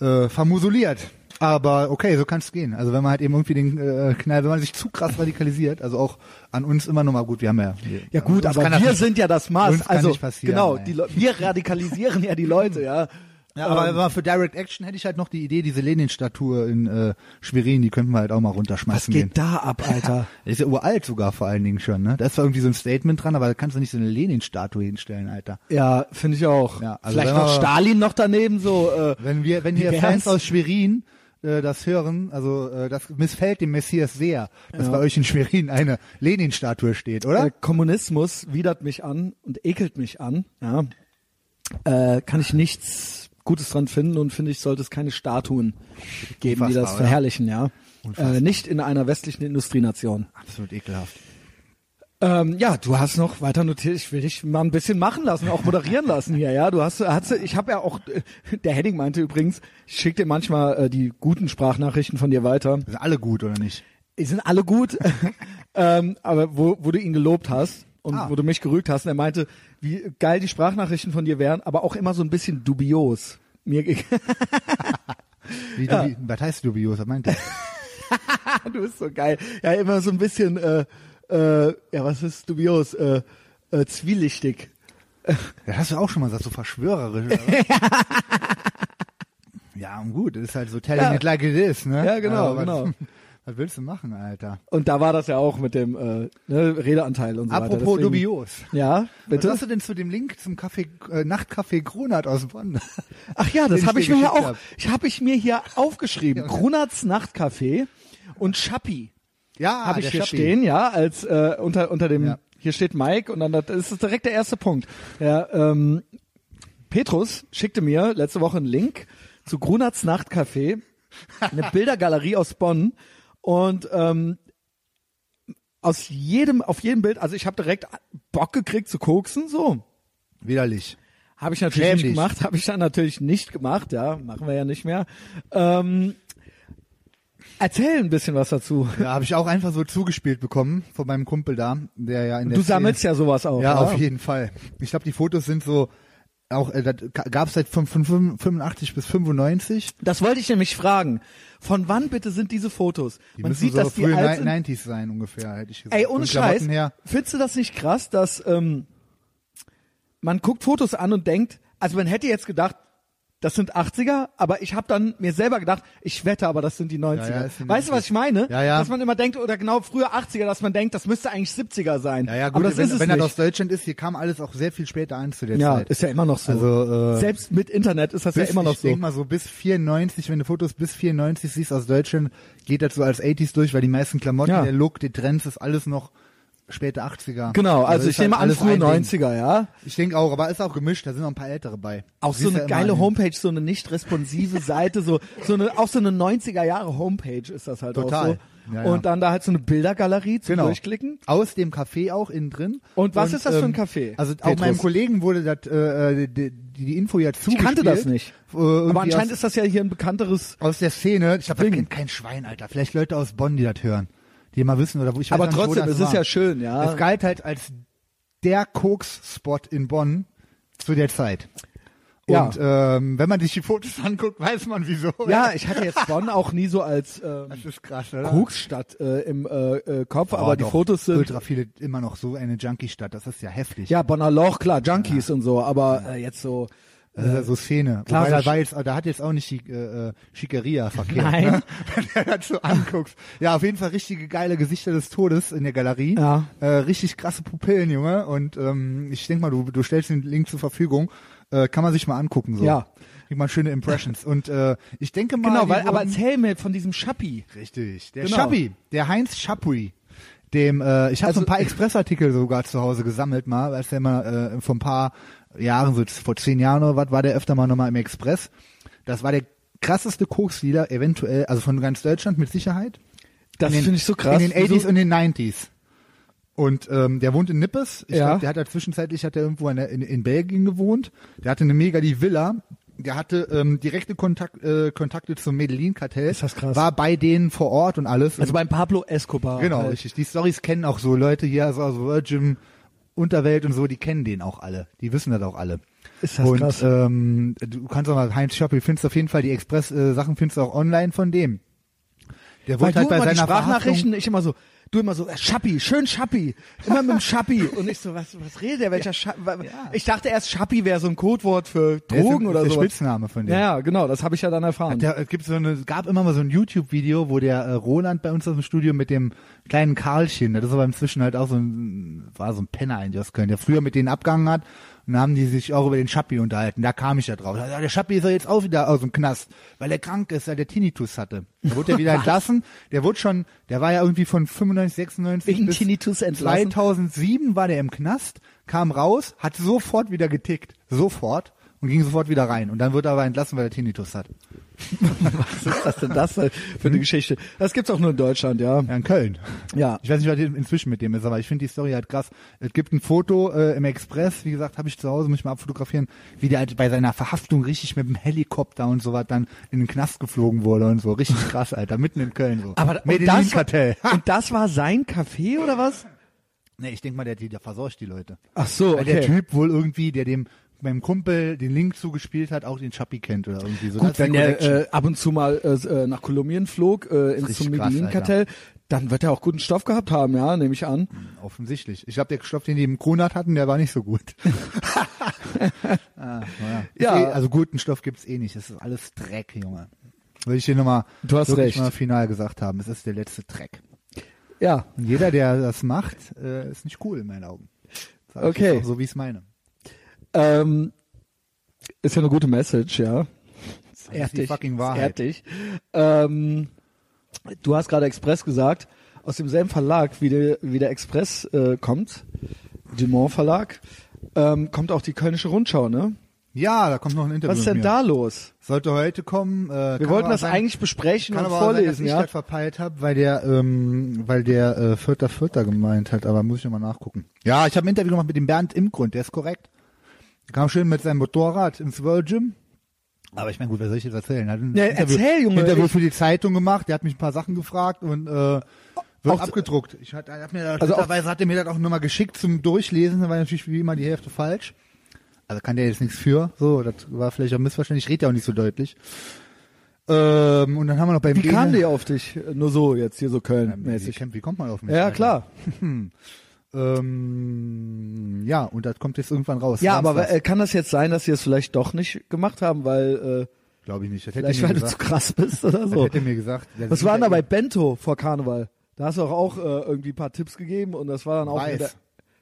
S1: äh, vermusuliert. Aber okay, so kann's gehen. Also wenn man halt eben irgendwie den äh, Knall, wenn man sich zu krass radikalisiert, also auch an uns immer noch mal gut, wir haben ja.
S2: Ja
S1: uns
S2: gut, aber
S1: kann das
S2: wir
S1: nicht-
S2: sind ja das Maß.
S1: uns kann
S2: also
S1: nicht passieren,
S2: genau,
S1: ey.
S2: die Leu- wir radikalisieren ja die Leute, ja.
S1: Ja, aber
S2: Ähm,
S1: wenn man für Direct Action hätte ich halt noch die Idee, diese Lenin-Statue in äh, Schwerin, die könnten wir halt auch mal
S2: Was
S1: runterschmeißen gehen.
S2: geht da ab, Alter?
S1: Das ist ja uralt sogar vor allen Dingen schon, ne? Da ist zwar irgendwie so ein Statement dran, aber da kannst du nicht so eine Lenin-Statue hinstellen, Alter.
S2: ja, finde ich auch.
S1: Ja, also
S2: Vielleicht
S1: wenn
S2: noch
S1: wir-
S2: Stalin noch daneben so. Äh,
S1: Wenn wir, wenn hier
S2: Wie
S1: Fans
S2: wär's?
S1: aus Schwerin äh, das hören, also äh, das missfällt dem Messias sehr, dass bei euch in Schwerin eine Lenin-Statue steht, oder?
S2: äh, Kommunismus widert mich an und ekelt mich an. Ja. Äh, kann ich nichts Gutes dran finden und finde ich, sollte es keine Statuen geben, die
S1: Unfassbar,
S2: das
S1: oder?
S2: verherrlichen, ja.
S1: Unfassbar.
S2: Äh, nicht in einer westlichen Industrienation.
S1: Absolut ekelhaft.
S2: Ähm, ja, du hast noch weiter notiert. Ich will dich mal ein bisschen machen lassen, auch moderieren lassen hier. Ja, du hast, hast ich habe ja auch. äh, Der Henning meinte übrigens, ich schick dir manchmal äh, die guten Sprachnachrichten von dir weiter.
S1: Sind alle gut, oder nicht?
S2: Die sind alle gut, ähm, aber wo, wo du ihn gelobt hast und
S1: Ah.
S2: wo du mich gerügt hast, und er meinte, wie geil die Sprachnachrichten von dir wären, aber auch immer so ein bisschen dubios. Mir geg-
S1: Wie,
S2: Ja.
S1: dubi was heißt dubios? Was meint ihr?
S2: du bist so geil. Ja, immer so ein bisschen. Äh, äh, ja, was ist dubios? Äh, äh, zwielichtig.
S1: Das hast du auch schon mal gesagt, so verschwörerisch. Oder? ja, und gut, ist halt so telling
S2: Ja.
S1: it like it is, ne?
S2: Ja, genau,
S1: was,
S2: genau.
S1: Was willst du machen, Alter?
S2: Und da war das ja auch mit dem äh, ne, Redeanteil und so weiter.
S1: Apropos
S2: Deswegen-
S1: dubios.
S2: Ja,
S1: Was
S2: bitte.
S1: hast du denn zu dem Link zum Kaffee, äh, Nachtcafé Grunert aus Bonn?
S2: Ach ja, das
S1: den
S2: habe
S1: ich
S2: ich
S1: dir
S2: mir ja
S1: geschickt
S2: auch.
S1: hab?
S2: Ich habe ich mir hier aufgeschrieben. Grunards Nachtcafé und Schappi
S1: ja,
S2: habe ich
S1: Ah, der
S2: hier
S1: Schappi.
S2: stehen, ja, als äh, unter unter dem
S1: Ja.
S2: hier steht Mike und dann das das ist direkt der erste Punkt. Ja, ähm, Petrus schickte mir letzte Woche einen Link zu Grunards Nachtcafé, eine Bildergalerie aus Bonn und ähm, aus jedem auf jedem Bild, also ich habe direkt Bock gekriegt zu koksen, so.
S1: Widerlich.
S2: Habe ich natürlich
S1: Schäm
S2: nicht
S1: dich.
S2: gemacht, habe ich dann natürlich nicht gemacht, ja, machen wir ja nicht mehr. Ähm, erzähl ein bisschen was dazu.
S1: Ja, habe ich auch einfach so zugespielt bekommen von meinem Kumpel da, der ja in der
S2: Du sammelst ja sowas auch.
S1: Ja,
S2: oder?
S1: auf jeden Fall. Ich glaube, die Fotos sind so auch äh, das gab es seit fün- fün- fün- 85 bis 95.
S2: Das wollte ich nämlich fragen. Von wann bitte sind diese Fotos?
S1: Die
S2: Man
S1: müssen
S2: sieht,
S1: so
S2: dass die
S1: frühe
S2: alt
S1: Ni-
S2: sind.
S1: 90s sein ungefähr, hätte ich gesagt.
S2: Ey, ohne
S1: Von Klamotten
S2: Scheiß.
S1: Her.
S2: Findest du das nicht krass, dass ähm, man guckt Fotos an und denkt, also man hätte jetzt gedacht, das sind 80er, aber ich habe dann mir selber gedacht, ich wette, aber das sind die 90er.
S1: Ja, ja, es sind die
S2: weißt du, was ich meine?
S1: Ja, ja.
S2: Dass man immer denkt, oder genau früher 80er, dass man denkt, das müsste eigentlich 70er sein.
S1: Ja, ja, gut,
S2: aber das
S1: wenn,
S2: ist es
S1: wenn
S2: nicht.
S1: er aus Deutschland ist, hier kam alles auch sehr viel später an zu der
S2: ja,
S1: Zeit.
S2: ist ja immer noch so.
S1: Also, äh,
S2: Selbst mit Internet ist das ja
S1: bis,
S2: immer noch
S1: ich
S2: so.
S1: denk mal so bis 94, wenn du Fotos bis 94 siehst aus Deutschland, geht das so als 80s durch, weil die meisten Klamotten,
S2: Ja.
S1: der Look, die Trends, ist alles noch späte 80er.
S2: Genau, also
S1: ist
S2: ich nehme
S1: halt
S2: an,
S1: alles
S2: frühe
S1: ein Ding.
S2: 90er, ja.
S1: Ich denke auch, aber ist auch gemischt, da sind noch ein paar ältere bei.
S2: Auch so
S1: Siehst
S2: eine
S1: ja immer
S2: geile
S1: an den-
S2: Homepage, so eine nicht responsive Seite, so, so eine, auch so eine 90er Jahre Homepage ist das halt
S1: Total.
S2: auch so.
S1: Ja, ja.
S2: Und dann da halt so eine Bildergalerie zum
S1: Genau.
S2: Durchklicken.
S1: Aus dem Café auch innen drin.
S2: Und was ist das für ein Café,
S1: Also auch
S2: Petrus?
S1: meinem Kollegen wurde das, äh, äh, die, die Info ja
S2: Ich
S1: zugespielt.
S2: kannte das nicht.
S1: Äh, irgendwie
S2: Aber anscheinend
S1: aus,
S2: ist das ja hier ein bekannteres.
S1: aus der Szene, ich glaube, das
S2: Ding.
S1: kennt kein Schwein, Alter. Vielleicht Leute aus Bonn, die das hören. Die mal wissen, oder wo ich weiß
S2: Aber
S1: noch nicht, wo
S2: trotzdem,
S1: das
S2: es ist
S1: war.
S2: ja schön, ja.
S1: Es galt halt als der Koks-Spot in Bonn. zu der Zeit.
S2: Ja.
S1: Und ähm, wenn man sich die Fotos anguckt, weiß man wieso.
S2: Ja, ich hatte jetzt Bonn auch nie so als ähm,
S1: Das ist krass, oder?
S2: Koksstadt äh, im äh, äh, Kopf, aber
S1: Oh,
S2: die
S1: doch.
S2: Fotos sind
S1: Ultra viele, immer noch so eine Junkie-Stadt, das ist ja heftig.
S2: ja Bonner Loch, klar, Junkies und so, aber äh, jetzt so
S1: Das ist ja so Szene.
S2: klar,
S1: Wobei,
S2: so
S1: da,
S2: Sch-
S1: war jetzt, da hat jetzt auch nicht die äh, äh, Schickeria verkehrt.
S2: Nein.
S1: Ne? Wenn du das so anguckst. Ja, auf jeden Fall richtige geile Gesichter des Todes in der Galerie.
S2: Ja.
S1: Äh, richtig krasse Pupillen, Junge. Und ähm, ich denk mal, du, du stellst den Link zur Verfügung. Äh, kann man sich mal angucken. So.
S2: Ja.
S1: Kriegt man schöne Impressions. Und äh, ich denke mal...
S2: genau,
S1: die
S2: weil, aber
S1: wurden-
S2: erzähl mir von diesem Schappi.
S1: Richtig. Der
S2: Genau.
S1: Schappi, der Heinz Schappi. Dem, äh, ich habe so ein paar Expressartikel sogar zu Hause gesammelt mal, als der mal äh, vor ein paar Jahren, so vor zehn Jahren oder was, war der öfter mal nochmal im Express. Das war der krasseste Koksdealer eventuell, also von ganz Deutschland mit Sicherheit.
S2: Das
S1: In den-
S2: finde ich so krass.
S1: In den 80s
S2: Wieso-
S1: und den 90s. Und ähm, der wohnt in Nippes. Ich
S2: Ja.
S1: glaube, der hat da zwischenzeitlich hat er irgendwo in, in, in Belgien gewohnt. Der hatte eine mega die Villa. Der hatte ähm, direkte Kontakt, äh, Kontakte zum Medellin-Kartell.
S2: Ist das krass.
S1: War bei denen vor Ort und alles.
S2: also beim Pablo Escobar.
S1: genau,
S2: halt.
S1: richtig. Die Stories kennen auch so Leute hier, also, also Virgin, Unterwelt und so, die kennen den auch alle. Die wissen das auch alle.
S2: Ist das
S1: und
S2: krass.
S1: Ähm, du kannst auch mal Heinz Schöppel, findest auf jeden Fall die Express-Sachen, findest du auch online von dem. Der
S2: Weil
S1: wohnt halt
S2: du
S1: bei
S2: immer die
S1: seiner Verhaftung-
S2: Sprachnachrichten, ich immer so, du immer so, äh, Schappi, schön Schappi, immer mit dem Schappi. Und ich so, was, was redet der, welcher Schappi? wa- Ich dachte erst, Schappi wäre so ein Codewort für
S1: Der ist
S2: Drogen
S1: der-
S2: oder
S1: der
S2: sowas.
S1: Spitzname von dem.
S2: Ja, ja, genau, das habe ich ja dann erfahren.
S1: Der, es gibt so eine, es gab immer mal so ein YouTube-Video, wo der äh, Roland bei uns aus dem Studio mit dem kleinen Karlchen, das ist aber inzwischen halt auch so ein, war so ein Penner eigentlich aus Köln, der früher mit denen abgehangen hat und da haben die sich auch über den Schappi unterhalten. Da kam ich ja drauf. Ja, der Schappi ist ja jetzt auch wieder aus dem Knast, weil er krank ist, weil der Tinnitus hatte. Da wurde er wieder entlassen. Der wurde schon, der war ja irgendwie von 95, 96
S2: Wegen
S1: bis
S2: Tinnitus entlassen?
S1: 2007 war der im Knast, kam raus, hat sofort wieder getickt. Sofort. Und ging sofort wieder rein. Und dann wird er aber entlassen, weil er Tinnitus hat.
S2: was ist das denn das für eine Geschichte? Das gibt's auch nur in Deutschland, ja.
S1: Ja, in Köln.
S2: Mhm. Ja.
S1: Ich weiß nicht, was inzwischen mit dem ist, aber ich finde die Story halt krass. Es gibt ein Foto äh, im Express, wie gesagt, habe ich zu Hause, muss ich mal abfotografieren, wie der halt bei seiner Verhaftung richtig mit dem Helikopter und so was dann in den Knast geflogen wurde und so. Richtig krass, Alter, mitten in Köln so.
S2: Aber und das,
S1: Medellin-Kartell.
S2: und das war sein Café oder was?
S1: Nee, ich denk mal, der, der versorgt die Leute.
S2: Ach so,
S1: Weil der Typ wohl irgendwie, der dem meinem Kumpel den Link zugespielt hat, auch den Chappi kennt oder irgendwie so. Das
S2: Gut,
S1: ist die
S2: wenn der
S1: Connection.
S2: äh, ab und zu mal äh, nach Kolumbien flog, äh, ins
S1: Richtig
S2: zum
S1: krass,
S2: Medellin-Kartell, dann wird er auch guten Stoff gehabt haben, ja, nehme ich an.
S1: Offensichtlich. Ich glaube, der Stoff, den die im Kronat hatten, der war nicht so gut. ah,
S2: Ja.
S1: ja. Eh, also guten Stoff gibt's eh nicht. Es ist alles Dreck, Junge. Will ich dir nochmal
S2: Du hast
S1: wirklich
S2: recht.
S1: mal final gesagt haben. Es ist der letzte Dreck.
S2: Ja,
S1: Und jeder, der das macht, äh, ist nicht cool in meinen Augen. Sag ich
S2: Okay.
S1: jetzt Auch so wie ich es meine.
S2: ähm, ist ja eine gute Message, ja. Ist
S1: die fucking Wahrheit.
S2: Ist ehrlich. Ähm, du hast gerade Express gesagt, aus demselben Verlag, wie der, wie der Express äh, kommt, Dumont Verlag, ähm, kommt auch die Kölnische Rundschau, ne?
S1: Ja, da kommt noch ein Interview.
S2: Was ist denn
S1: mit mir.
S2: da los?
S1: Sollte heute kommen. Äh,
S2: Wir wollten das eigentlich besprechen
S1: kann
S2: und
S1: aber auch sein, dass
S2: vorlesen,
S1: ich
S2: ja.
S1: das verpeilt habe, weil der, ähm, weil der äh, Vierter Vierter gemeint hat, aber muss ich nochmal nachgucken. Ja, ich habe ein Interview gemacht mit dem Bernd Imgrund, der ist korrekt. Der kam schön mit seinem Motorrad ins World Gym. Aber ich meine, gut, was soll ich jetzt erzählen? Er Hat ein
S2: Ja, erzähl, Junge,
S1: Interview
S2: ich-
S1: für die Zeitung gemacht, der hat mich ein paar Sachen gefragt und äh, wird
S2: Auch-
S1: abgedruckt. Ich hat, er hat mir
S2: Also auch-
S1: also hat er mir das auch nochmal geschickt zum Durchlesen, da war natürlich wie immer die Hälfte falsch. Also kann der jetzt nichts für. So, das war vielleicht auch missverständlich. Ich rede ja auch nicht so deutlich. Ähm, und dann haben wir noch beim
S2: Wie kam
S1: Bene-
S2: die auf dich? Äh, Nur so jetzt hier so
S1: Wie,
S2: Köln-mäßig.
S1: kommt- wie kommt man auf mich?
S2: Ja, klar.
S1: Ähm, ja, und das kommt jetzt irgendwann raus.
S2: Ja,
S1: Sonst
S2: aber
S1: was.
S2: äh, kann das jetzt sein, dass sie es vielleicht doch nicht gemacht haben, weil äh,
S1: Glaube ich nicht. Das hätte
S2: vielleicht
S1: mir
S2: weil du zu
S1: gesagt.
S2: krass bist oder
S1: Das
S2: so.
S1: hätte mir gesagt. Das
S2: Was
S1: ist
S2: war denn da
S1: ja
S2: bei Bento vor Karneval? Da hast du auch, auch äh, irgendwie ein paar Tipps gegeben und das war dann auch wieder
S1: Weiß.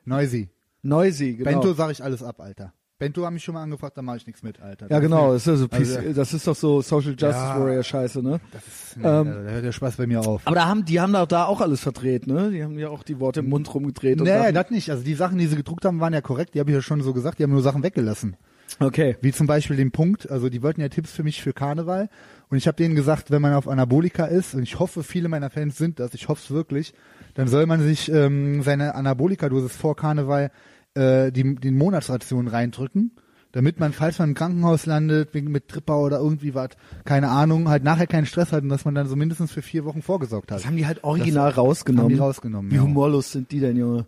S1: Noisy.
S2: Noisy, genau.
S1: Bento sag ich alles ab, Alter. Bento haben mich schon mal angefragt, da mache ich nichts mit, Alter.
S2: ja,
S1: Das
S2: genau,
S1: ist-
S2: das ist, so PC,
S1: Also-
S2: das ist doch so Social Justice
S1: Ja.
S2: Warrior Scheiße, ne?
S1: Das ist, nee,
S2: Ähm,
S1: da hört der Spaß bei mir auf.
S2: Aber da haben die haben da, da auch alles verdreht, ne? Die haben ja auch die Worte im Mund rumgedreht und
S1: Nee,
S2: Sachen-
S1: das nicht. Also die Sachen, die sie gedruckt haben, waren ja korrekt. Die habe ich ja schon so gesagt. Die haben nur Sachen weggelassen.
S2: Okay.
S1: Wie zum Beispiel den Punkt, also die wollten ja Tipps für mich für Karneval und ich habe denen gesagt, wenn man auf Anabolika ist, und ich hoffe, viele meiner Fans sind das, ich hoffe es wirklich, dann soll man sich ähm, seine Anabolika-Dosis vor Karneval äh, die, die Monatsration reindrücken, damit man, falls man im Krankenhaus landet, wegen mit Tripper oder irgendwie was, keine Ahnung, halt nachher keinen Stress hat und dass man dann so mindestens für vier Wochen vorgesorgt hat.
S2: Das haben die halt original rausgenommen.
S1: haben die rausgenommen,
S2: Wie
S1: ja.
S2: humorlos sind die denn, Junge?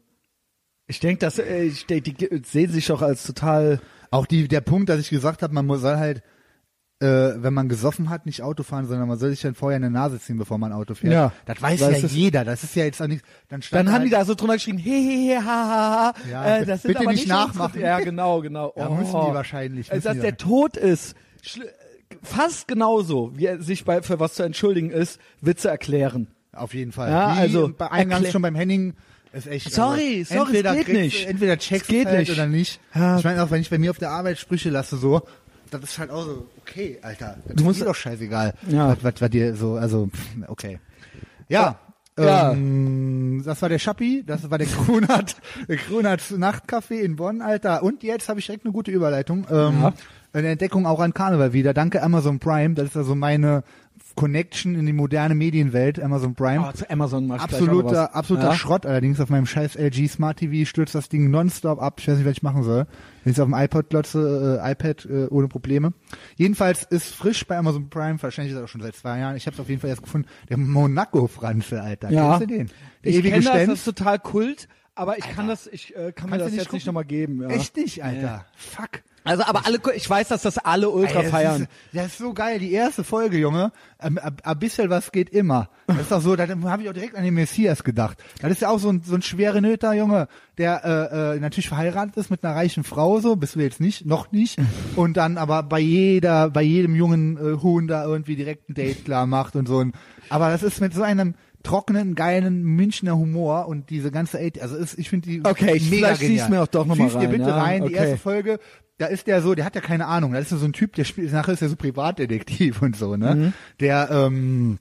S2: Ich denke, dass äh, ich denk, die ge- sehen sich doch als total.
S1: Auch die, der Punkt, dass ich gesagt habe, man muss- soll halt, äh, wenn man gesoffen hat, nicht Auto fahren, sondern man soll sich dann vorher eine Nase ziehen, bevor man Auto fährt.
S2: Ja.
S1: Das weiß
S2: Weiß
S1: ja
S2: es-
S1: jeder. Das ist ja jetzt auch nichts. Dann, stand
S2: Dann haben
S1: halt,
S2: die da so drunter geschrieben, he he he ha ha ha.
S1: Ja,
S2: äh, das sind
S1: bitte
S2: aber
S1: nicht
S2: nicht unsere-
S1: nachmachen.
S2: Ja, genau, genau.
S1: Ja,
S2: oh.
S1: müssen die wahrscheinlich,
S2: Also,
S1: müssen
S2: dass
S1: die
S2: der tot ist, schl- fast genauso, wie er sich bei, für was zu entschuldigen ist, Witze erklären.
S1: Auf jeden Fall.
S2: Ja,
S1: Wie
S2: also,
S1: bei eingangs
S2: erklär-
S1: schon beim Henning ist echt. also
S2: Sorry, sorry, es
S1: entweder
S2: geht
S1: kriegst,
S2: nicht.
S1: Entweder checkst
S2: Es geht
S1: halt
S2: nicht.
S1: oder nicht.
S2: Ja.
S1: Ich meine auch, wenn ich bei mir auf der Arbeit Sprüche lasse so, das ist halt auch so, okay, Alter, das ist
S2: Du musst-
S1: mir doch scheißegal.
S2: Ja.
S1: Was, was, was dir so, also, pff, okay. Ja.
S2: Ja.
S1: Ähm, das war der Schappi, das war der Kronat, der Kronat Nachtcafé in Bonn, Alter. Und jetzt habe ich direkt eine gute Überleitung. Ähm,
S2: Ja.
S1: Eine Entdeckung auch an Karneval wieder. Danke Amazon Prime. Das ist also meine Connection in die moderne Medienwelt, Amazon Prime.
S2: Oh, zu Amazon mach ich gleich auch noch was.
S1: Absoluter, absoluter
S2: Ja?
S1: Schrott allerdings auf meinem scheiß LG Smart TV stürzt das Ding nonstop ab. Ich weiß nicht, was ich machen soll. Wenn ich es auf dem iPod glotze, äh, iPad äh, ohne Probleme. Jedenfalls ist frisch bei Amazon Prime, wahrscheinlich ist er auch schon seit zwei Jahren. Ich habe es auf jeden Fall erst gefunden. Der Monaco-Franze, Alter.
S2: Ja.
S1: Kennst du den? Der
S2: Ich
S1: ewige
S2: kenne das, das
S1: Stenz.
S2: ist total Kult, aber ich kann das, ich äh, kann
S1: Kannst
S2: mir
S1: du
S2: das
S1: nicht
S2: jetzt nicht
S1: gucken?
S2: nochmal geben. Ja.
S1: Echt nicht, Alter. Fuck.
S2: Also, aber alle, ich weiß, dass das alle ultra
S1: Ey, das
S2: feiern.
S1: Ist, das ist so geil, die erste Folge, Junge. Ähm, Ein, ein, ein bisschen was geht immer. Das ist doch so, da habe ich auch direkt an den Messias gedacht. Das ist ja auch so ein, so ein schwere Nöter, Junge, der äh, äh, natürlich verheiratet ist mit einer reichen Frau, so, bist du jetzt nicht, noch nicht. Und dann aber bei jeder, bei jedem jungen äh, Huhn da irgendwie direkt ein Date klar macht und so. ein- Aber das ist mit so einem trockenen, geilen Münchner Humor und diese ganze, 80 also ist, ich finde die
S2: Okay, ich-
S1: mega
S2: vielleicht zieh ich's
S1: genial.
S2: mir auch doch noch mal
S1: Zieh's dir
S2: rein,
S1: bitte
S2: ja,
S1: rein, die
S2: okay.
S1: erste Folge, da ist der so, der hat ja keine Ahnung, da ist ja so ein Typ, der spielt, nachher ist er so Privatdetektiv und so, ne?
S2: Mhm.
S1: Der ähm,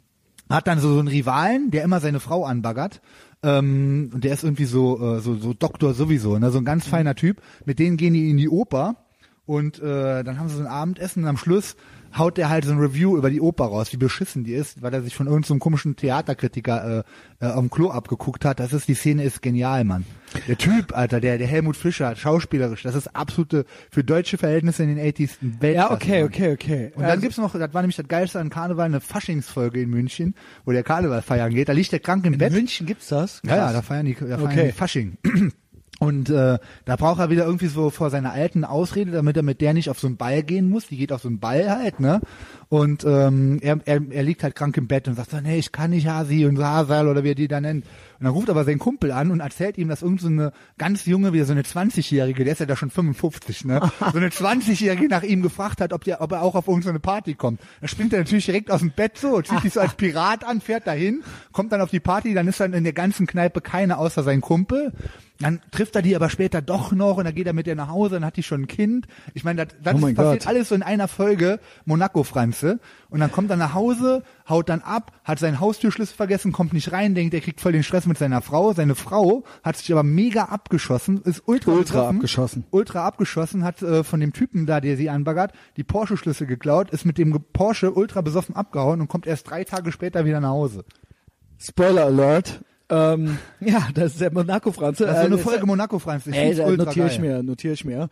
S1: hat dann so, so einen Rivalen, der immer seine Frau anbaggert. Ähm, und der ist irgendwie so, äh, so, so Doktor sowieso, ne? So ein ganz feiner Typ. Mit denen gehen die in die Oper und äh, dann haben sie so ein Abendessen und am Schluss haut er halt so ein Review über die Oper raus, wie beschissen die ist, weil er sich von irgendeinem so einem komischen Theaterkritiker äh, äh, am Klo abgeguckt hat. Das ist, die Szene ist genial, Mann. Der Typ, Alter, der, der Helmut Fischer, schauspielerisch, das ist absolute, für deutsche Verhältnisse in den 80s ein Weltklasse,
S2: Ja, okay,
S1: Mann.
S2: okay, Ähm, okay.
S1: Und dann gibt's noch, das war nämlich das geilste an Karneval, eine Faschingsfolge in München, wo der Karneval feiern geht. Da liegt der krank im Bett.
S2: München gibt's das?
S1: Ja, ja, da feiern die, da feiern
S2: Okay.
S1: die Fasching. Und äh, da braucht er wieder irgendwie so vor seiner alten Ausrede, damit er mit der nicht auf so einen Ball gehen muss. Die geht auf so einen Ball halt, ne? Und ähm, er, er, er liegt halt krank im Bett und sagt so, nee, ich kann nicht Hasi und Hasal oder wie er die da nennt. Und dann ruft aber sein Kumpel an und erzählt ihm, dass irgend so eine ganz junge, wieder so eine 20-Jährige, der ist ja da schon 55, ne? So eine 20-Jährige nach ihm gefragt hat, ob, der, ob er auch auf irgendeine Party kommt. Da springt er natürlich direkt aus dem Bett so, zieht sich so als Pirat an, fährt dahin, kommt dann auf die Party, dann ist dann in der ganzen Kneipe keiner außer sein Kumpel. Dann trifft er die aber später doch noch und dann geht er mit ihr nach Hause, dann hat die schon ein Kind. Ich meine, das, das
S2: Oh mein
S1: ist, passiert
S2: Gott.
S1: alles so in einer Folge, Monaco-Franze. Und dann kommt er nach Hause, haut dann ab, hat seinen Haustürschlüssel vergessen, kommt nicht rein, denkt, er kriegt voll den Stress mit seiner Frau. Seine Frau hat sich aber mega abgeschossen, ist ultra,
S2: Ultra
S1: besoffen,
S2: abgeschossen.
S1: Ultra abgeschossen, hat äh, von dem Typen da, der sie anbaggert, die Porsche-Schlüssel geklaut, ist mit dem Ge- Porsche ultra besoffen abgehauen und kommt erst drei Tage später wieder nach Hause.
S2: Spoiler Alert. Ähm, ja, das ist der Monaco-Franze.
S1: Das ist so
S2: Äh,
S1: eine
S2: das-
S1: Folge Monaco-Franze. Ich
S2: Ey,
S1: find's
S2: Äh, da
S1: ultra
S2: notiere ich
S1: geil.
S2: mir, notiere ich mir.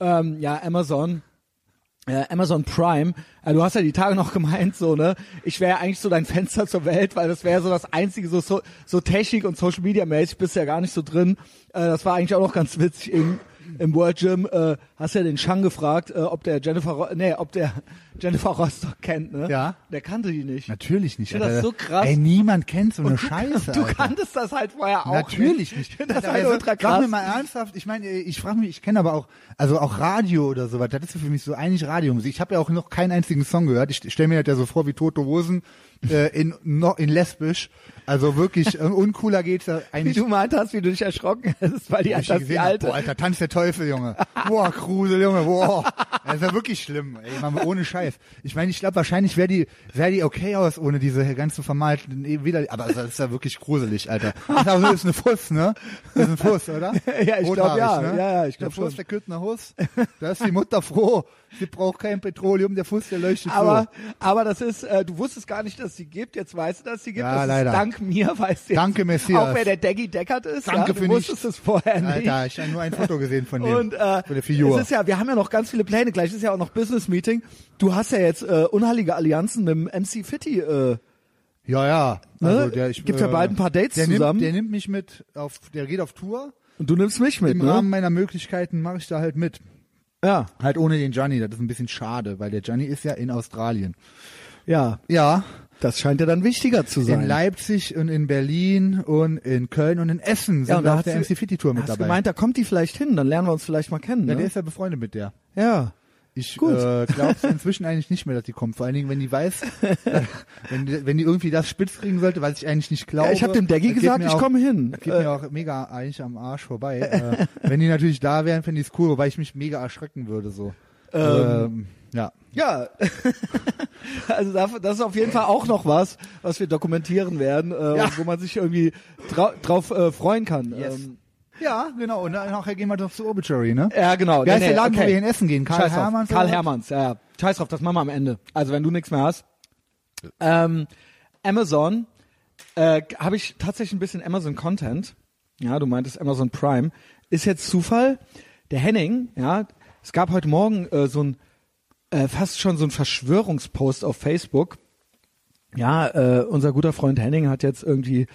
S2: Ähm, ja, Amazon. Äh, Amazon Prime, äh, du hast ja die Tage noch gemeint, so, ne? Ich wäre ja eigentlich so dein Fenster zur Welt, weil das wäre so das einzige, so, so, so Technik und Social Media mäßig bist du ja gar nicht so drin. Äh, das war eigentlich auch noch ganz witzig im, im World Gym. Äh, hast ja den Chang gefragt, äh, ob der Jennifer, Ro nee, ob der Jennifer Rostock kennt, ne?
S1: Ja.
S2: Der kannte die nicht.
S1: Natürlich nicht.
S2: Ich find das
S1: Alter.
S2: so krass.
S1: Ey, niemand kennt so eine Scheiße.
S2: Du
S1: Alter.
S2: kanntest das halt vorher auch.
S1: Natürlich nicht.
S2: Ich finde das
S1: Alter,
S2: halt
S1: wer-
S2: ultra
S1: Sag
S2: krass.
S1: mir mal ernsthaft, ich meine, ich frage mich, ich kenne aber auch, also auch Radio oder sowas, das ist für mich so eigentlich Radiomusik. Ich habe ja auch noch keinen einzigen Song gehört. Ich stelle mir das ja so vor wie Tote Hosen äh, in, no, in lesbisch. Also wirklich, äh, uncooler geht's da
S2: wie
S1: eigentlich.
S2: du meint hast, wie du dich erschrocken hast, weil die,
S1: wenn ich die
S2: das die
S1: gesehen hab.
S2: alte.
S1: Boah, Alter, Tanz der Teufel, Junge. Boah, Krusel, Junge, boah. Das ist ja wirklich schlimm, ey, man, ohne Scheiß. Ich meine, ich glaube, wahrscheinlich wäre die, wär die okay aus, ohne diese ganzen vermalten, eh, wieder, aber das ist ja wirklich gruselig, Alter. Das ist, aber so- ist eine Fuss, ne? Das ist ein Fuss, oder?
S2: Ja, ich glaub,
S1: Rothaarig,
S2: ja. Ja, ja, ich glaub
S1: Der Fuss,
S2: schon.
S1: der Küttner Huss, da ist die Mutter froh. Sie braucht kein Petroleum, der Fuß, der leuchtet
S2: Aber,
S1: so.
S2: aber das ist, äh, du wusstest gar nicht, dass es die gibt, jetzt weißt du, dass es die gibt.
S1: Ja,
S2: das
S1: leider.
S2: Ist dank mir weißt du jetzt.
S1: Danke, Messias.
S2: Auch wer der Daggy Deckert ist.
S1: Danke
S2: ja, du
S1: für
S2: wusstest es vorher nicht.
S1: Alter, ich habe nur ein Foto gesehen von dem.
S2: Und äh,
S1: von der
S2: es
S1: Figur.
S2: ist ja, wir haben ja noch ganz viele Pläne. Gleich ist ja auch noch Business Meeting. Du hast ja jetzt äh, unheilige Allianzen mit dem MC Fitti. Äh,
S1: Ja, ja. Also
S2: Ne?
S1: der, ich, äh,
S2: Gibt ja bald ein paar Dates
S1: der
S2: zusammen.
S1: Nimmt, der nimmt mich mit auf, der geht auf Tour.
S2: Und du nimmst mich mit,
S1: Im
S2: ne?
S1: Rahmen meiner Möglichkeiten mache ich da halt mit.
S2: Ja,
S1: Halt ohne den Gianni, das ist ein bisschen schade, weil der Gianni ist ja in Australien.
S2: ja.
S1: Ja,
S2: Das scheint ja dann wichtiger zu sein.
S1: in Leipzig und in Berlin und in Köln und in Essen sind
S2: ja,
S1: wir auf
S2: hat
S1: der
S2: sie-
S1: MC City Tour mit
S2: hast
S1: dabei.
S2: gemeint, da kommt die vielleicht hin, dann lernen wir uns vielleicht mal kennen.
S1: ja, der
S2: ne?
S1: ist ja befreundet mit der.
S2: ja.
S1: Ich
S2: Gut.
S1: äh, glaube inzwischen eigentlich nicht mehr, dass die kommt. Vor allen Dingen, wenn die weiß, äh, wenn, die, wenn die irgendwie das spitz kriegen sollte, was ich eigentlich nicht glaube.
S2: ja ich habe dem Daggy
S1: das geht
S2: gesagt,
S1: mir
S2: ich
S1: auch-
S2: komme hin.
S1: Das geht mir auch mega eigentlich am Arsch vorbei. äh, wenn die natürlich da wären, fände ich es cool, wobei ich mich mega erschrecken würde. so. Ähm, ja.
S2: Ja, also dafür- das ist auf jeden Fall auch noch was, was wir dokumentieren werden, äh,
S1: Ja.
S2: und wo man sich irgendwie trau- drauf äh, freuen kann.
S1: Yes.
S2: Ähm,
S1: Ja, genau. Und dann nachher gehen wir doch zu Obituary, ne?
S2: ja, genau.
S1: Wer
S2: Nee,
S1: ist der
S2: nee,
S1: Laden,
S2: okay.
S1: wo wir in Essen gehen? Karl
S2: Scheiß drauf.
S1: Hermanns?
S2: Karl
S1: oder was?
S2: Hermanns, ja, ja. Scheiß drauf, das machen wir am Ende. Also wenn du nichts mehr hast. Ähm, Amazon, äh, habe ich tatsächlich ein bisschen Amazon Content. Ja, du meintest Amazon Prime. Ist jetzt Zufall. Der Henning, ja, es gab heute Morgen äh, so ein, äh, fast schon so ein Verschwörungspost auf Facebook. Ja, äh, unser guter Freund Henning hat jetzt irgendwie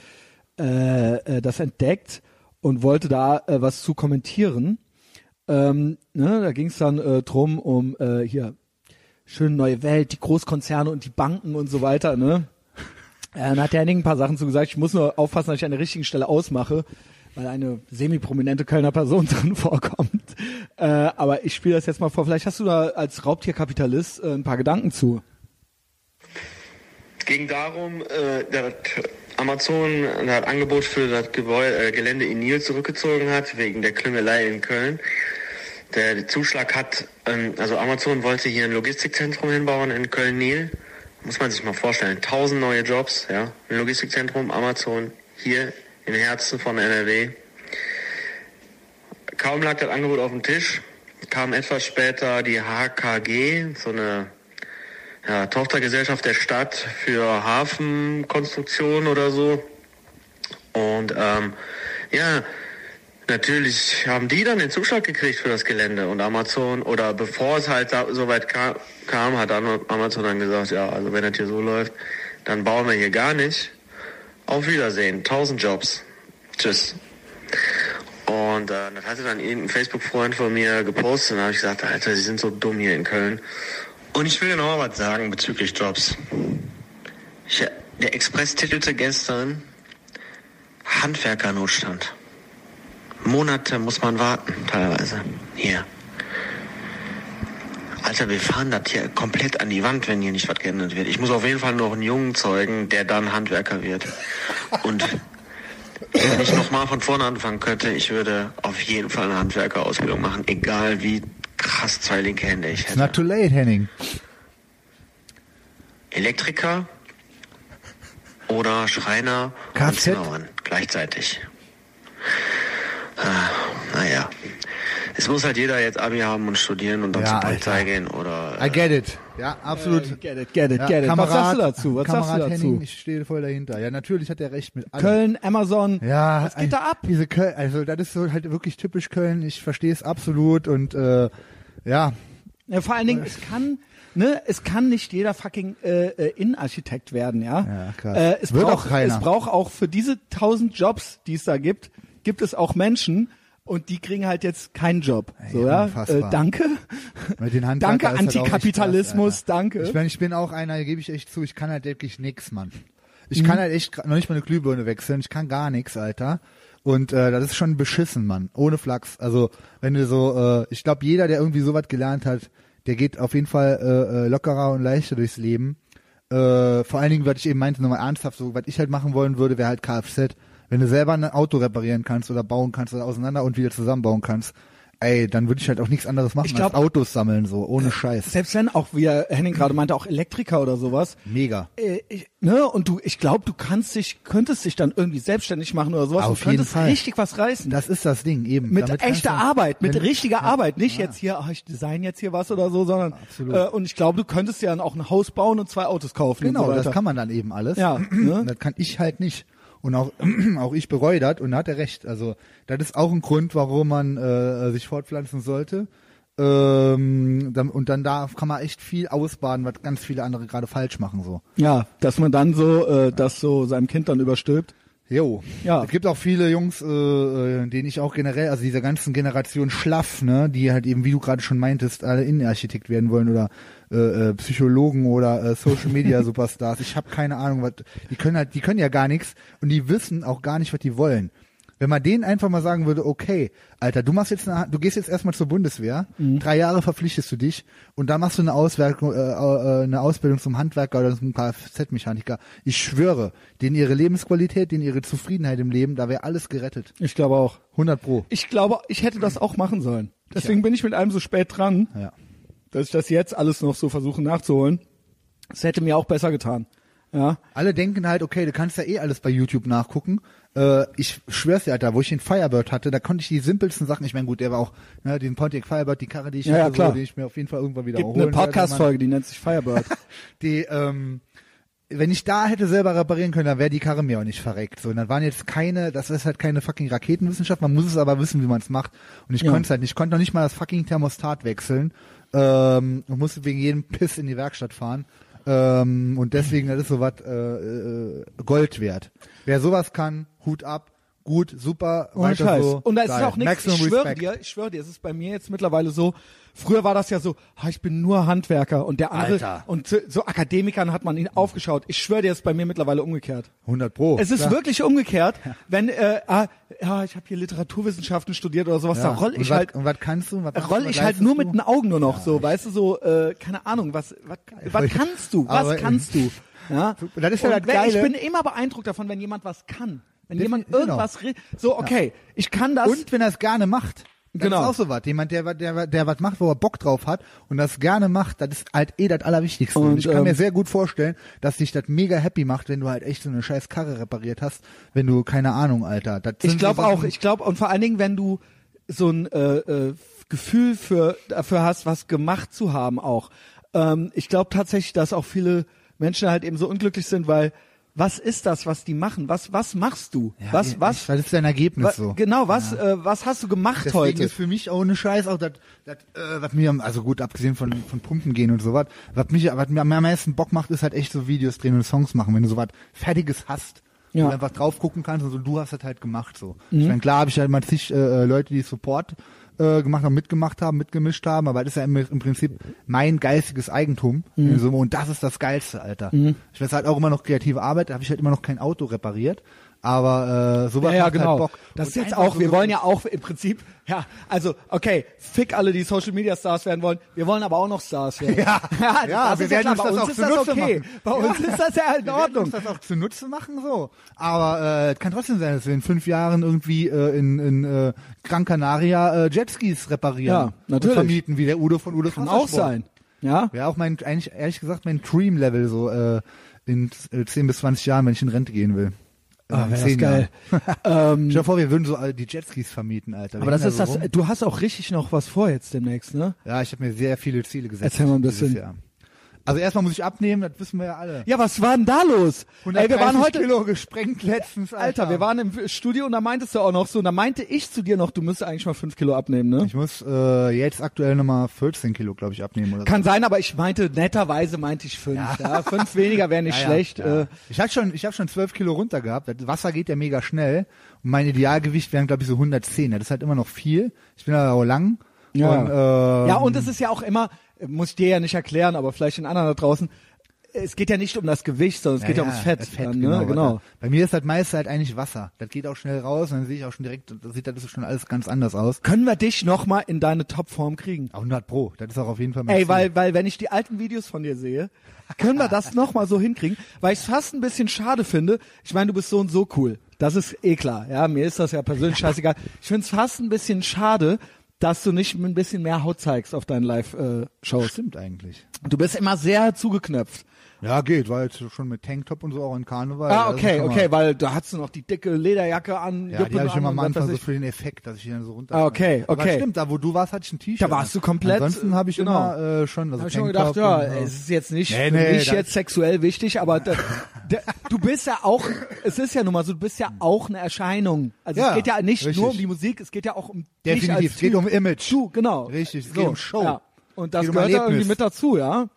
S2: äh, äh, das entdeckt und wollte da äh, was zu kommentieren. Ähm, ne, da ging es dann äh, drum um äh, hier schöne neue Welt, die Großkonzerne und die Banken und so weiter. Ne? Äh, Dann hat der Henning ein paar Sachen zu gesagt. Ich muss nur aufpassen, dass ich an der richtigen Stelle ausmache, weil eine semi-prominente Kölner Person drin vorkommt. Äh, aber ich spiele das jetzt mal vor. Vielleicht hast du da als Raubtierkapitalist äh, ein paar Gedanken zu.
S3: Es ging darum, äh, dass Amazon das Angebot für das Gebäu- äh, Gelände in Nil zurückgezogen hat, wegen der Klüngelei in Köln. Der Zuschlag hat, ähm, also Amazon wollte hier ein Logistikzentrum hinbauen in Köln-Nil. Muss man sich mal vorstellen. Tausend neue Jobs, ja. Ein Logistikzentrum, Amazon, hier im Herzen von NRW. Kaum lag das Angebot auf dem Tisch, kam etwas später die HKG, so eine ja, Tochtergesellschaft der Stadt für Hafenkonstruktion oder so. Und ähm, ja, natürlich haben die dann den Zuschlag gekriegt für das Gelände und Amazon oder bevor es halt da, so weit kam, kam, hat Am- Amazon dann gesagt, ja, also wenn das hier so läuft, dann bauen wir hier gar nicht. Auf Wiedersehen, 1000 Jobs. Tschüss. Und äh, das hatte dann irgendein Facebook-Freund von mir gepostet und da habe ich gesagt, Alter, sie sind so dumm hier in Köln. Und ich will dir noch mal was sagen bezüglich Jobs. Ich, der Express titelte gestern Handwerkernotstand. Monate muss man warten, teilweise. Hier. Alter, wir fahren das hier komplett an die Wand, wenn hier nicht was geändert wird. Ich muss auf jeden Fall noch einen Jungen zeugen, der dann Handwerker wird. Und wenn ich nochmal von vorne anfangen könnte, ich würde auf jeden Fall eine Handwerkerausbildung machen, egal wie krass zwei linke Hände ich
S1: It's
S3: hätte.
S1: not too late, Henning.
S3: Elektriker oder Schreiner und
S1: Kfz?
S3: Zimmermann gleichzeitig. Ah, naja. Es muss halt jeder jetzt Abi haben und studieren und dann
S1: Ja,
S3: zur Polizei
S1: Alter.
S3: gehen oder
S1: I get it. Ja, absolut.
S2: Get it, get it,
S1: Ja,
S2: Äh, get it.
S1: Kamerad,
S2: Was sagst du dazu? Was
S1: Kamerad
S2: sagst du dazu?
S1: Henning, ich stehe voll dahinter. Ja, natürlich hat er recht mit allem.
S2: Köln, Amazon.
S1: Ja,
S2: was geht
S1: äh,
S2: da ab?
S1: Diese Köln, also das ist so halt wirklich typisch Köln. Ich verstehe es absolut und äh, ja,
S2: Ja, vor allen Dingen, es kann, ne, es kann nicht jeder fucking äh, äh, Innenarchitekt werden, ja.
S1: Ja, krass.
S2: Äh, es
S1: Wird
S2: braucht,
S1: auch keiner.
S2: Es braucht auch für diese tausend Jobs, die es da gibt, gibt es auch Menschen und die kriegen halt jetzt keinen Job. So,
S1: Ja,
S2: ja,
S1: unfassbar.
S2: Äh, danke.
S1: mit den Handwerker
S2: Danke,
S1: ist halt auch echt
S2: Antikapitalismus,
S1: krass, Alter.
S2: danke.
S1: Ich meine, ich bin auch einer, gebe ich echt zu, ich kann halt wirklich nix, Mann. Ich
S2: Mhm.
S1: kann halt echt gra- noch nicht mal eine Glühbirne wechseln, ich kann gar nix, Alter. Und äh, das ist schon beschissen, Mann. Ohne Flachs. Also, wenn du so, äh, ich glaube, jeder, der irgendwie sowas gelernt hat, der geht auf jeden Fall äh, äh, lockerer und leichter durchs Leben. Äh, vor allen Dingen, was ich eben meinte, nochmal ernsthaft, so, was ich halt machen wollen würde, wäre halt Kfz. Wenn du selber ein Auto reparieren kannst oder bauen kannst oder auseinander und wieder zusammenbauen kannst, ey, dann würde ich halt auch nichts anderes machen
S2: Ich glaub-
S1: als Autos sammeln, so, ohne Scheiß.
S2: Selbst wenn auch, wie der Henning gerade meinte, auch Elektriker oder sowas.
S1: Mega.
S2: Äh, ich, ne, und du, ich glaube, du kannst dich, könntest dich dann irgendwie selbstständig machen oder sowas.
S1: Auf
S2: du
S1: jeden
S2: könntest
S1: Fall.
S2: richtig was reißen.
S1: Das ist das Ding, eben.
S2: mit
S1: Damit kannst
S2: echter
S1: du-
S2: Arbeit, mit
S1: wenn-
S2: richtiger Arbeit, nicht jetzt hier, ach, ich design jetzt hier was oder so, sondern
S1: Absolut.
S2: äh, und ich glaube, du könntest ja dann auch ein Haus bauen und zwei Autos kaufen und
S1: Genau,
S2: so weiter.
S1: das kann man dann eben alles.
S2: Ja, ne?
S1: Das kann ich halt nicht. Und auch, auch ich bereue das und da hat er recht. Also das ist auch ein Grund, warum man äh, sich fortpflanzen sollte. Ähm, dann, und dann da kann man echt viel ausbaden, was ganz viele andere gerade falsch machen so.
S2: ja, dass man dann so äh, das so seinem Kind dann überstülpt.
S1: Jo.
S2: Ja.
S1: Es gibt auch viele Jungs, äh, äh, denen ich auch generell, also dieser ganzen Generation schlaff, ne, die halt eben, wie du gerade schon meintest, alle Innenarchitekt werden wollen oder äh, äh, Psychologen oder äh, Social Media Superstars. Ich habe keine Ahnung, was die können halt, die können ja gar nichts und die wissen auch gar nicht, was die wollen. Wenn man denen einfach mal sagen würde, okay, Alter, du machst jetzt eine, du gehst jetzt erstmal zur Bundeswehr,
S2: Mhm.
S1: drei Jahre verpflichtest du dich und dann machst du eine, Auswertung, äh, äh, eine Ausbildung zum Handwerker oder zum Kfz-Mechaniker. Ich schwöre, denen ihre Lebensqualität, denen ihre Zufriedenheit im Leben, da wäre alles gerettet.
S2: Ich glaube auch.
S1: 100 pro.
S2: Ich glaube, ich hätte das auch machen sollen. Deswegen bin ich mit einem so spät dran,
S1: Ja.
S2: dass ich das jetzt alles noch so versuche nachzuholen. Das hätte mir auch besser getan. Ja.
S1: Alle denken halt, okay, du kannst ja eh alles bei YouTube nachgucken. Äh, ich schwör's dir, Alter, wo ich den Firebird hatte, da konnte ich die simpelsten Sachen, ich meine, gut, der war auch, ne, den Pontiac Firebird, die Karre, die ich
S2: Ja,
S1: hatte,
S2: ja, klar.
S1: So, die ich mir auf jeden Fall irgendwann wieder
S2: Gibt
S1: holen
S2: eine
S1: werde, Mann.
S2: Podcast-Folge, die nennt sich Firebird.
S1: die, ähm, wenn ich da hätte selber reparieren können, dann wäre die Karre mir auch nicht verreckt. So, und dann waren jetzt keine, das ist halt keine fucking Raketenwissenschaft, man muss es aber wissen, wie man es macht. Und ich
S2: Ja.
S1: konnte es halt nicht, ich konnte noch nicht mal das fucking Thermostat wechseln ähm, und musste wegen jedem Piss in die Werkstatt fahren. Ähm, und deswegen, das ist sowas äh, äh, Gold wert. Wer sowas kann, Hut ab, gut, super,
S2: Ohne
S1: weiter
S2: Scheiß.
S1: so.
S2: und da ist
S1: geil.
S2: auch nichts, ich
S1: Maximum
S2: schwöre
S1: Respect.
S2: dir, ich schwöre dir, es ist bei mir jetzt mittlerweile so, früher war das ja so, ah, ich bin nur Handwerker und der andere,
S1: Alter.
S2: und so- so Akademikern hat man ihn aufgeschaut. Ich schwöre dir, es ist bei mir mittlerweile umgekehrt.
S1: 100 pro.
S2: Es ist
S1: Oh, klar.
S2: wirklich umgekehrt, wenn, äh, ah, ja, ich habe hier Literaturwissenschaften studiert oder sowas, da
S1: Ja.
S2: roll
S1: und
S2: ich
S1: wat-
S2: halt,
S1: Und was kannst du? und wat machst du,
S2: roll
S1: wat
S2: ich halt
S1: leistest
S2: nur
S1: du?
S2: mit den Augen nur noch so, weißt du, so, äh, keine Ahnung, was, was, was kannst du, was
S1: Aber-
S2: kannst du? Ja?
S1: Das ist ja
S2: Und
S1: das
S2: wenn- Ich
S1: Geile.
S2: bin immer beeindruckt davon, wenn jemand was kann. Wenn
S1: Defin-
S2: jemand
S1: genau.
S2: irgendwas, re- so, okay, ich kann das.
S1: und wenn er es gerne macht. Das
S2: Genau.
S1: ist auch so was. Jemand, der, wa- der, wa- der was macht, wo er Bock drauf hat und das gerne macht, das ist halt eh das Allerwichtigste. Und,
S2: Und,
S1: ich kann
S2: ähm,
S1: mir sehr gut vorstellen, dass dich das mega happy macht, wenn du halt echt so eine scheiß Karre repariert hast, wenn du, keine Ahnung, Alter. Das sind
S2: Ich glaube
S1: so Sachen-
S2: auch, ich glaube, und vor allen Dingen, wenn du so ein äh, äh, Gefühl für, dafür hast, was gemacht zu haben auch. Ähm, ich glaube tatsächlich, dass auch viele Menschen halt eben so unglücklich sind, weil was ist das, was die machen? Was, was machst du?
S1: Ja,
S2: was,
S1: ich-
S2: was,
S1: Das ist dein Ergebnis
S2: wa-
S1: so.
S2: genau, was, äh, was hast du gemacht
S1: Deswegen
S2: heute?
S1: ist für mich ohne Scheiß auch das, das äh, was mir, am- also gut, abgesehen von, von Pumpen gehen und sowas, was mich, was mir am meisten Bock macht, ist halt echt so Videos drehen und Songs machen, wenn du sowas Fertiges hast.
S2: Ja. Mhm.
S1: Wo du einfach drauf gucken kannst und so, du hast das halt gemacht so. Ich meine, klar habe ich halt mal zig äh, Leute, die Support äh, gemacht haben, mitgemacht haben, mitgemischt haben, aber das ist ja im, im Prinzip mein geistiges Eigentum.
S2: Mhm.
S1: In Summe. Und das ist das Geilste, Alter. Ich weiß halt auch immer noch kreative Arbeit, da habe ich halt immer noch kein Auto repariert, aber äh, sowas
S2: Ja, ja,
S1: macht
S2: genau.
S1: halt Bock.
S2: Das ist
S1: Und
S2: jetzt
S1: einfach
S2: auch,
S1: so
S2: wir
S1: eine-
S2: wollen ja auch im Prinzip, ja, also, okay, fick alle, die Social Media Stars werden wollen. Wir wollen aber auch noch Stars werden.
S1: Ja. Ja,
S2: das
S1: wir
S2: ist
S1: werden
S2: klar.
S1: uns
S2: Bei
S1: das
S2: uns
S1: auch
S2: ist das
S1: zunutze
S2: okay.
S1: machen.
S2: Bei uns ist das ja
S1: Wir
S2: in
S1: werden
S2: Ordnung.
S1: uns das auch zunutze machen, so. Aber äh, kann trotzdem sein, dass wir in fünf Jahren irgendwie äh, in, in äh, Gran Canaria äh, Jetskis reparieren.
S2: Ja, natürlich.
S1: Und vermieten, wie der Udo von Udo
S2: Kann auch sein. Ja?
S1: Wäre auch mein, eigentlich, ehrlich gesagt, mein Dream-Level so äh, in äh, 10 bis 20 Jahren, wenn ich in Rente gehen will.
S2: Ah,
S1: In
S2: wär das
S1: 10 Jahren.
S2: geil. Ähm,
S1: Stell dir vor, wir würden so alle die Jetskis vermieten, Alter. Wir
S2: aber das
S1: hängen
S2: ist
S1: da
S2: das,
S1: so rum.
S2: du hast auch richtig noch was vor jetzt demnächst, ne?
S1: Ja, ich habe mir sehr viele Ziele gesetzt.
S2: Erzähl mal ein
S1: dieses
S2: bisschen.
S1: Jahr. Also erstmal muss ich abnehmen, das wissen wir ja alle.
S2: Ja, was war denn da los? Ey, wir waren
S1: 130
S2: heute,
S1: Kilo gesprengt letztens, Alter.
S2: Alter, wir waren im Studio und da meintest du auch noch so, und da meinte ich zu dir noch, du müsstest eigentlich mal fünf Kilo abnehmen, ne?
S1: Ich muss äh, jetzt aktuell nochmal 14 Kilo, glaube ich, abnehmen. Oder so.
S2: Kann sein, aber ich meinte, netterweise meinte ich fünf. Ja. fünf weniger wäre nicht
S1: Ja, ja,
S2: schlecht.
S1: Ja.
S2: Äh,
S1: ich habe schon, ich hab schon 12 Kilo runter gehabt. Das Wasser geht ja mega schnell. Und mein Idealgewicht wären, glaube ich, so 110. Das ist halt immer noch viel. Ich bin halt auch lang.
S2: Ja.
S1: Und, äh,
S2: Ja, und es ist ja auch immer, äh, muss ich dir ja nicht erklären, aber vielleicht den anderen da draußen, es geht ja nicht um das Gewicht, sondern es geht ja ums Fett.
S1: das Fett
S2: dann, ne? genau.
S1: Bei mir ist das meiste halt eigentlich Wasser. Das geht auch schnell raus und dann sehe ich auch schon direkt, das sieht das schon alles ganz anders aus.
S2: Können wir dich nochmal in deine Topform kriegen?
S1: Auch 100 Pro, das ist auch auf jeden Fall mein
S2: Ey,
S1: Ziel.
S2: weil, weil wenn ich die alten Videos von dir sehe, können wir das nochmal so hinkriegen, weil ich es fast ein bisschen schade finde. Ich meine, du bist so und so cool. Das ist eh klar. Ja, mir ist das ja persönlich scheißegal. Ich finde es fast ein bisschen schade, dass du nicht ein bisschen mehr Haut zeigst auf deinen Live-Shows.
S1: Stimmt eigentlich.
S2: Du bist immer sehr zugeknöpft.
S1: Ja, geht. War jetzt schon mit Tanktop und so auch in Karneval.
S2: Ah,
S1: Das ist
S2: okay,
S1: schon mal-
S2: okay, weil da hast du noch die dicke Lederjacke an.
S1: Ja, die
S2: Juppe
S1: habe ich
S2: an
S1: immer am
S2: und was
S1: Anfang
S2: weiß
S1: so
S2: ich.
S1: für den Effekt, dass ich dann so runter.
S2: Ah, okay,
S1: Aber
S2: okay.
S1: stimmt, da wo du warst, hatte ich ein T-Shirt.
S2: Da warst du komplett,
S1: Ansonsten habe ich
S2: äh, genau.
S1: immer äh, schon. Also
S2: Hab ich schon
S1: Tanktop
S2: gedacht, ja,
S1: und, äh,
S2: es ist jetzt nicht
S1: Nee,
S2: für
S1: nee,
S2: mich
S1: das-
S2: jetzt sexuell wichtig, aber da, da, du bist ja auch, es ist ja nun mal so, du bist ja auch eine Erscheinung. Also es
S1: Ja,
S2: geht ja nicht
S1: richtig.
S2: nur um die Musik, es geht ja auch um dich als
S1: definitiv.
S2: Typ.
S1: Es geht um Image.
S2: Du, genau.
S1: Richtig, es
S2: so,
S1: geht um Show.
S2: Ja. Und das
S1: Geht um
S2: gehört ja
S1: Erlebnis.
S2: irgendwie mit dazu, ja.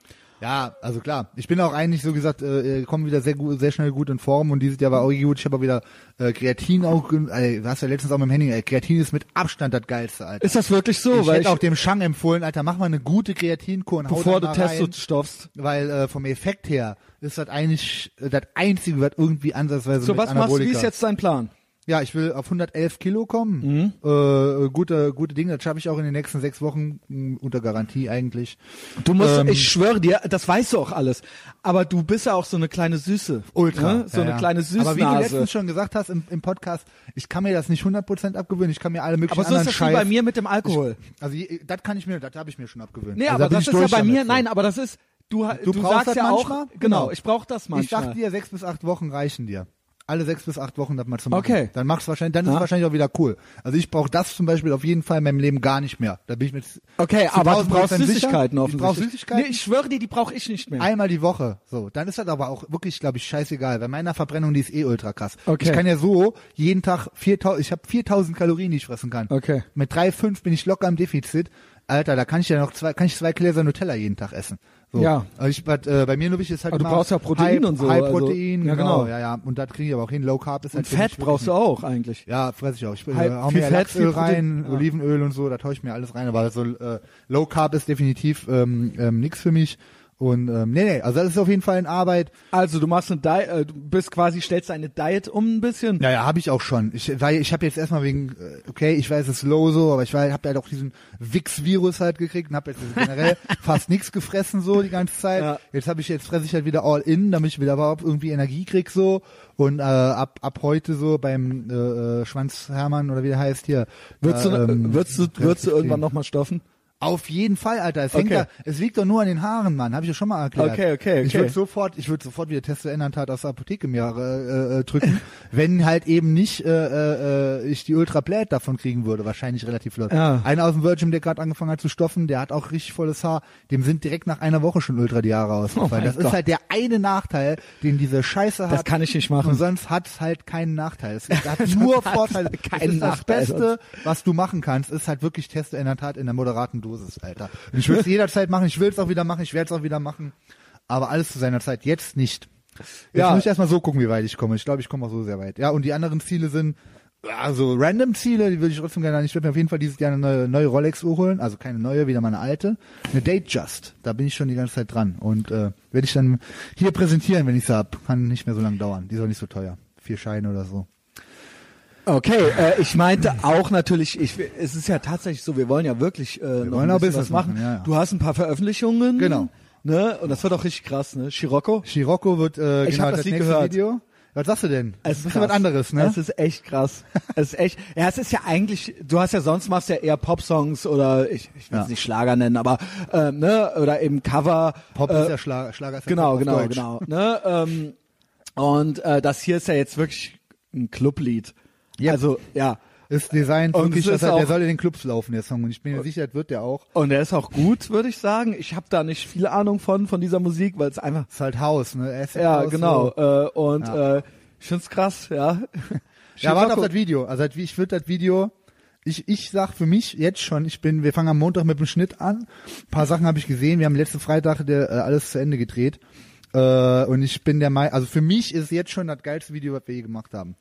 S1: Ja, also klar. Ich bin auch eigentlich, so gesagt, äh, komme wieder sehr gut, sehr schnell gut in Form und dieses Jahr war auch gut. Ich habe auch wieder äh, Kreatin auch, gen- äh, hast du ja letztens auch mit dem Henning, äh, Kreatin ist mit Abstand das geilste, Alter.
S2: Ist das wirklich so?
S1: ich
S2: Weil
S1: hätte auch dem Shang empfohlen, Alter, mach mal eine gute Kreatinkur und hau
S2: bevor
S1: da
S2: du
S1: mal
S2: Testo
S1: rein,
S2: stoffst.
S1: weil äh, vom Effekt her ist das eigentlich äh, das einzige, was irgendwie ansatzweise
S2: So,
S1: mit
S2: was machst du? Wie
S1: Anabolika-
S2: ist jetzt dein Plan?
S1: ja, ich will auf 111 Kilo
S2: Mhm.
S1: kommen. Äh, gute, gute Dinge, das schaffe ich auch in den nächsten sechs Wochen mh, unter Garantie eigentlich.
S2: Du musst,
S1: Ähm,
S2: ich schwöre dir, das weißt du auch alles. Aber du bist ja auch so eine kleine Süße.
S1: Ultra.
S2: Ne? So
S1: ja,
S2: eine
S1: ja.
S2: kleine Süßnase.
S1: Aber wie du letztens schon gesagt hast im, im Podcast, ich kann mir das nicht 100% abgewöhnen, ich kann mir alle möglichen
S2: Aber so ist
S1: anderen
S2: das schon
S1: Scheiß...
S2: bei mir mit dem Alkohol.
S1: Also je- das kann ich mir, das habe ich mir schon abgewöhnt.
S2: Nee,
S1: also,
S2: aber
S1: da bin
S2: das
S1: ich
S2: ist ja
S1: durch
S2: bei
S1: damit
S2: mir,
S1: so.
S2: nein, aber das ist, du, ha-
S1: Du
S2: du
S1: brauchst
S2: sagst
S1: das
S2: ja auch,
S1: manchmal?
S2: genau,
S1: Genau.
S2: ich brauche das
S1: Ich sag
S2: manchmal.
S1: dir, sechs bis acht Wochen reichen dir. Alle sechs bis acht Wochen das mal zu machen.
S2: Okay.
S1: Dann machst du wahrscheinlich, dann ist
S2: Ja.
S1: es wahrscheinlich auch wieder cool. Also ich brauche das zum Beispiel auf jeden Fall in meinem Leben gar nicht mehr. Da bin ich mit
S2: okay,
S1: zu
S2: aber du
S1: 1000%
S2: brauchst
S1: sicher.
S2: Süßigkeiten
S1: Ich brauche
S2: offensichtlich.
S1: Süßigkeiten.
S2: Nee, ich schwöre dir, die brauche ich nicht mehr.
S1: Einmal die Woche. So, dann ist das aber auch wirklich, glaube ich, scheißegal. Bei meiner Verbrennung, die ist eh ultra krass.
S2: Okay.
S1: Ich kann ja so jeden Tag 4000, ich habe 4000 Kalorien, die ich fressen kann.
S2: Okay.
S1: Mit 3,5 bin ich locker im Defizit. Alter, da kann ich ja noch zwei, kann ich zwei Gläser Nutella jeden Tag essen. So.
S2: Ja.
S1: Also Ich, but, äh, bei mir nur wichtig ist halt
S2: Aber du
S1: immer
S2: brauchst ja Protein
S1: High,
S2: und so,
S1: High
S2: also-
S1: Protein,
S2: ja,
S1: genau.
S2: genau.
S1: Ja, ja. Und das kriege ich aber auch hin. Low Carb ist
S2: Und
S1: halt
S2: Fett brauchst du auch eigentlich.
S1: ja, fress ich auch. Ich bin,
S2: Halb-
S1: äh, hau
S2: Halt viel
S1: mir
S2: Fett, viel
S1: Lachsöl
S2: Protein.
S1: rein,
S2: Ja.
S1: Olivenöl und so, da tau ich mir alles rein. Aber so äh, Low Carb ist definitiv ähm, ähm, nichts für mich. Und ähm, nee, nee, also das ist auf jeden Fall in Arbeit.
S2: Also du machst eine Diet, äh, du bist quasi, stellst deine Diet um ein bisschen.
S1: Naja, habe ich auch schon. Ich, weil ich habe jetzt erstmal wegen, äh, okay, ich weiß, es ist low so, aber ich habe halt auch diesen Wix-Virus halt gekriegt und habe jetzt generell fast nichts gefressen so die ganze Zeit.
S2: Ja.
S1: Jetzt habe ich jetzt fresse ich halt wieder all in, damit ich wieder überhaupt irgendwie Energie krieg so. Und äh, ab ab heute so beim äh, äh, Schwanz Hermann oder wie der heißt hier.
S2: Würdest du,
S1: äh, ähm,
S2: würdest du, würdest du irgendwann
S1: Rechtsextrem.
S2: nochmal stoffen?
S1: Auf jeden Fall, Alter. Es, hängt
S2: Okay.
S1: da, es liegt doch nur an den Haaren, Mann. Habe ich ja schon mal erklärt.
S2: Okay, okay,
S1: Ich
S2: okay.
S1: würde sofort, ich würde sofort wieder Testosterontat aus der Apotheke mir äh, äh, drücken, wenn halt eben nicht äh, äh, äh, ich die Ultrablät davon kriegen würde. Wahrscheinlich relativ laut.
S2: Ja.
S1: Einer aus dem Virgin, der gerade angefangen hat zu stoffen, der hat auch richtig volles Haar. Dem sind direkt nach einer Woche schon Ultra die Haare
S2: Oh mein
S1: ausgefallen. das
S2: Gott.
S1: ist halt der eine Nachteil, den diese Scheiße hat.
S2: Das kann ich nicht machen.
S1: Und sonst hat's halt keinen Nachteil. Es hat nur
S2: hat
S1: Vorteile.
S2: keinen
S1: es ist das
S2: Nachteil
S1: Beste, was du machen kannst, ist halt wirklich Teste in der Tat in der moderaten Dosis, Alter. Und ich würde es jederzeit machen, ich will es auch wieder machen, ich werde es auch wieder machen. Aber alles zu seiner Zeit, jetzt nicht. Jetzt
S2: Ja.
S1: muss ich erstmal so gucken, wie weit ich komme. Ich glaube, ich komme auch so sehr weit. Ja, und die anderen Ziele sind, also random Ziele, die würde ich trotzdem gerne, ich werde mir auf jeden Fall dieses Jahr eine neue, neue Rolex-Uhr holen, also keine neue, wieder meine alte. Eine Datejust, da bin ich schon die ganze Zeit dran und äh, werde ich dann hier präsentieren, wenn ich sie hab. Kann nicht mehr so lange dauern, die ist auch nicht so teuer. Vier Scheine oder so.
S2: Okay, äh, ich meinte auch natürlich, ich, es ist ja tatsächlich so, wir wollen ja wirklich äh, noch
S1: wollen
S2: ein
S1: auch
S2: bisschen was
S1: Business
S2: machen.
S1: machen, ja, ja.
S2: Du hast ein paar Veröffentlichungen.
S1: Genau.
S2: Ne? Und das wird auch richtig krass, ne? Scirocco.
S1: Scirocco wird äh,
S2: Ich
S1: genau
S2: hab das
S1: das,
S2: Lied
S1: nächste
S2: gehört.
S1: Video. Was sagst du denn?
S2: Es
S1: Das ist ein bisschen was anderes, ne?
S2: Es ist echt krass. es ist echt. Ja, es ist ja eigentlich, du hast ja sonst machst ja eher Popsongs oder ich, ich will es
S1: Ja.
S2: nicht Schlager nennen, aber ähm, ne, oder eben Cover.
S1: Pop
S2: äh,
S1: ist ja Schla Schlager. Ist ja Pop
S2: Genau,
S1: auf
S2: genau,
S1: Deutsch.
S2: genau. Ne? Ähm, und äh, das hier ist ja jetzt wirklich ein Clublied.
S1: Ja.
S2: Also, ja.
S1: Ist Design
S2: Und
S1: wirklich,
S2: es
S1: dass
S2: ist
S1: er, der
S2: auch-
S1: soll in den Clubs laufen, der Song. Und ich bin mir sicher, das wird der auch.
S2: Und er ist auch gut, würde ich sagen. Ich habe da nicht viel Ahnung von, von dieser Musik, weil es einfach.
S1: Ist halt House, ne? Acid
S2: Ja,
S1: House,
S2: genau.
S1: So.
S2: Äh, und äh, ich find's krass, ja.
S1: Ja, warte auf
S2: Scirocco.
S1: das Video. Also das- ich würde das Video, ich, ich sag für mich jetzt schon, ich bin, wir fangen am Montag mit dem Schnitt an. Ein paar Sachen habe ich gesehen. Wir haben letzten Freitag der, äh, alles zu Ende gedreht. Äh, und ich bin der Meinung, also für mich ist jetzt schon das geilste Video, was wir je gemacht haben.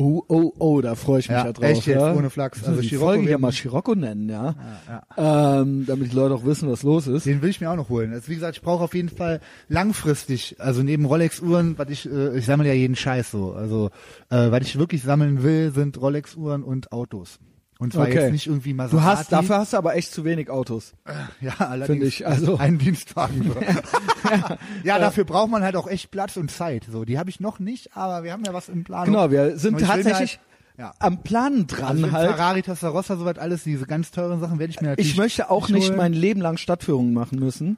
S2: Oh, oh, oh, da freue ich mich ja,
S1: Ja,
S2: drauf.
S1: echt jetzt,
S2: ja.
S1: ohne Flachs.
S2: Also
S1: Also
S2: die
S1: Scirocco
S2: Folge ja
S1: werden-
S2: mal Scirocco nennen, ja. Ähm, damit die Leute auch wissen, was los ist.
S1: Den will ich mir auch noch holen. Also wie gesagt, ich brauche auf jeden Fall langfristig, also neben Rolex-Uhren, was ich, äh, ich sammle ja jeden Scheiß so. Also äh, was ich wirklich sammeln will, sind Rolex-Uhren und Autos. Und zwar
S2: Okay.
S1: jetzt nicht irgendwie Maserati.
S2: Du hast, dafür hast du aber echt zu wenig Autos.
S1: ja, allerdings
S2: Finde ich, also-
S1: einen Dienstwagen. So. ja, dafür braucht man halt auch echt Platz und Zeit. So, die habe ich noch nicht, aber wir haben ja was im Plan.
S2: Genau, wir sind
S1: Und ich will mir Halt,
S2: tatsächlich
S1: ja.
S2: am Planen dran
S1: Also ich will
S2: halt.
S1: Ferrari, Testarossa, soweit alles, diese ganz teuren Sachen werde ich mir natürlich
S2: Ich möchte auch nicht mein Leben lang Stadtführungen machen müssen.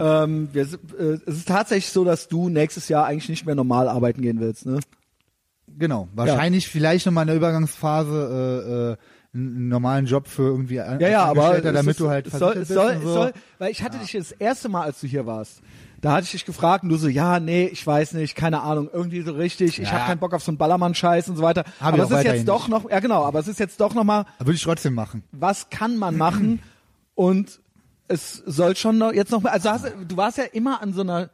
S2: Ähm, wir, si- äh, es ist tatsächlich so, dass du nächstes Jahr eigentlich nicht mehr normal arbeiten gehen willst. Ne?
S1: Genau, wahrscheinlich vielleicht nochmal in der Übergangsphase äh, äh, einen einen normalen Job für irgendwie ein-
S2: Ja, ja,
S1: als
S2: aber
S1: Angestellter,
S2: es
S1: damit
S2: ist-
S1: du halt
S2: es soll,
S1: versichert
S2: es soll,
S1: bist
S2: es
S1: und so.
S2: soll, weil ich hatte dich das erste Mal, als du hier warst, da hatte ich dich gefragt und du so, ja, nee, ich weiß nicht, keine Ahnung, irgendwie so richtig, ich
S1: Ja.
S2: habe keinen Bock auf so einen Ballermann-Scheiß und so weiter.
S1: Hab ich
S2: aber
S1: auch
S2: es ist
S1: weiterhin
S2: jetzt doch noch, ja genau, aber es ist jetzt doch noch mal,
S1: Würde ich trotzdem machen.
S2: was kann man machen und es soll schon noch, jetzt noch mehr, also hast, du warst ja immer an so einer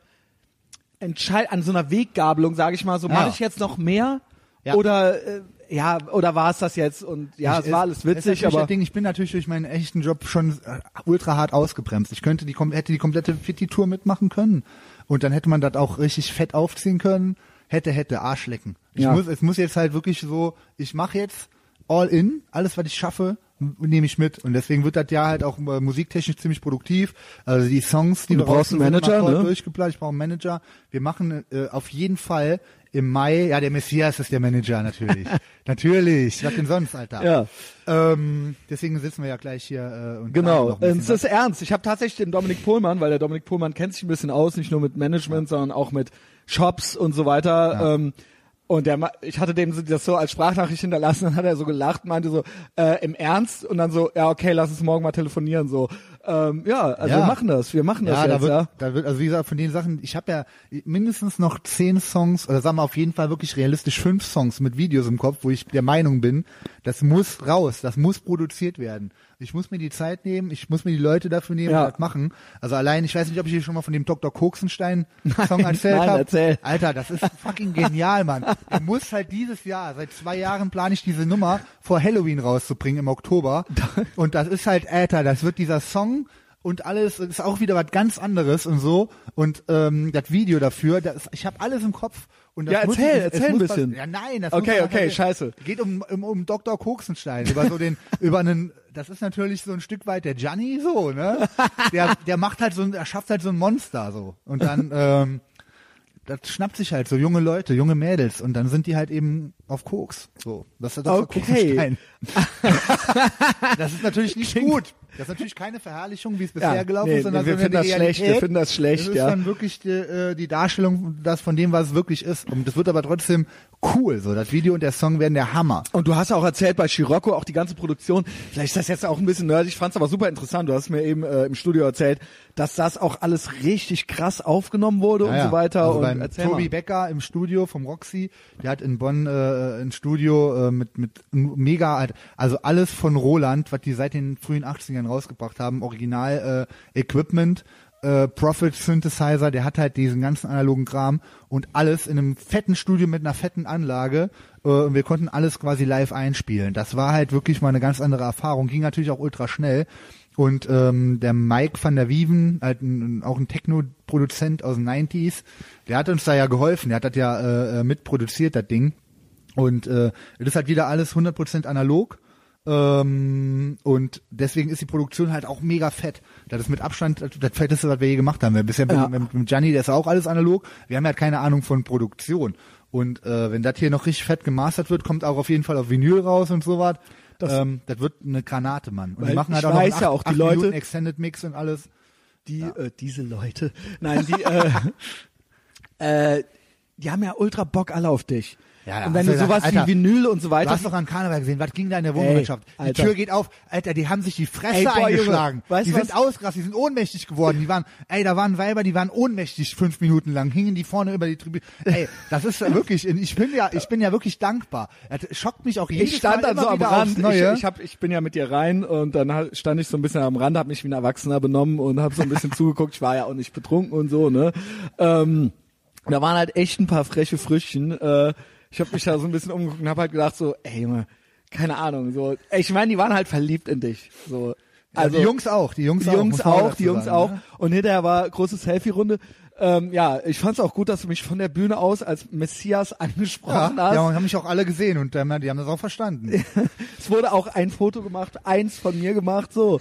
S2: Entscheid, an so einer Weggabelung, sage ich mal, so
S1: Ja.
S2: mache ich jetzt noch mehr
S1: Ja.
S2: oder äh, ja, oder war es das jetzt und ja, es war alles witzig,
S1: ist natürlich
S2: aber
S1: das Ding, ich bin natürlich durch meinen echten Job schon äh, ultra hart ausgebremst. Ich könnte die kom- hätte die komplette Fitti-Tour mitmachen können und dann hätte man das auch richtig fett aufziehen können. Hätte hätte Arsch lecken. Ich
S2: Ja.
S1: muss es muss jetzt halt wirklich so, ich mache jetzt all in, alles was ich schaffe m- nehme ich mit und deswegen wird das Jahr halt auch äh, musiktechnisch ziemlich produktiv. Also die Songs, die
S2: Und du
S1: wir
S2: brauchst
S1: rausnehmen,
S2: einen
S1: sind
S2: Manager,
S1: immer voll
S2: ne?
S1: durchgeplant. Ich brauche einen Manager. Wir machen äh, auf jeden Fall im Mai, ja, der Messias ist der Manager natürlich. natürlich. Was denn sonst, Alter?
S2: Ja.
S1: Ähm, deswegen sitzen wir ja gleich hier äh, und
S2: Genau,
S1: planen noch ein
S2: es
S1: bisschen
S2: ist ernst. Ich habe tatsächlich den Dominik Pohlmann, weil der Dominik Pohlmann kennt sich ein bisschen aus, nicht nur mit Management, sondern auch mit Shops und so weiter. Ähm, und der, ma- ich hatte dem das so als Sprachnachricht hinterlassen, dann hat er so gelacht, meinte so, äh, im Ernst? Und dann so, ja, okay, lass uns morgen mal telefonieren, so. Ähm, ja, also
S1: Ja.
S2: wir machen das, wir machen das
S1: ja,
S2: jetzt,
S1: da wird,
S2: ja.
S1: da wird, also wie gesagt, von den Sachen, ich habe ja mindestens noch zehn Songs oder sagen wir auf jeden Fall wirklich realistisch fünf Songs mit Videos im Kopf, wo ich der Meinung bin, das muss raus, das muss produziert werden. Ich muss mir die Zeit nehmen, ich muss mir die Leute dafür nehmen,
S2: Ja.
S1: die das machen. Also allein, ich weiß nicht, ob ich hier schon mal von dem Dr. Koksenstein Song erzählt
S2: nein,
S1: habe.
S2: erzähl.
S1: Alter, das ist fucking genial, Mann. Er muss halt dieses Jahr, seit zwei Jahren plane ich diese Nummer vor Halloween rauszubringen im Oktober. Und das ist halt, Alter, das wird dieser Song und alles das ist auch wieder was ganz anderes und so. Und ähm, das Video dafür, das, ich habe alles im Kopf. Und das
S2: Ja,
S1: muss,
S2: erzähl,
S1: es,
S2: erzähl
S1: es
S2: ein
S1: muss
S2: bisschen.
S1: Was, ja, nein, das
S2: Okay,
S1: muss man
S2: okay,
S1: halt-
S2: scheiße.
S1: Geht um, um, um Dr. Koksenstein, über so den, über einen, das ist natürlich so ein Stück weit der Gianni so, ne? Der, der macht halt so ein, er schafft halt so ein Monster so. Und dann, ähm, das schnappt sich halt so junge Leute, junge Mädels und dann sind die halt eben auf Koks. So, das, das
S2: Okay.
S1: ist Koksenstein. das ist natürlich nicht gut. Das ist natürlich keine Verherrlichung, wie es bisher
S2: Ja,
S1: gelaufen
S2: nee,
S1: ist, sondern
S2: nee, wir
S1: so eine
S2: finden
S1: Realität.
S2: das schlecht, wir finden das schlecht,
S1: ist
S2: ja.
S1: dann wirklich die, äh, die Darstellung das von dem, was es wirklich ist. Und das wird aber trotzdem cool. So, das Video und der Song werden der Hammer.
S2: Und du hast ja auch erzählt bei Scirocco, auch die ganze Produktion, vielleicht ist das jetzt auch ein bisschen nerdig, ich fand es aber super interessant, du hast mir eben äh, im Studio erzählt, dass das auch alles richtig krass aufgenommen wurde und
S1: Ja,
S2: so weiter.
S1: Also
S2: und
S1: beim
S2: erzähl
S1: Tobi
S2: mal.
S1: Becker im Studio vom Roxy, der hat in Bonn äh, ein Studio äh, mit mit n- mega alt, also alles von Roland, was die seit den frühen 80ern rausgebracht haben, Original äh, Equipment, äh, Profit Synthesizer, der hat halt diesen ganzen analogen Kram und alles in einem fetten Studio mit einer fetten Anlage äh, und wir konnten alles quasi live einspielen. Das war halt wirklich mal eine ganz andere Erfahrung, ging natürlich auch ultra schnell. Und ähm, der Mike van der Wieven, halt ein, ein- auch ein Techno-Produzent aus den 90s, der hat uns da ja geholfen, der hat das ja äh, äh, mitproduziert, das Ding. Und äh, das ist halt wieder alles 100% analog. Ähm, und deswegen ist die Produktion halt auch mega fett. Das ist mit Abstand das, das fetteste, was wir je gemacht haben. Wir bisher
S2: Ja.
S1: mit, mit, mit Gianni, der ist auch alles analog. Wir haben ja halt keine Ahnung von Produktion. Und äh, wenn das hier noch richtig fett gemastert wird, kommt auch auf jeden Fall auf Vinyl raus und sowas. Das, ähm, das wird eine Granate, Mann. Und
S2: Weil
S1: die machen halt
S2: ich
S1: auch noch
S2: weiß
S1: einen
S2: ja
S1: acht-
S2: auch, die
S1: acht
S2: Leute-
S1: Minuten Extended Mix und alles.
S2: die, äh, diese Leute. Nein, die, äh, äh, die haben ja ultra Bock alle auf dich.
S1: Ja, ja,
S2: und wenn
S1: also,
S2: du sowas
S1: Alter,
S2: wie Vinyl und so
S1: Du
S2: weiter.
S1: hast doch an Karneval gesehen, was ging da in der Wohnmannschaft?
S2: Ey,
S1: die
S2: Alter.
S1: Tür geht auf, Alter, die haben sich die Fresse
S2: Ey, boah, Junge,
S1: eingeschlagen.
S2: weißt
S1: die
S2: du
S1: sind
S2: was?
S1: ausgerastet, die sind ohnmächtig geworden. Die waren, ey, da waren Weiber, die waren ohnmächtig fünf Minuten lang, hingen die vorne über die Tribüne. Ey, das ist wirklich, ich bin ja, ich bin ja wirklich dankbar. Das schockt mich auch jedes
S2: ich stand
S1: Mal
S2: dann
S1: immer
S2: so am
S1: wieder aufs
S2: Rand. Ich,
S1: Neue.
S2: ich, hab, ich bin ja mit dir rein und dann ha- stand ich so ein bisschen am Rand, habe mich wie ein Erwachsener benommen und habe so ein bisschen zugeguckt. Ich war ja auch nicht betrunken und so, ne? Ähm, da waren halt echt ein paar freche Früchtchen. Äh, ich habe mich da so ein bisschen umgeguckt und habe halt gedacht so, ey Junge, keine Ahnung. So, Ey, ich meine, die waren halt verliebt in dich. So, Also
S1: Ja, die Jungs auch, die Jungs
S2: die
S1: auch.
S2: Jungs
S1: muss man
S2: auch,
S1: dazu
S2: die Jungs
S1: sagen,
S2: auch.
S1: ne?
S2: Und hinterher war große Selfie-Runde. Ähm, ja, ich fand's auch gut, dass du mich von der Bühne aus als Messias
S1: Ja,
S2: angesprochen hast.
S1: ja, und haben mich auch alle gesehen und ähm, die haben das auch verstanden.
S2: Es wurde auch ein Foto gemacht, eins von mir gemacht, so.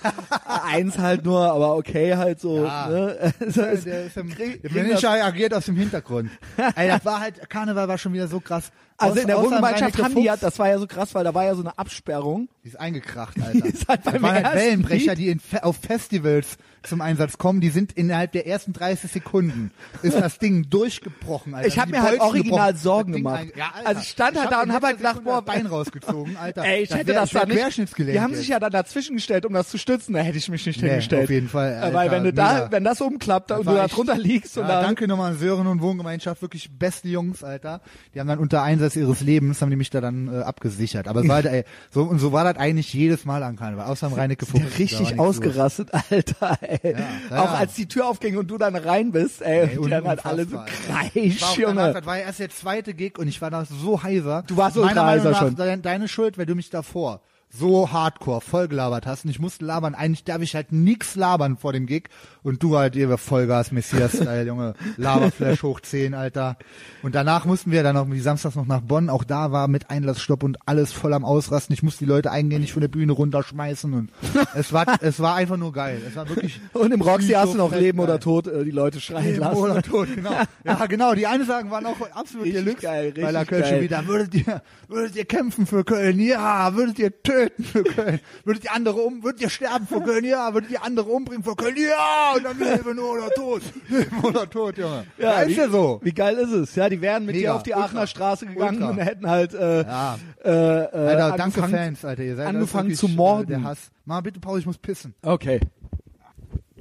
S2: eins halt nur, aber okay, halt so.
S1: Ja.
S2: Ne? Also es-
S1: Der, ist im,
S2: krieg-
S1: der
S2: kriegen
S1: Manager agiert aus dem Hintergrund. Ey, das war halt, Karneval war schon wieder so krass.
S2: das- also
S1: Aus-
S2: in der
S1: außer
S2: Wohngemeinschaft
S1: Reinecke
S2: haben die ja,
S1: Fuchs.
S2: das war ja so krass, weil da war ja so eine Absperrung.
S1: Die ist eingekracht, Alter.
S2: Die ist halt
S1: das
S2: beim
S1: waren halt
S2: ersten
S1: Wellenbrecher,
S2: Lied.
S1: die in, Fe- auf Festivals zum Einsatz kommen. Die sind innerhalb der ersten 30 Sekunden ist das Ding durchgebrochen, Alter.
S2: Ich hab
S1: Die
S2: mir halt
S1: Bolzen
S2: original
S1: gebrochen.
S2: Sorgen
S1: Das Ding
S2: gemacht.
S1: ein- Ja, Alter.
S2: Also ich stand halt
S1: hab
S2: da
S1: in
S2: und hab halt
S1: letzter
S2: gedacht,
S1: Sekunde
S2: boah,
S1: Bein rausgezogen, Alter.
S2: Ey, ich hätte
S1: wär-
S2: das
S1: wär
S2: da nicht.
S1: Querschnittsgelenk
S2: Die haben sich
S1: jetzt.
S2: ja da dazwischen gestellt, um das zu stützen. Da hätte ich mich nicht
S1: Nee,
S2: hingestellt.
S1: auf jeden Fall,
S2: Äh, Weil
S1: Alter,
S2: wenn du da,
S1: mega.
S2: wenn das umklappt
S1: Das
S2: und
S1: war
S2: du da
S1: echt-
S2: drunter liegst und
S1: ja,
S2: dann
S1: danke nochmal an Sören und Wohngemeinschaft, wirklich beste Jungs, Alter. Die haben dann unter Einsatz ihres Lebens, haben die mich da dann äh, abgesichert. Aber es war halt, ey, so, und so war das eigentlich jedes Mal an Karneval, außer am Reinecke
S2: Der richtig ausgerastet, Alter, ey.
S1: ja.
S2: Auch als die Tür aufging und du dann rein bist, ey,
S1: Ey,
S2: und die haben halt
S1: unfassbar,
S2: alle so
S1: Alter.
S2: kreisch,
S1: War, auch danach,
S2: Junge.
S1: das war ja erst der zweite Gig und ich war da so heiser.
S2: Du warst ultra
S1: Meiner Meinung
S2: heiser
S1: nach
S2: schon.
S1: de- deine Schuld, weil du mich davor so hardcore voll gelabert hast und ich musste labern. Eigentlich darf ich halt nix labern vor dem Gig und du halt ihr Vollgas Messias Style, Junge. Laberflash hoch 10, Alter. Und danach mussten wir dann noch wie samstags noch nach Bonn, auch da war mit Einlassstopp und alles voll am ausrasten. Ich musste die Leute eingehen, nicht von der Bühne runterschmeißen und es war es war einfach nur geil. Es war wirklich
S2: Und im Roxy hast du noch
S1: psycho-fett
S2: Leben
S1: geil.
S2: oder Tod, äh, die Leute schreien
S1: halt Leben
S2: lassen.
S1: oder Tod, genau. Ja, genau. Die Ansagen waren auch absolut
S2: Richtig
S1: deluxe.
S2: geil, richtig
S1: weil da Köln schon
S2: geil.
S1: wieder, würdet ihr, würdet ihr kämpfen für Köln? Ja. Würdet ihr töten für Köln? Würdet ihr andere um, würdet ihr sterben für Köln? Ja. Würdet ihr andere umbringen für Köln? Ja. Und dann Leben oder Tod. Leben oder Tod, Junge. Ja,
S2: wie,
S1: ist ja so.
S2: Wie geil ist es? Ja, die wären mit
S1: Mega,
S2: dir auf die
S1: ultra,
S2: Aachener Straße gegangen
S1: ultra.
S2: und hätten halt äh,
S1: Ja.
S2: äh, äh,
S1: Alter, danke
S2: angefangen.
S1: Fans, Alter. Ihr seid
S2: angefangen
S1: das
S2: zu
S1: wirklich,
S2: morden.
S1: Äh, der Hass. Mal bitte, Paul, ich muss pissen.
S2: Okay.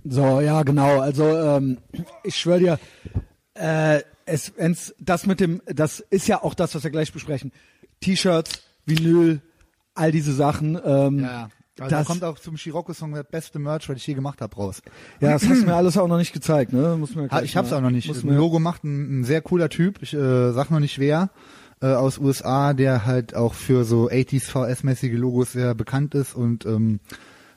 S2: So, ja, genau. Also ähm, ich schwöre dir, äh, es, wenn's, das mit dem, das ist ja auch das, was wir gleich besprechen. T-Shirts, Vinyl, all diese Sachen. Ähm,
S1: Ja. Also da
S2: das,
S1: kommt auch zum Scirocco-Song das beste Merch, was ich je gemacht habe, raus.
S2: ja, das hast du mir alles auch noch nicht gezeigt, ne? Muss mir
S1: Ha,
S2: gleich
S1: ich hab's
S2: mal-
S1: auch noch nicht.
S2: Muss
S1: Ein
S2: mir,
S1: Logo macht ein, ein sehr cooler Typ, ich äh, sag noch nicht wer, äh, aus USA, der halt auch für so 80s VS-mäßige Logos sehr bekannt ist und ähm,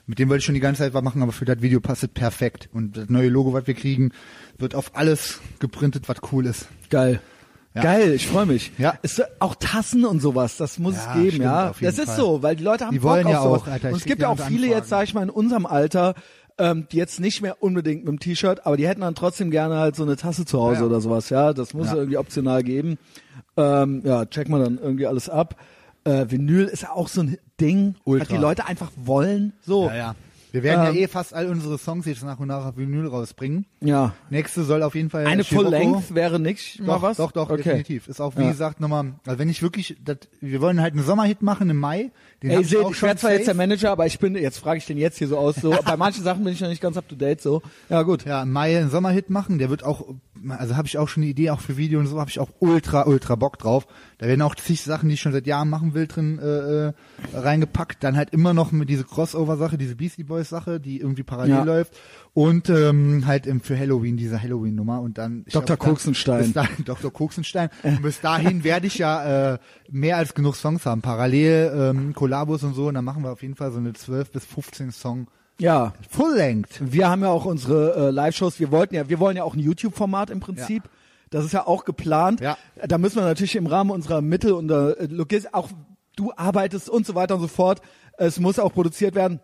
S1: mit dem wollte ich schon die ganze Zeit was machen, aber für das Video passt es perfekt. Und das neue Logo, was wir kriegen, wird auf alles geprintet, was cool ist.
S2: geil.
S1: Ja.
S2: Geil, ich freue mich.
S1: Ja.
S2: Ist so- auch Tassen und sowas, das muss
S1: Ja,
S2: es geben,
S1: stimmt,
S2: ja.
S1: auf jeden
S2: Das ist
S1: Fall.
S2: so, weil die Leute haben
S1: Die
S2: Bock
S1: wollen
S2: auf
S1: ja
S2: sowas.
S1: auch, Alter, ich
S2: und es
S1: krieg
S2: gibt
S1: die
S2: ja auch
S1: ganze
S2: viele
S1: Anfragen.
S2: jetzt, sag ich mal, in unserem Alter, ähm, die jetzt nicht mehr unbedingt mit dem T-Shirt, aber die hätten dann trotzdem gerne halt so eine Tasse zu Hause
S1: Ja.
S2: oder sowas, ja. Das muss
S1: Ja.
S2: es irgendwie optional geben. Ähm, ja, check mal dann irgendwie alles ab. Äh, Vinyl ist ja auch so ein Ding,
S1: Ultra.
S2: was die Leute einfach wollen. So.
S1: Ja, ja. Wir werden
S2: Ähm.
S1: ja eh fast all unsere Songs jetzt nach und nach auf Vinyl rausbringen.
S2: ja.
S1: Nächste soll auf jeden Fall
S2: Eine
S1: Scirocco-
S2: Full-Length wäre nix, mal
S1: Äh, doch,
S2: was?
S1: Doch, doch,
S2: okay.
S1: definitiv. Ist auch, wie
S2: Ja.
S1: gesagt, nochmal, also wenn ich wirklich, das, wir wollen halt einen Sommerhit machen im Mai. Den
S2: Ey,
S1: hab
S2: ihr seht,
S1: auch
S2: ich
S1: schon
S2: werde zwar jetzt der
S1: safe.
S2: Manager, aber ich bin, jetzt frage ich den jetzt hier so aus, so, bei manchen Sachen bin ich noch nicht ganz up to date, so. Ja, gut.
S1: ja, im Mai einen Sommerhit machen, der wird auch, also habe ich auch schon eine Idee, auch für Video und so, habe ich auch ultra, ultra Bock drauf. Da werden auch zig Sachen, die ich schon seit Jahren machen will, drin äh, äh, reingepackt. Dann halt immer noch mit diese Crossover-Sache, diese Beastie Boys-Sache, die irgendwie parallel
S2: Ja.
S1: läuft. Und ähm, halt ähm, für Halloween, diese Halloween-Nummer. Und dann ich
S2: Dr.
S1: glaub, dann-
S2: Koksenstein.
S1: Bis dahin, Dr. Koksenstein. Und bis dahin werde ich ja äh, mehr als genug Songs haben. Parallel, ähm, Kollabos und so. Und dann machen wir auf jeden Fall so eine 12 bis 15 Song
S2: Ja.
S1: Full-Length.
S2: Wir haben ja auch unsere äh, Live-Shows. Wir wollten ja, wir wollen ja auch ein YouTube-Format im Prinzip. Das ist ja auch geplant.
S1: Ja.
S2: Da müssen wir natürlich im Rahmen unserer Mittel und der äh, Logis- auch du arbeitest und so weiter und so fort. Es muss auch produziert werden.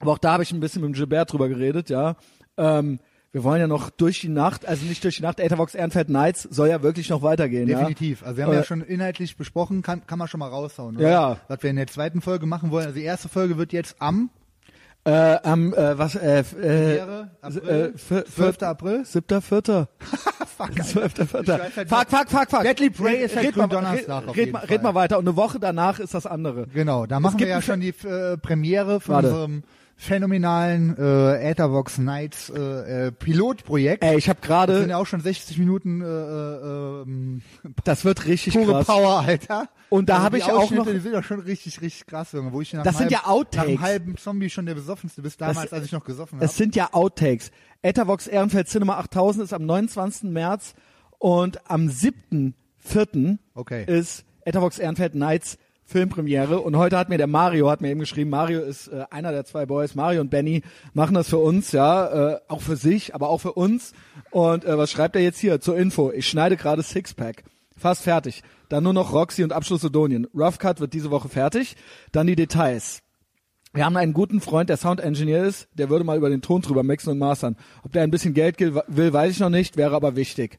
S2: Aber auch da habe ich ein bisschen mit dem Gilbert drüber geredet, ja. Ähm, wir wollen ja noch durch die Nacht, also nicht durch die Nacht, Etherbox Ehrenfeld Nights soll ja wirklich noch weitergehen.
S1: Definitiv.
S2: Ja?
S1: Also wir haben
S2: Äh,
S1: ja schon inhaltlich besprochen, kann, kann man schon mal raushauen. Oder?
S2: Ja, ja.
S1: Was wir in der zweiten Folge machen wollen. Also die erste Folge wird jetzt am
S2: Äh, am, äh, was, äh, f- äh,
S1: Premiere, April?
S2: äh, vier-
S1: 12. April.
S2: Siebter, vierter.
S1: Fuck,
S2: Zwölfter, vierter.
S1: Ich weiß halt
S2: Fuck, fuck, fuck, fuck.
S1: Deadly Prey ist halt
S2: Red mal-
S1: Gründonnerstag auf
S2: Red, red,
S1: jeden
S2: mal-
S1: Fall.
S2: red mal weiter. Und eine Woche danach ist das andere.
S1: Genau, da machen wir
S2: gibt
S1: ja
S2: ein
S1: schon die äh, Premiere von
S2: Warte.
S1: unserem phänomenalen äh, Etherbox Nights äh, äh, Pilotprojekt.
S2: Ey, ich habe
S1: das sind
S2: gerade,
S1: ja auch schon 60 Minuten äh, äh, ähm,
S2: das wird richtig
S1: pure
S2: krass.
S1: Power, Alter.
S2: Und da
S1: Also
S2: hab
S1: die
S2: ich auch
S1: Ausschnitte,
S2: noch-
S1: Die sind doch schon richtig, richtig krass, Junge. Wo ich nach
S2: Das
S1: einem
S2: sind
S1: halben-
S2: ja Outtakes.
S1: Nach einem halben Zombie schon der besoffenste bis damals, als ich noch gesoffen habe.
S2: Es sind ja Outtakes. Ethervox Ehrenfeld Cinema 8000 ist am 29. März und am 7.4.
S1: Okay.
S2: ist Ethervox Ehrenfeld Nights Filmpremiere und heute hat mir der Mario hat mir eben geschrieben, Mario ist äh, einer der zwei Boys, Mario und Benny machen das für uns, ja, äh, auch für sich, aber auch für uns. Und äh, was schreibt er jetzt hier zur Info? Ich schneide gerade Sixpack. Fast fertig. Dann nur noch Roxy und Abschluss Odonien. Rough Cut wird diese Woche fertig. Dann die Details. Wir haben einen guten Freund, der Sound Engineer ist, der würde mal über den Ton drüber mixen und mastern. Ob der ein bisschen Geld ge- will, weiß ich noch nicht, wäre aber wichtig.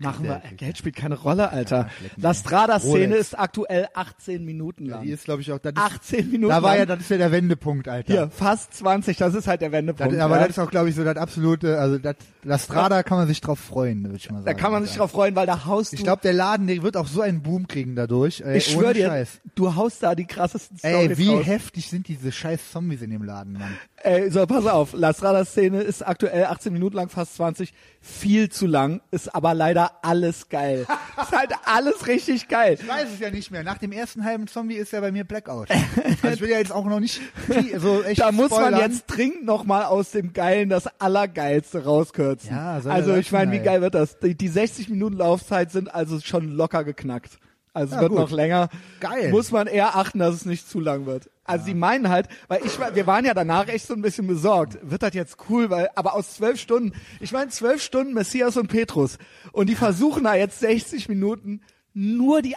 S2: Machen wir. Geld spielt keine Rolle, Alter. La Strada-Szene
S1: Rolex.
S2: ist aktuell 18 Minuten lang.
S1: Die ist, glaube ich, auch. Das ist,
S2: 18 Minuten
S1: Da war ja,
S2: lang.
S1: das ist ja der Wendepunkt, Alter.
S2: Hier, fast 20, das ist halt der
S1: Das,
S2: Wendepunkt.
S1: aber
S2: ja.
S1: das ist auch, glaube ich, so das absolute, also das, das Strada kann man sich drauf freuen, würde ich mal sagen.
S2: da kann man sich drauf freuen, weil da haust du,
S1: Ich glaube, der Laden, der wird auch so einen Boom kriegen dadurch. Ey,
S2: ich schwör
S1: ohne
S2: dir,
S1: Scheiß.
S2: du haust da die krassesten
S1: Ey,
S2: Storys
S1: wie
S2: raus.
S1: heftig sind diese scheiß Zombies in dem Laden, Mann.
S2: Ey, so, pass auf. La Strada-Szene ist aktuell 18 Minuten lang, fast 20. Viel zu lang, ist aber leider alles geil. ist halt alles richtig geil.
S1: Ich weiß es ja nicht mehr. Nach dem ersten halben Zombie ist ja bei mir Blackout. Also ich will ja jetzt auch noch nicht viel- so echt
S2: Da muss
S1: spoilern.
S2: man jetzt dringend nochmal aus dem Geilen das Allergeilste rauskürzen.
S1: Ja, soll er
S2: also ich
S1: lassen,
S2: meine, wie
S1: ey.
S2: geil wird das? Die, die 60 Minuten Laufzeit sind also schon locker geknackt. Also es
S1: Ja,
S2: wird
S1: gut.
S2: noch länger.
S1: Geil.
S2: Muss man eher achten, dass es nicht zu lang wird. Also die meinen halt, weil ich war- wir waren ja danach echt so ein bisschen besorgt. Wird das jetzt cool, weil aber aus zwölf Stunden, ich meine zwölf Stunden Messias und Petrus und die versuchen da jetzt 60 Minuten nur die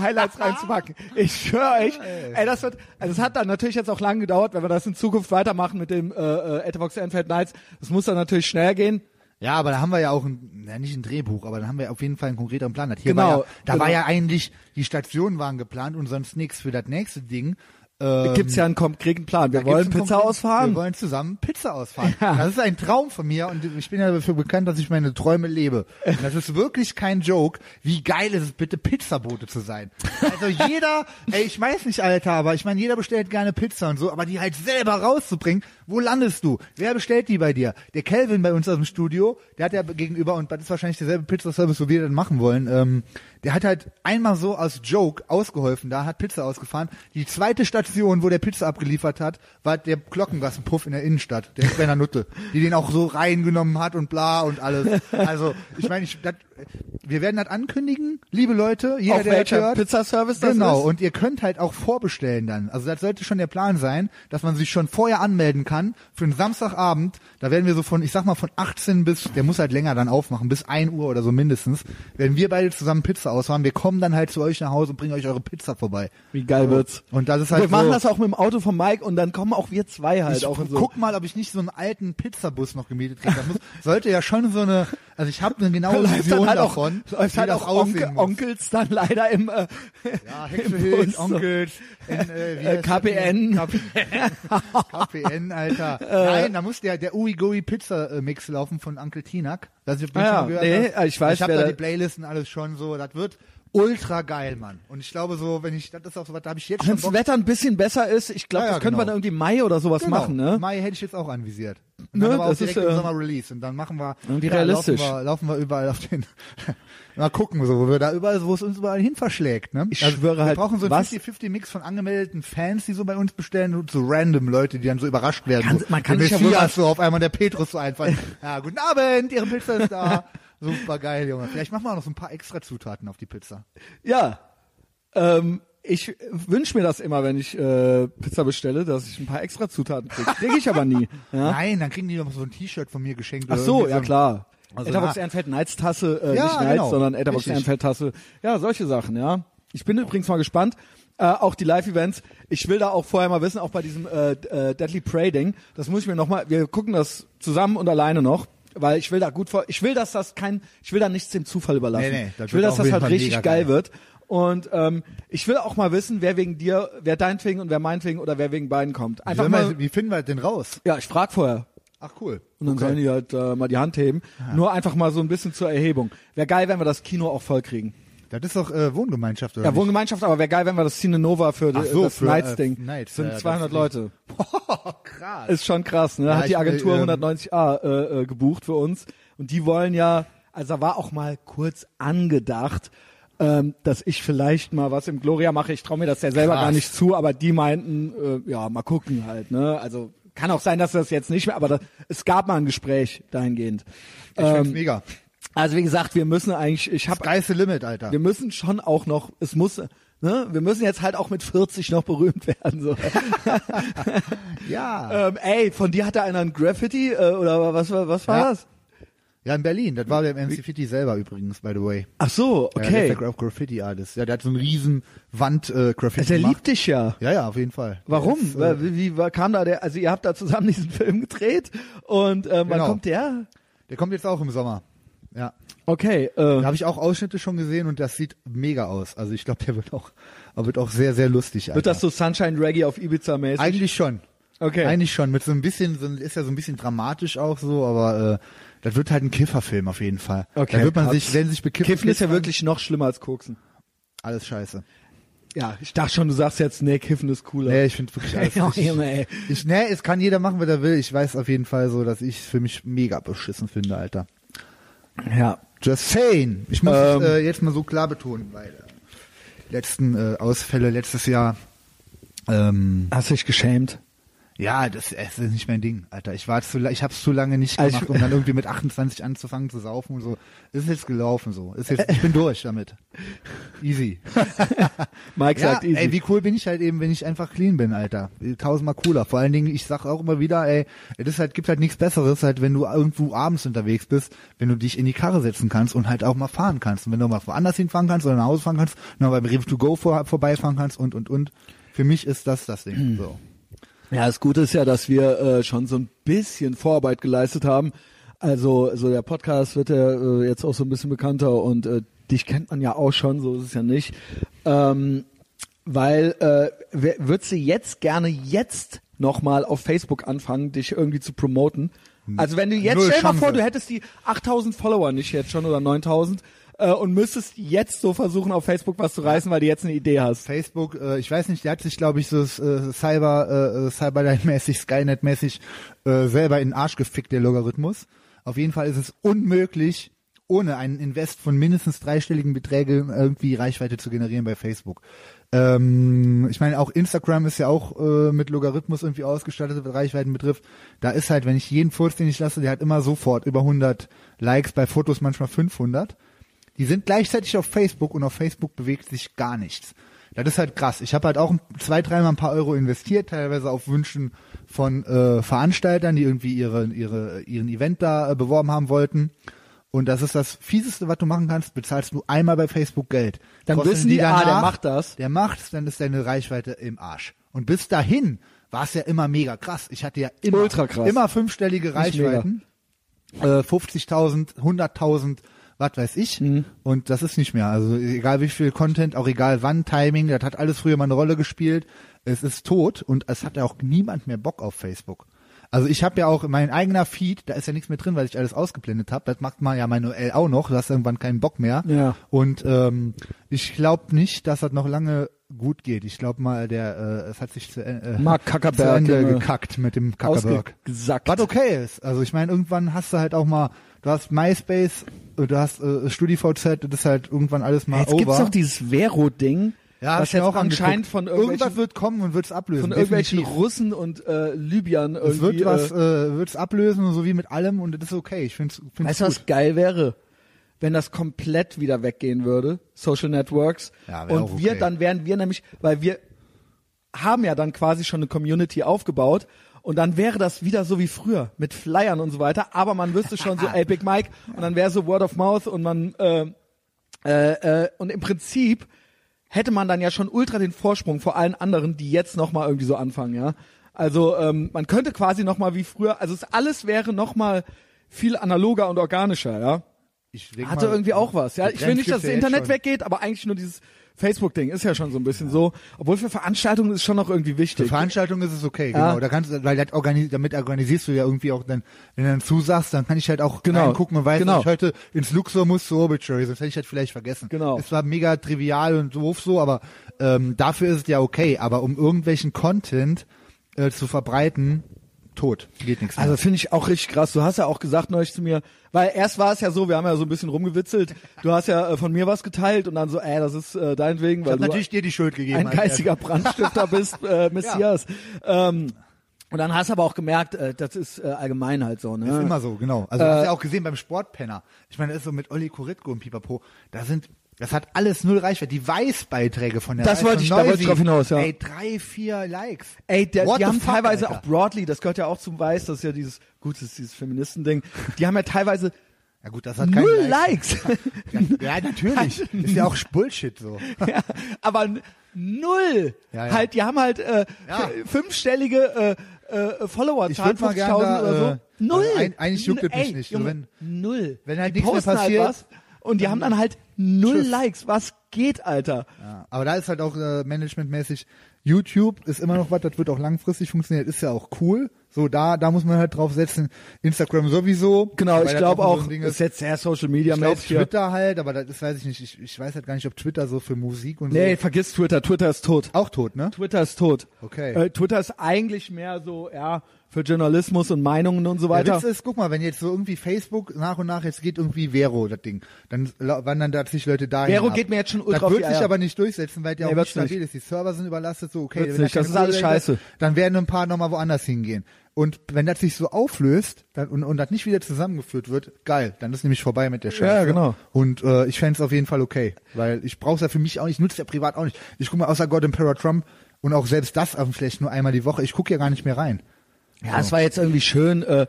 S2: Highlights reinzupacken. Ich schwöre euch, ey, das wird, also es hat dann natürlich jetzt auch lang gedauert, wenn wir das in Zukunft weitermachen mit dem äh, äh, Etavox Enfield Nights. Das muss dann natürlich schneller gehen.
S1: Ja, aber da haben wir ja auch ein, ja, nicht ein Drehbuch, aber da haben wir auf jeden Fall einen konkreteren Plan. Hier
S2: Genau,
S1: war ja, da
S2: genau.
S1: war ja eigentlich, die Stationen waren geplant und sonst nichts für das nächste Ding. Ähm,
S2: Gibt's ja einen konkreten Plan.
S1: da
S2: Wir
S1: gibt's
S2: wollen
S1: einen
S2: Pizza
S1: konkreten-
S2: ausfahren.
S1: Wir wollen zusammen Pizza ausfahren.
S2: Ja.
S1: Das ist ein Traum von mir und ich bin ja dafür bekannt, dass ich meine Träume lebe. Und das ist wirklich kein Joke. Wie geil ist es bitte, Pizzabote zu sein. Also jeder, ey, ich weiß nicht, Alter, aber ich meine, jeder bestellt gerne Pizza und so, aber die halt selber rauszubringen, wo landest du? Wer bestellt die bei dir? Der Kelvin bei uns aus dem Studio, der hat ja gegenüber, und das ist wahrscheinlich derselbe Pizzaservice, wo wir das machen wollen, ähm, der hat halt einmal so aus Joke ausgeholfen, da hat Pizza ausgefahren. Die zweite Station, wo der Pizza abgeliefert hat, war der Glockengassenpuff in der Innenstadt, der Svenner Nutte, die den auch so reingenommen hat und bla und alles. Also, ich meine, ich, das- wir werden das ankündigen, liebe Leute, jeder,
S2: Auf
S1: der das
S2: welcher
S1: hört.
S2: Pizzaservice das
S1: Genau,
S2: ist?
S1: und ihr könnt halt auch vorbestellen dann. Also das sollte schon der Plan sein, dass man sich schon vorher anmelden kann für den Samstagabend. Da werden wir so von, ich sag mal, von 18 bis, der muss halt länger dann aufmachen, bis 1 Uhr oder so mindestens, werden wir beide zusammen Pizza ausfahren. Wir kommen dann halt zu euch nach Hause und bringen euch eure Pizza vorbei.
S2: Wie geil wird's?
S1: Und das ist halt
S2: wir machen
S1: so,
S2: das auch mit dem Auto von Mike und dann kommen auch wir zwei halt
S1: ich
S2: auch in so.
S1: guck mal, ob ich nicht so einen alten Pizzabus noch gemietet kriege. Das muss, sollte ja schon so eine, also ich habe eine genaue Vision davon,
S2: auch, läuft
S1: wie
S2: halt
S1: das
S2: auch
S1: aussehen
S2: Onkel,
S1: muss.
S2: Onkels dann leider im, äh,
S1: Ja,
S2: im
S1: Hexehild,
S2: Bus.
S1: Onkels, in, äh, wie
S2: Äh,
S1: heißt
S2: KPN.
S1: das Ding? KP, KPN, Alter.
S2: Äh.
S1: Nein, da muss der, der Ui Gui Pizza äh, Mix laufen von Uncle Tinak. Weiß nicht, ob du
S2: Ah
S1: den
S2: ja,
S1: schon gehört
S2: nee,
S1: hast.
S2: ich weiß,
S1: Ich habe
S2: wer
S1: da
S2: da-
S1: die Playlisten alles schon so. Das wird ultra geil, Mann. Und ich glaube so, wenn ich, das ist auch so was, da habe ich jetzt schon
S2: Wenn's
S1: Bock.
S2: Wetter ein bisschen besser ist, ich glaube,
S1: Ja, ja,
S2: das könnte man
S1: genau.
S2: dann irgendwie Mai oder sowas
S1: Genau.
S2: machen, ne?
S1: Mai hätte ich jetzt auch anvisiert. Und
S2: Ne,
S1: dann aber auch
S2: das
S1: direkt
S2: ist,
S1: im
S2: äh,
S1: Sommer Release. Und dann machen wir,
S2: irgendwie
S1: ja, laufen
S2: realistisch.
S1: wir, laufen wir überall auf den, mal gucken, so, wo wir da überall, wo es uns überall hin verschlägt, ne?
S2: Ich schwöre
S1: wir
S2: halt,
S1: brauchen so einen
S2: was-
S1: 50-50-Mix von angemeldeten Fans, die so bei uns bestellen und so random Leute, die dann so überrascht werden.
S2: Kann-
S1: so,
S2: man kann
S1: der
S2: sich ja wohl
S1: Messias
S2: was-
S1: so auf einmal der Petrus so einfallen. ja, guten Abend, ihre Pizza ist da. Super geil, Junge. Vielleicht machen wir auch noch so ein paar extra Zutaten auf die Pizza.
S2: Ja. Ähm, ich wünsche mir das immer, wenn ich äh, Pizza bestelle, dass ich ein paar extra Zutaten kriege. Kriege ich aber nie. Ja?
S1: Nein, dann kriegen die noch so ein T-Shirt von mir geschenkt.
S2: Ach
S1: oder
S2: so,
S1: irgendwie
S2: ja
S1: ein-
S2: klar.
S1: Also,
S2: Also, Etherbox
S1: na-
S2: Ehrenfeld Nights Tasse, äh,
S1: Ja,
S2: nicht Nights,
S1: genau.
S2: sondern Etherbox
S1: Richtig.
S2: Ehrenfeld Tasse. Ja, solche Sachen, ja. Ich bin übrigens mal gespannt. Äh, auch die Live-Events. Ich will da auch vorher mal wissen, auch bei diesem äh, äh, Deadly Prey-Ding, das muss ich mir nochmal, wir gucken das zusammen und alleine noch, weil ich will da gut vor, ich will, dass das kein, ich will da nichts dem Zufall überlassen.
S1: Nee, nee, das
S2: ich will,
S1: wird
S2: dass
S1: auf
S2: das
S1: jeden
S2: halt
S1: Fall
S2: richtig
S1: mega
S2: geil,
S1: geil.
S2: wird. Und ähm, ich will auch mal wissen, wer wegen dir, wer deinetwegen und wer meinetwegen oder wer wegen beiden kommt.
S1: Wie,
S2: Einfach
S1: sollen
S2: mal,
S1: wir, wie finden wir den raus?
S2: ja, ich frag vorher.
S1: Ach cool.
S2: Und dann
S1: Okay.
S2: sollen die halt äh, mal die Hand heben. Nur einfach mal so ein bisschen zur Erhebung. Wäre geil, wenn wir das Kino auch voll kriegen.
S1: Das ist doch äh, Wohngemeinschaft, oder?
S2: Ja, Wohngemeinschaft, aber wäre geil, wenn wir das Cine Nova für
S1: Ach
S2: die-
S1: so,
S2: das
S1: für,
S2: Nights-Ding.
S1: äh, Nights,
S2: sind
S1: ja,
S2: 200
S1: das-
S2: Leute.
S1: Oh, krass.
S2: Ist schon krass, ne? Hat
S1: ich-
S2: die Agentur
S1: äh, ähm,
S2: 190a äh, äh, gebucht für uns. Und die wollen ja, also da war auch mal kurz angedacht, ähm, dass ich vielleicht mal was im Gloria mache. Ich traue mir das ja selber
S1: Krass.
S2: gar nicht zu, aber die meinten, äh, ja, mal gucken halt, ne? Also kann auch sein, dass das jetzt nicht mehr, aber das, es gab mal ein Gespräch dahingehend.
S1: ich find's
S2: Ähm,
S1: mega.
S2: Also wie gesagt, wir müssen eigentlich, ich habe,
S1: Sky's the limit, Alter.
S2: wir müssen schon auch noch, es muss, ne, wir müssen jetzt halt auch mit 40 noch berühmt werden. So.
S1: Ja.
S2: ähm, ey, von dir hatte einer ein Graffiti äh, oder was, war- was war
S1: Ja.
S2: das?
S1: Ja, in Berlin. Das war der MC Fitti selber übrigens, by the way.
S2: Ach so,
S1: Ja, der
S2: okay.
S1: ist der Graffiti-Artist. Ja, der hat so einen riesen Wand-Graffiti
S2: der
S1: gemacht.
S2: liebt dich ja.
S1: Ja, ja, auf jeden Fall.
S2: Warum?
S1: Das, äh,
S2: wie, wie war- kam da der? Also ihr habt da zusammen diesen Film gedreht und äh, wann
S1: Genau.
S2: kommt der?
S1: der kommt jetzt auch im Sommer. Ja.
S2: Okay. Äh,
S1: Da habe ich auch Ausschnitte schon gesehen und das sieht mega aus. Also ich glaube, der wird auch, aber wird auch sehr, sehr lustig. Alter.
S2: wird das so Sunshine Reggae auf Ibiza mäßig?
S1: Eigentlich schon.
S2: Okay.
S1: Eigentlich schon. Mit so ein bisschen, so, ein- ist ja so ein bisschen dramatisch auch so, aber äh, das wird halt ein Kifferfilm auf jeden Fall.
S2: Okay,
S1: Da wird man
S2: krass.
S1: sich, wenn sich bekiffen.
S2: Kiffen ist ja
S1: kriegt man-
S2: wirklich noch schlimmer als Koksen.
S1: Alles scheiße.
S2: Ja, ich dachte schon, du sagst jetzt, nee, Kiffen ist cooler.
S1: Nee, ich finde wirklich alles.
S2: Ja,
S1: ich,
S2: Junge, ey.
S1: ich, nee, es kann jeder machen, was er will. Ich weiß auf jeden Fall so, dass ich es für mich mega beschissen finde, Alter.
S2: Ja.
S1: Just saying. Ich muss
S2: Ähm.
S1: es äh, jetzt mal so klar betonen, weil äh, die letzten äh, Ausfälle letztes Jahr. Ähm,
S2: Hast du dich geschämt?
S1: ja, das, es ist nicht mein Ding, Alter. Ich war zu, la- ich hab's zu lange nicht
S2: Also
S1: gemacht,
S2: ich-
S1: um dann irgendwie mit 28 anzufangen zu saufen und so. Ist jetzt gelaufen so. Ist jetzt, ich bin durch damit. Easy.
S2: Mike
S1: Ja,
S2: sagt easy.
S1: ey, wie cool bin ich halt eben, wenn ich einfach clean bin, Alter. Tausendmal cooler. Vor allen Dingen, ich sag auch immer wieder, ey, das ist halt, gibt halt nichts Besseres, halt, wenn du irgendwo abends unterwegs bist, wenn du dich in die Karre setzen kannst und halt auch mal fahren kannst. Und wenn du mal woanders hinfahren kannst oder nach Hause fahren kannst, noch beim Reef to Go vor, vorbeifahren kannst und, und, und. Für mich ist das das
S2: Mhm.
S1: Ding, so.
S2: Ja, das Gute ist ja, dass wir äh, schon so ein bisschen Vorarbeit geleistet haben. Also so der Podcast wird ja äh, jetzt auch so ein bisschen bekannter und äh, dich kennt man ja auch schon, so ist es ja nicht. Ähm, weil äh, wer- würdest du jetzt gerne jetzt nochmal auf Facebook anfangen, dich irgendwie zu promoten? Also wenn du jetzt,
S1: Hm. Null
S2: stell dir mal
S1: Chance.
S2: vor, du hättest die 8000 Follower nicht jetzt schon oder 9000 äh, und müsstest jetzt so versuchen, auf Facebook was zu reißen, weil du jetzt eine Idee hast.
S1: Facebook, äh, ich weiß nicht, der hat sich, glaube ich, so äh, Cyber, äh, Cyberline-mäßig, Skynet-mäßig äh, selber in den Arsch gefickt, der Logarithmus. Auf jeden Fall ist es unmöglich, ohne einen Invest von mindestens dreistelligen Beträgen irgendwie Reichweite zu generieren bei Facebook. Ähm, ich meine, auch Instagram ist ja auch äh, mit Logarithmus irgendwie ausgestattet, was Reichweiten betrifft. Da ist halt, wenn ich jeden Furz, den ich lasse, der hat immer sofort über 100 Likes, bei Fotos manchmal 500. Die sind gleichzeitig auf Facebook und auf Facebook bewegt sich gar nichts. Das ist halt krass. Ich habe halt auch ein- zwei, dreimal ein paar Euro investiert, teilweise auf Wünschen von äh, Veranstaltern, die irgendwie ihre, ihre, ihren Event da äh, beworben haben wollten. Und das ist das Fieseste, was du machen kannst, bezahlst du einmal bei Facebook Geld.
S2: Dann
S1: Kosten
S2: wissen die, ah, der macht das.
S1: Der macht's, dann ist deine Reichweite im Arsch. Und bis dahin war es ja immer mega krass. Ich hatte ja immer,
S2: Ultra krass.
S1: immer fünfstellige
S2: Nicht mega.
S1: Reichweiten äh, 50.000, 100.000, was weiß ich.
S2: Mhm.
S1: Und das ist nicht mehr. Also egal wie viel Content, auch egal wann, Timing, das hat alles früher mal eine Rolle gespielt. Es ist tot und es hat ja auch niemand mehr Bock auf Facebook. Also ich habe ja auch mein eigener Feed, da ist ja nichts mehr drin, weil ich alles ausgeblendet habe. Das macht man ja manuell auch noch, du hast irgendwann keinen Bock mehr.
S2: Ja.
S1: Und ähm, ich glaube nicht, dass das noch lange gut geht. Ich glaube mal, der äh, es hat sich zu, äh,
S2: Mark Zuckerberg, äh,
S1: zu Ende
S2: Junge.
S1: gekackt mit dem Kackerberg.
S2: Ausgesackt.
S1: Was okay ist. Also ich meine, irgendwann hast du halt auch mal, du hast MySpace, äh, du hast äh, StudiVZ, das ist halt irgendwann alles mal
S2: Jetzt
S1: over.
S2: gibt's doch dieses Vero-Ding,
S1: ja, hab
S2: was
S1: ich mir
S2: jetzt
S1: auch
S2: anscheinend
S1: angeguckt.
S2: von
S1: irgendwas
S2: irgendwelchen,
S1: wird kommen und wird's ablösen.
S2: von irgendwelchen
S1: definitiv.
S2: Russen und äh, Libyern
S1: es
S2: irgendwie.
S1: wird was,
S2: äh,
S1: äh, wird's ablösen und so wie mit allem und das ist okay. Ich find's, find's
S2: weißt du,
S1: gut.
S2: was geil wäre? Wenn das komplett wieder weggehen würde, Social Networks.
S1: Ja, wär
S2: und
S1: auch
S2: wir,
S1: okay.
S2: dann wären wir nämlich, weil wir haben ja dann quasi schon eine Community aufgebaut und dann wäre das wieder so wie früher mit Flyern und so weiter, aber man wüsste schon so, ey, Big Mike und dann wäre so Word of Mouth und man äh, äh, äh, und im Prinzip hätte man dann ja schon ultra den Vorsprung vor allen anderen, die jetzt nochmal irgendwie so anfangen, ja. Also ähm, man könnte quasi nochmal wie früher, also es alles wäre nochmal viel analoger und organischer, ja.
S1: ich denk
S2: Hatte
S1: mal, also
S2: irgendwie auch was, ja. Ich will
S1: Trends
S2: nicht,
S1: gibt's
S2: dass das
S1: ja jetzt
S2: Internet
S1: eh schon.
S2: weggeht, aber eigentlich nur dieses Facebook-Ding ist ja schon so ein bisschen so. Obwohl für Veranstaltungen ist schon noch irgendwie
S1: Für
S2: wichtig.
S1: Veranstaltungen ist es okay,
S2: Ja.
S1: genau. Da kannst, du- weil das organis damit organisierst du ja irgendwie auch dann, wenn du dann zusagst, dann kann ich halt auch
S2: Genau.
S1: gucken und weiß,
S2: Genau.
S1: dass ich heute ins Luxor muss zu Obituary, sonst hätte ich das vielleicht vergessen.
S2: Genau.
S1: Es war mega trivial und doof so, aber ähm, dafür ist es ja okay. Aber um irgendwelchen Content äh, zu verbreiten, tot. Geht nichts
S2: Also
S1: mehr.
S2: finde ich auch richtig krass. Du hast ja auch gesagt neulich zu mir, weil erst war es ja so, wir haben ja so ein bisschen rumgewitzelt. Du hast ja äh, von mir was geteilt und dann so, ey, das ist äh, deinetwegen,
S1: Ich
S2: weil
S1: hab
S2: du
S1: natürlich dir die Schuld gegeben.
S2: ein
S1: Alter.
S2: geistiger Brandstifter bist, äh, Messias. Ähm, und dann hast du aber auch gemerkt, äh, das ist äh, allgemein halt so, ne?
S1: Das ist immer so, genau. Also
S2: Äh.
S1: du hast ja auch gesehen beim Sportpenner. Ich meine, das ist so mit Olli Kuritko und Pipapo. Da sind, das hat alles null Reichweite. Die Weißbeiträge von der
S2: Das
S1: Weiß-
S2: wollte
S1: von
S2: ich- da wollte ich
S1: Neusi,
S2: drauf hinaus, ja.
S1: Ey, drei, vier Likes.
S2: Ey, der,
S1: What
S2: die
S1: the
S2: haben
S1: fuck,
S2: teilweise
S1: Alter?
S2: auch Broadly, das gehört ja auch zum Weiß, das ist ja dieses, gut, das ist dieses Feministending. Die haben ja teilweise
S1: Ja gut, das hat keine
S2: null
S1: Likes.
S2: Likes.
S1: Ja, ja, natürlich. ist ja auch Bullshit so.
S2: ja, aber n- null.
S1: Ja, ja.
S2: Halt, die haben halt äh,
S1: Ja.
S2: f- fünfstellige äh, äh,
S1: Ich
S2: Followerzahl,
S1: würd mal
S2: 50.000
S1: gern da,
S2: oder so.
S1: äh,
S2: null.
S1: also ein- eigentlich juckt es mich
S2: Ey,
S1: nicht, so
S2: Junge,
S1: wenn-
S2: null.
S1: wenn halt
S2: die
S1: nichts mehr
S2: posten
S1: passiert,
S2: Halt was und die haben dann halt null Likes. Was geht, Alter?
S1: Ja, aber da ist halt auch äh, managementmäßig YouTube ist immer noch was, das wird auch langfristig funktionieren, ist ja auch cool, So, da, da muss man halt drauf setzen. Instagram sowieso.
S2: Genau,
S1: weil
S2: ich
S1: das
S2: glaube
S1: so ein
S2: auch,
S1: Ding
S2: das ist
S1: ist.
S2: jetzt sehr Social
S1: Ich
S2: Media
S1: glaube
S2: mäßig hier.
S1: Twitter halt, aber das das weiß ich nicht. Ich, ich weiß halt gar nicht, ob Twitter so für Musik und
S2: Nee,
S1: so
S2: vergiss Twitter, Twitter ist tot.
S1: auch tot, ne?
S2: Twitter ist tot.
S1: Okay.
S2: Äh, Twitter ist eigentlich mehr so, ja, für Journalismus und Meinungen und so
S1: Der
S2: weiter.
S1: Witz ist, guck mal, wenn jetzt so irgendwie Facebook nach und nach jetzt geht irgendwie Vero das Ding, dann la- wandern da sich Leute dahin.
S2: Vero
S1: ab.
S2: geht mir jetzt schon ultra
S1: Das
S2: auf
S1: wird
S2: die
S1: sich
S2: Eier.
S1: aber nicht durchsetzen, weil der
S2: Nee,
S1: auch nicht
S2: wird's
S1: stabil ist. Die Server sind überlastet, so okay,
S2: Wird's
S1: da
S2: nicht, das
S1: keine
S2: ist alles
S1: Urlaube ist,
S2: scheiße.
S1: Dann werden ein paar nochmal woanders hingehen. Und wenn das sich so auflöst dann, und, und das nicht wieder zusammengeführt wird, geil, dann ist nämlich vorbei mit der Scheiße.
S2: genau.
S1: Und äh, ich fänd's auf jeden Fall okay, weil ich brauch's ja für mich auch nicht, ich nutze ja privat auch nicht. Ich gucke mal außer God Emperor Trump und auch selbst das auf vielleicht nur einmal die Woche, ich gucke ja gar nicht mehr rein.
S2: Ja, es war jetzt irgendwie schön, äh,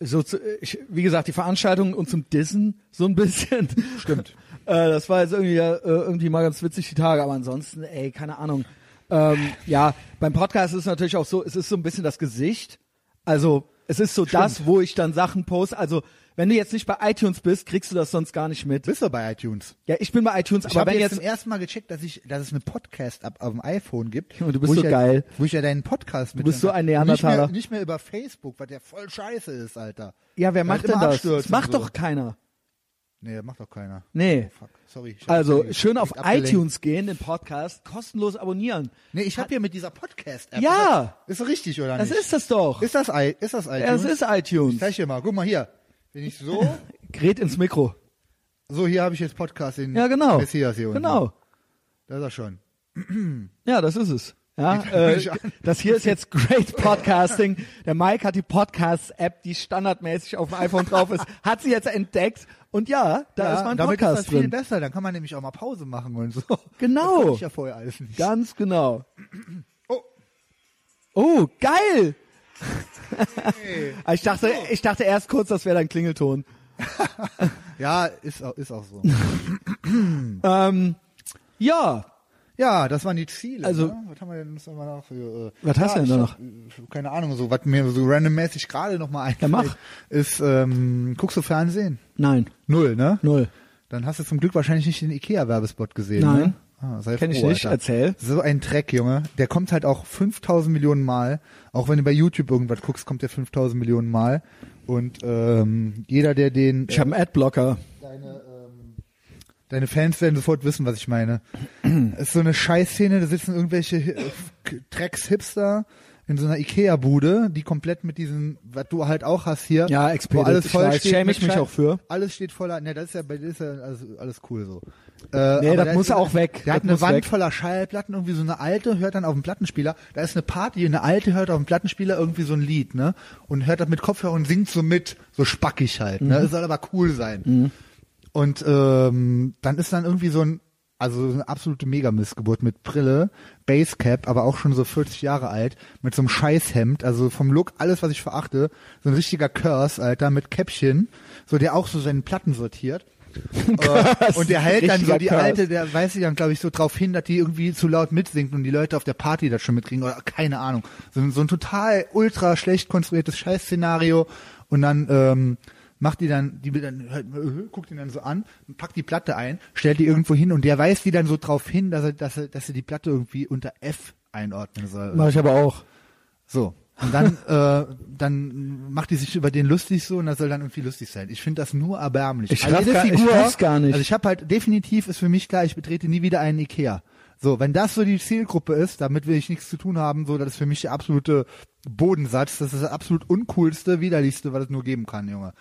S2: so zu, ich, wie gesagt, die Veranstaltung und zum Dissen so ein bisschen.
S1: Stimmt.
S2: äh, das war jetzt irgendwie, äh, irgendwie mal ganz witzig die Tage, aber ansonsten, ey, keine Ahnung. Ähm, ja, beim Podcast ist es natürlich auch so, es ist so ein bisschen das Gesicht. Also es ist so das, wo ich dann Sachen poste. Also wenn du jetzt nicht bei iTunes bist, kriegst du das sonst gar nicht mit.
S1: Bist du bei iTunes?
S2: Ja, ich bin bei iTunes,
S1: Ich
S2: aber
S1: habe
S2: wenn
S1: jetzt
S2: jetzt
S1: zum ersten Mal gecheckt, dass ich, dass es eine Podcast-App auf dem iPhone gibt.
S2: Junge, du bist
S1: wo ich
S2: so
S1: ja,
S2: geil.
S1: Wo ich ja deinen Podcast mit.
S2: bist so ein
S1: Nicht
S2: Neandertaler.
S1: mehr, nicht mehr über Facebook, weil der voll scheiße ist, Alter.
S2: ja, wer
S1: Weil
S2: macht
S1: halt immer
S2: denn das?
S1: abstürzt
S2: Das macht
S1: und so.
S2: doch keiner.
S1: Nee, macht doch keiner. Oh,
S2: Nee.
S1: Fuck, sorry. ich hab
S2: Also
S1: mich
S2: schön auf
S1: abgelenkt.
S2: iTunes gehen, den Podcast kostenlos abonnieren.
S1: Nee, ich habe hier mit dieser Podcast-App.
S2: Ja.
S1: Ist das richtig, oder
S2: Das
S1: nicht?
S2: ist das doch.
S1: Ist das, i- ist das
S2: Ja,
S1: iTunes?
S2: das ist iTunes.
S1: Zeig dir mal, guck mal hier. Bin ich so?
S2: Gret ins Mikro.
S1: so, hier habe ich jetzt Podcast in
S2: Ja, genau.
S1: Messias hier unten.
S2: Genau.
S1: Da ist er schon.
S2: Ja, das ist es. Ja,
S1: fang
S2: äh,
S1: ich an.
S2: das hier ist jetzt Great Podcasting. Der Mike hat die Podcast-App, die standardmäßig auf dem iPhone drauf ist, hat sie jetzt entdeckt. Und ja, da
S1: ja,
S2: ist mein
S1: damit
S2: Podcast
S1: ist das viel
S2: drin.
S1: besser. Dann kann man nämlich auch mal Pause machen und so.
S2: Genau.
S1: Das konnte ich ja vorher alles nicht.
S2: Ganz genau.
S1: Oh.
S2: Oh, geil! ich dachte, ich dachte erst kurz, das wäre dein Klingelton.
S1: Ja, ist auch, ist auch so.
S2: Ähm, ja,
S1: Ja, das waren die Ziele.
S2: Also-
S1: ne? was haben wir denn nochmal noch? Für, äh,
S2: Was
S1: ja,
S2: hast du denn
S1: ich
S2: da
S1: hab, äh, Keine Ahnung, so was mir so randommäßig gerade nochmal einfällt,
S2: mach.
S1: ist, ähm, guckst du Fernsehen?
S2: nein,
S1: Null, ne?
S2: null.
S1: Dann hast du zum Glück wahrscheinlich nicht den Ikea-Werbespot gesehen.
S2: Nein.
S1: Ne? Ah, sei
S2: Kenn ich
S1: froh,
S2: nicht.
S1: Alter.
S2: Erzähl.
S1: So ein Track, Junge. Der kommt halt auch 5000 Millionen Mal. Auch wenn du bei YouTube irgendwas guckst, kommt der 5000 Millionen Mal. Und ähm, jeder, der den...
S2: Ich habe einen Adblocker.
S1: deine, ähm, deine Fans werden sofort wissen, was ich meine. Es ist so eine Scheißszene, da sitzen irgendwelche Hi- äh, K- Tracks-Hipster in so einer Ikea-Bude, die komplett mit diesem, was du halt auch hast hier,
S2: Ja,
S1: wo
S2: Expedit,
S1: alles
S2: ich
S1: voll
S2: weiß,
S1: steht.
S2: schäme
S1: mit
S2: ich mich
S1: Schei-
S2: auch für.
S1: Alles steht voller, ne, das ist ja, bei- das ist ja alles, alles cool so. Äh,
S2: Nee,
S1: aber
S2: das
S1: da
S2: muss
S1: ist so
S2: auch
S1: eine-
S2: weg.
S1: Der
S2: Das
S1: hat eine
S2: muss
S1: Wand
S2: weg.
S1: voller Schallplatten, irgendwie so eine alte, hört dann auf dem Plattenspieler. Da ist eine Party, eine alte hört auf dem Plattenspieler irgendwie so ein Lied, ne? Und hört das mit Kopfhörer und singt so mit, so spackig halt, ne?
S2: Mhm.
S1: Es soll aber cool sein. Und ähm, dann ist dann irgendwie so ein, also so eine absolute Mega-Missgeburt mit Brille, Basecap, aber auch schon so 40 Jahre alt, mit so einem Scheißhemd, also vom Look alles, was ich verachte, so ein richtiger Curse, Alter, mit Käppchen, so der auch so seinen Platten sortiert. Äh, und der hält dann so
S2: richtiger
S1: die
S2: Curse.
S1: alte, der weiß sich dann, glaube ich, so drauf hin, dass die irgendwie zu laut mitsingt und die Leute auf der Party das schon mitkriegen oder keine Ahnung. So, ein- so ein total ultra schlecht konstruiertes Scheißszenario und dann ähm, macht die dann, die will dann, hört, äh, guckt ihn dann so an, packt die Platte ein, stellt die irgendwo hin und der weist die dann so drauf hin, dass er, dass er, dass er die Platte irgendwie unter F einordnen soll.
S2: Mache ich aber auch.
S1: So. Und dann, äh, dann macht die sich über den lustig so und das soll dann irgendwie lustig sein. Ich finde das nur erbärmlich.
S2: Ich raff gar- ich raff's gar nicht.
S1: Also ich habe halt definitiv ist für mich klar, ich betrete nie wieder einen Ikea. So, wenn das so die Zielgruppe ist, damit will ich nichts zu tun haben, so, das ist für mich der absolute Bodensatz. Das ist das absolut uncoolste, widerlichste, was es nur geben kann, Junge.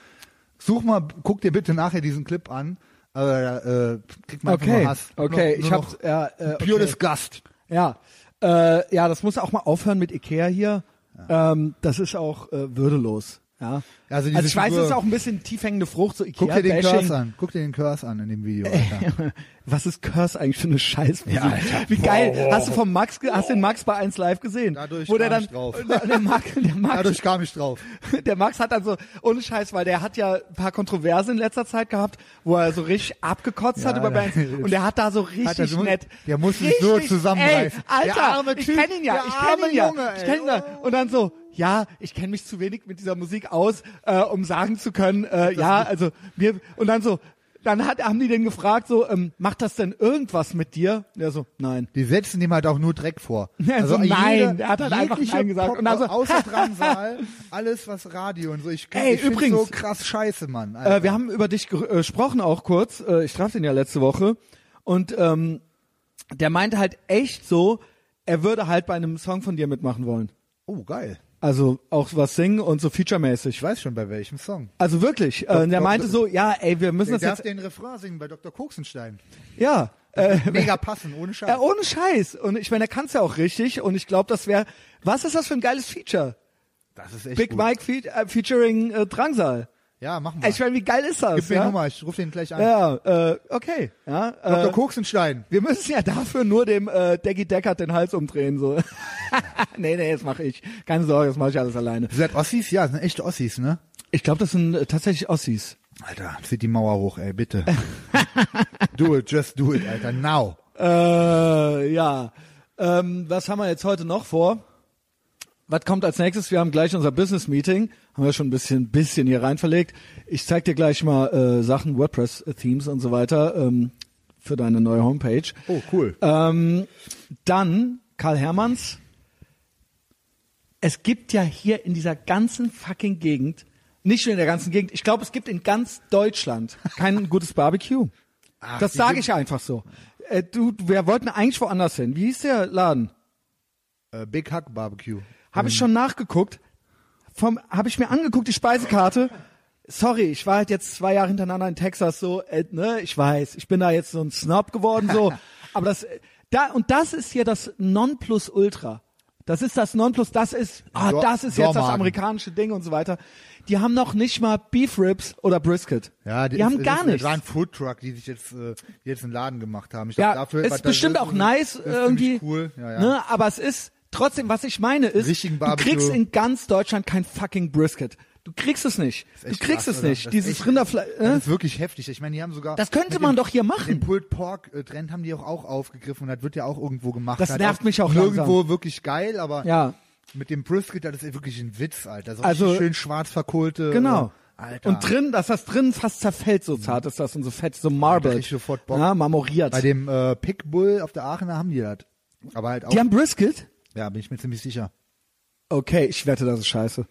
S1: Such mal, guck dir bitte nachher diesen Clip an. Aber, äh, kriegt man einfach
S2: Okay,
S1: nur Hass.
S2: okay,
S1: nur, nur
S2: ich
S1: noch
S2: hab, ja, äh,
S1: Pure
S2: okay.
S1: Disgust.
S2: Ja, äh, ja, das muss auch mal aufhören mit Ikea hier. Ähm, das ist auch äh, würdelos. Ja.
S1: Also diese
S2: ich weiß,
S1: Figur-
S2: es ist auch ein bisschen tiefhängende Frucht, so
S1: Guck dir den Curse
S2: Ikea-Bashing.
S1: an. Guck dir den Curse an in dem Video, Alter.
S2: Was ist Curse eigentlich für eine Scheißmusik?
S1: Ja, Alter.
S2: Wie geil. Hast du vom Max, ge- hast den Max bei 1 Live gesehen?
S1: Dadurch
S2: wo der
S1: kam
S2: dann,
S1: ich drauf.
S2: Der Max, der Max,
S1: Dadurch kam ich drauf.
S2: der Max hat dann so, ohne Scheiß, weil der hat ja ein paar Kontroversen in letzter Zeit gehabt, wo er so richtig abgekotzt
S1: Ja,
S2: hat über
S1: der-
S2: Bands und der hat da so richtig
S1: Hat er so-
S2: nett.
S1: der muss sich
S2: richtig,
S1: so zusammenreißen.
S2: Ey, Alter,
S1: Der arme
S2: ich
S1: Typ,
S2: kenne ihn ja,
S1: der
S2: ich kenne
S1: arme
S2: ihn ja.
S1: Junge,
S2: ich kenne ihn ja. Und dann so, ja, ich kenne mich zu wenig mit dieser Musik aus, äh, um sagen zu können, äh, ja, also wir und dann so dann hat, haben die den gefragt, so, ähm, macht das denn irgendwas mit dir? Und er so, nein.
S1: Die setzen dem halt auch nur Dreck vor. Also
S2: Ja, so nein, der hat halt einfach
S1: jegliche
S2: nein gesagt.
S1: Pop,
S2: Und also-
S1: außer Drangsal, alles was Radio und so. Ich,
S2: Ey,
S1: ich find's
S2: übrigens.
S1: so krass scheiße, Mann. Alter.
S2: Äh, wir haben über dich ger- äh, gesprochen auch kurz. Äh, ich traf den ja letzte Woche. Und ähm, der meinte halt echt so, er würde halt bei einem Song von dir mitmachen wollen.
S1: oh, geil.
S2: Also auch was singen und so featuremäßig.
S1: Ich weiß schon, bei welchem Song.
S2: Also wirklich. Äh, der
S1: doch,
S2: meinte
S1: doch.
S2: so, ja, ey, wir müssen
S1: Der
S2: das
S1: darf
S2: jetzt.
S1: den Refrain singen bei Dr. Koksenstein.
S2: Ja. Äh,
S1: Mega passen, ohne Scheiß.
S2: äh, ohne Scheiß. Und ich meine, er kann's ja auch richtig. Und ich glaube, das wäre. Was ist das für ein geiles Feature?
S1: das ist echt
S2: Big
S1: gut.
S2: Mike fe äh, featuring äh, Drangsal.
S1: Ja, mach mal.
S2: Ey, ich meine, wie geil ist das?
S1: Gib mir
S2: ja?
S1: die Nummer, ich ruf den gleich an.
S2: Ja, äh, okay. Ja, äh,
S1: Dr. Koksenstein.
S2: Wir müssen ja dafür nur dem äh, Deggy Deckard den Hals umdrehen. So. nee, nee, das mache ich. Keine Sorge, das mache ich alles alleine.
S1: Ihr seid Ossis? Ja, das sind echt Ossis, ne?
S2: Ich glaube, das sind äh, tatsächlich Ossis.
S1: Alter, zieht die Mauer hoch, ey, bitte. do it, just do it, Alter, now.
S2: Äh, ja. Ähm, was haben wir jetzt heute noch vor? Was kommt als nächstes? Wir haben gleich unser Business Meeting. Haben wir schon ein bisschen, bisschen hier rein verlegt. Ich zeig dir gleich mal äh, Sachen, WordPress-Themes und so weiter ähm, für deine neue Homepage.
S1: Oh, cool.
S2: Ähm, dann Karl Hermanns. Es gibt ja hier in dieser ganzen fucking Gegend, nicht nur in der ganzen Gegend, ich glaube, es gibt in ganz Deutschland kein gutes Barbecue.
S1: Ach,
S2: das
S1: die
S2: sage
S1: sind-
S2: ich einfach so. Äh, du, wir wollten eigentlich woanders hin. Wie hieß der Laden?
S1: Äh, Big Hack Barbecue.
S2: Habe ich schon nachgeguckt. Vom, habe ich mir angeguckt, die Speisekarte. Sorry, ich war halt jetzt zwei Jahre hintereinander in Texas so, äh, ne, ich weiß, ich bin da jetzt so ein Snob geworden so, aber das äh, da und das ist hier das Nonplusultra. Das ist das Nonplus, das ist ah,
S1: Dor-
S2: das ist jetzt das
S1: Dormagen.
S2: amerikanische Ding und so weiter. Die haben noch nicht mal Beef Ribs oder Brisket.
S1: Ja,
S2: die,
S1: ist-
S2: haben
S1: ist-
S2: gar
S1: ist-
S2: nichts.
S1: Das war ein Foodtruck, die sich jetzt, äh, jetzt einen Laden gemacht haben. Ich glaub,
S2: Ja,
S1: dafür was
S2: ist
S1: das
S2: bestimmt auch
S1: ist,
S2: nice
S1: ist
S2: irgendwie.
S1: äh, ziemlich Cool, ja, ja.
S2: Ne? Aber es ist trotzdem, was ich meine ist,
S1: Richtigen
S2: du
S1: Barbecue.
S2: kriegst in ganz Deutschland kein fucking Brisket. Du kriegst es nicht. Du
S1: echt
S2: kriegst
S1: krass,
S2: es
S1: oder?
S2: nicht.
S1: Das ist
S2: Dieses
S1: echt-
S2: Rinderfleisch.
S1: Das
S2: Äh?
S1: ist wirklich heftig. Ich meine, die haben sogar.
S2: Das könnte
S1: mit
S2: man
S1: dem-
S2: doch hier
S1: Den
S2: machen.
S1: Pulled Pork äh, Trend haben die auch, auch aufgegriffen und das wird ja auch irgendwo gemacht.
S2: Das
S1: Hat
S2: nervt mich auch
S1: Nirgendwo wirklich geil, aber
S2: Ja.
S1: mit dem Brisket, das ist wirklich ein Witz, Alter. So
S2: Also-
S1: richtig schön schwarz verkohlte.
S2: Genau.
S1: äh, Alter.
S2: Und drin, dass das drin fast zerfällt, so zart ist das und so fett, so
S1: Da
S2: marbled.
S1: krieg ich sofort Bock.
S2: Ja, marmoriert.
S1: Bei dem äh, Pickbull auf der Aachener haben die das. Aber halt auch.
S2: Die haben Brisket?
S1: ja, bin ich mir ziemlich sicher.
S2: Okay, ich wette, das ist scheiße.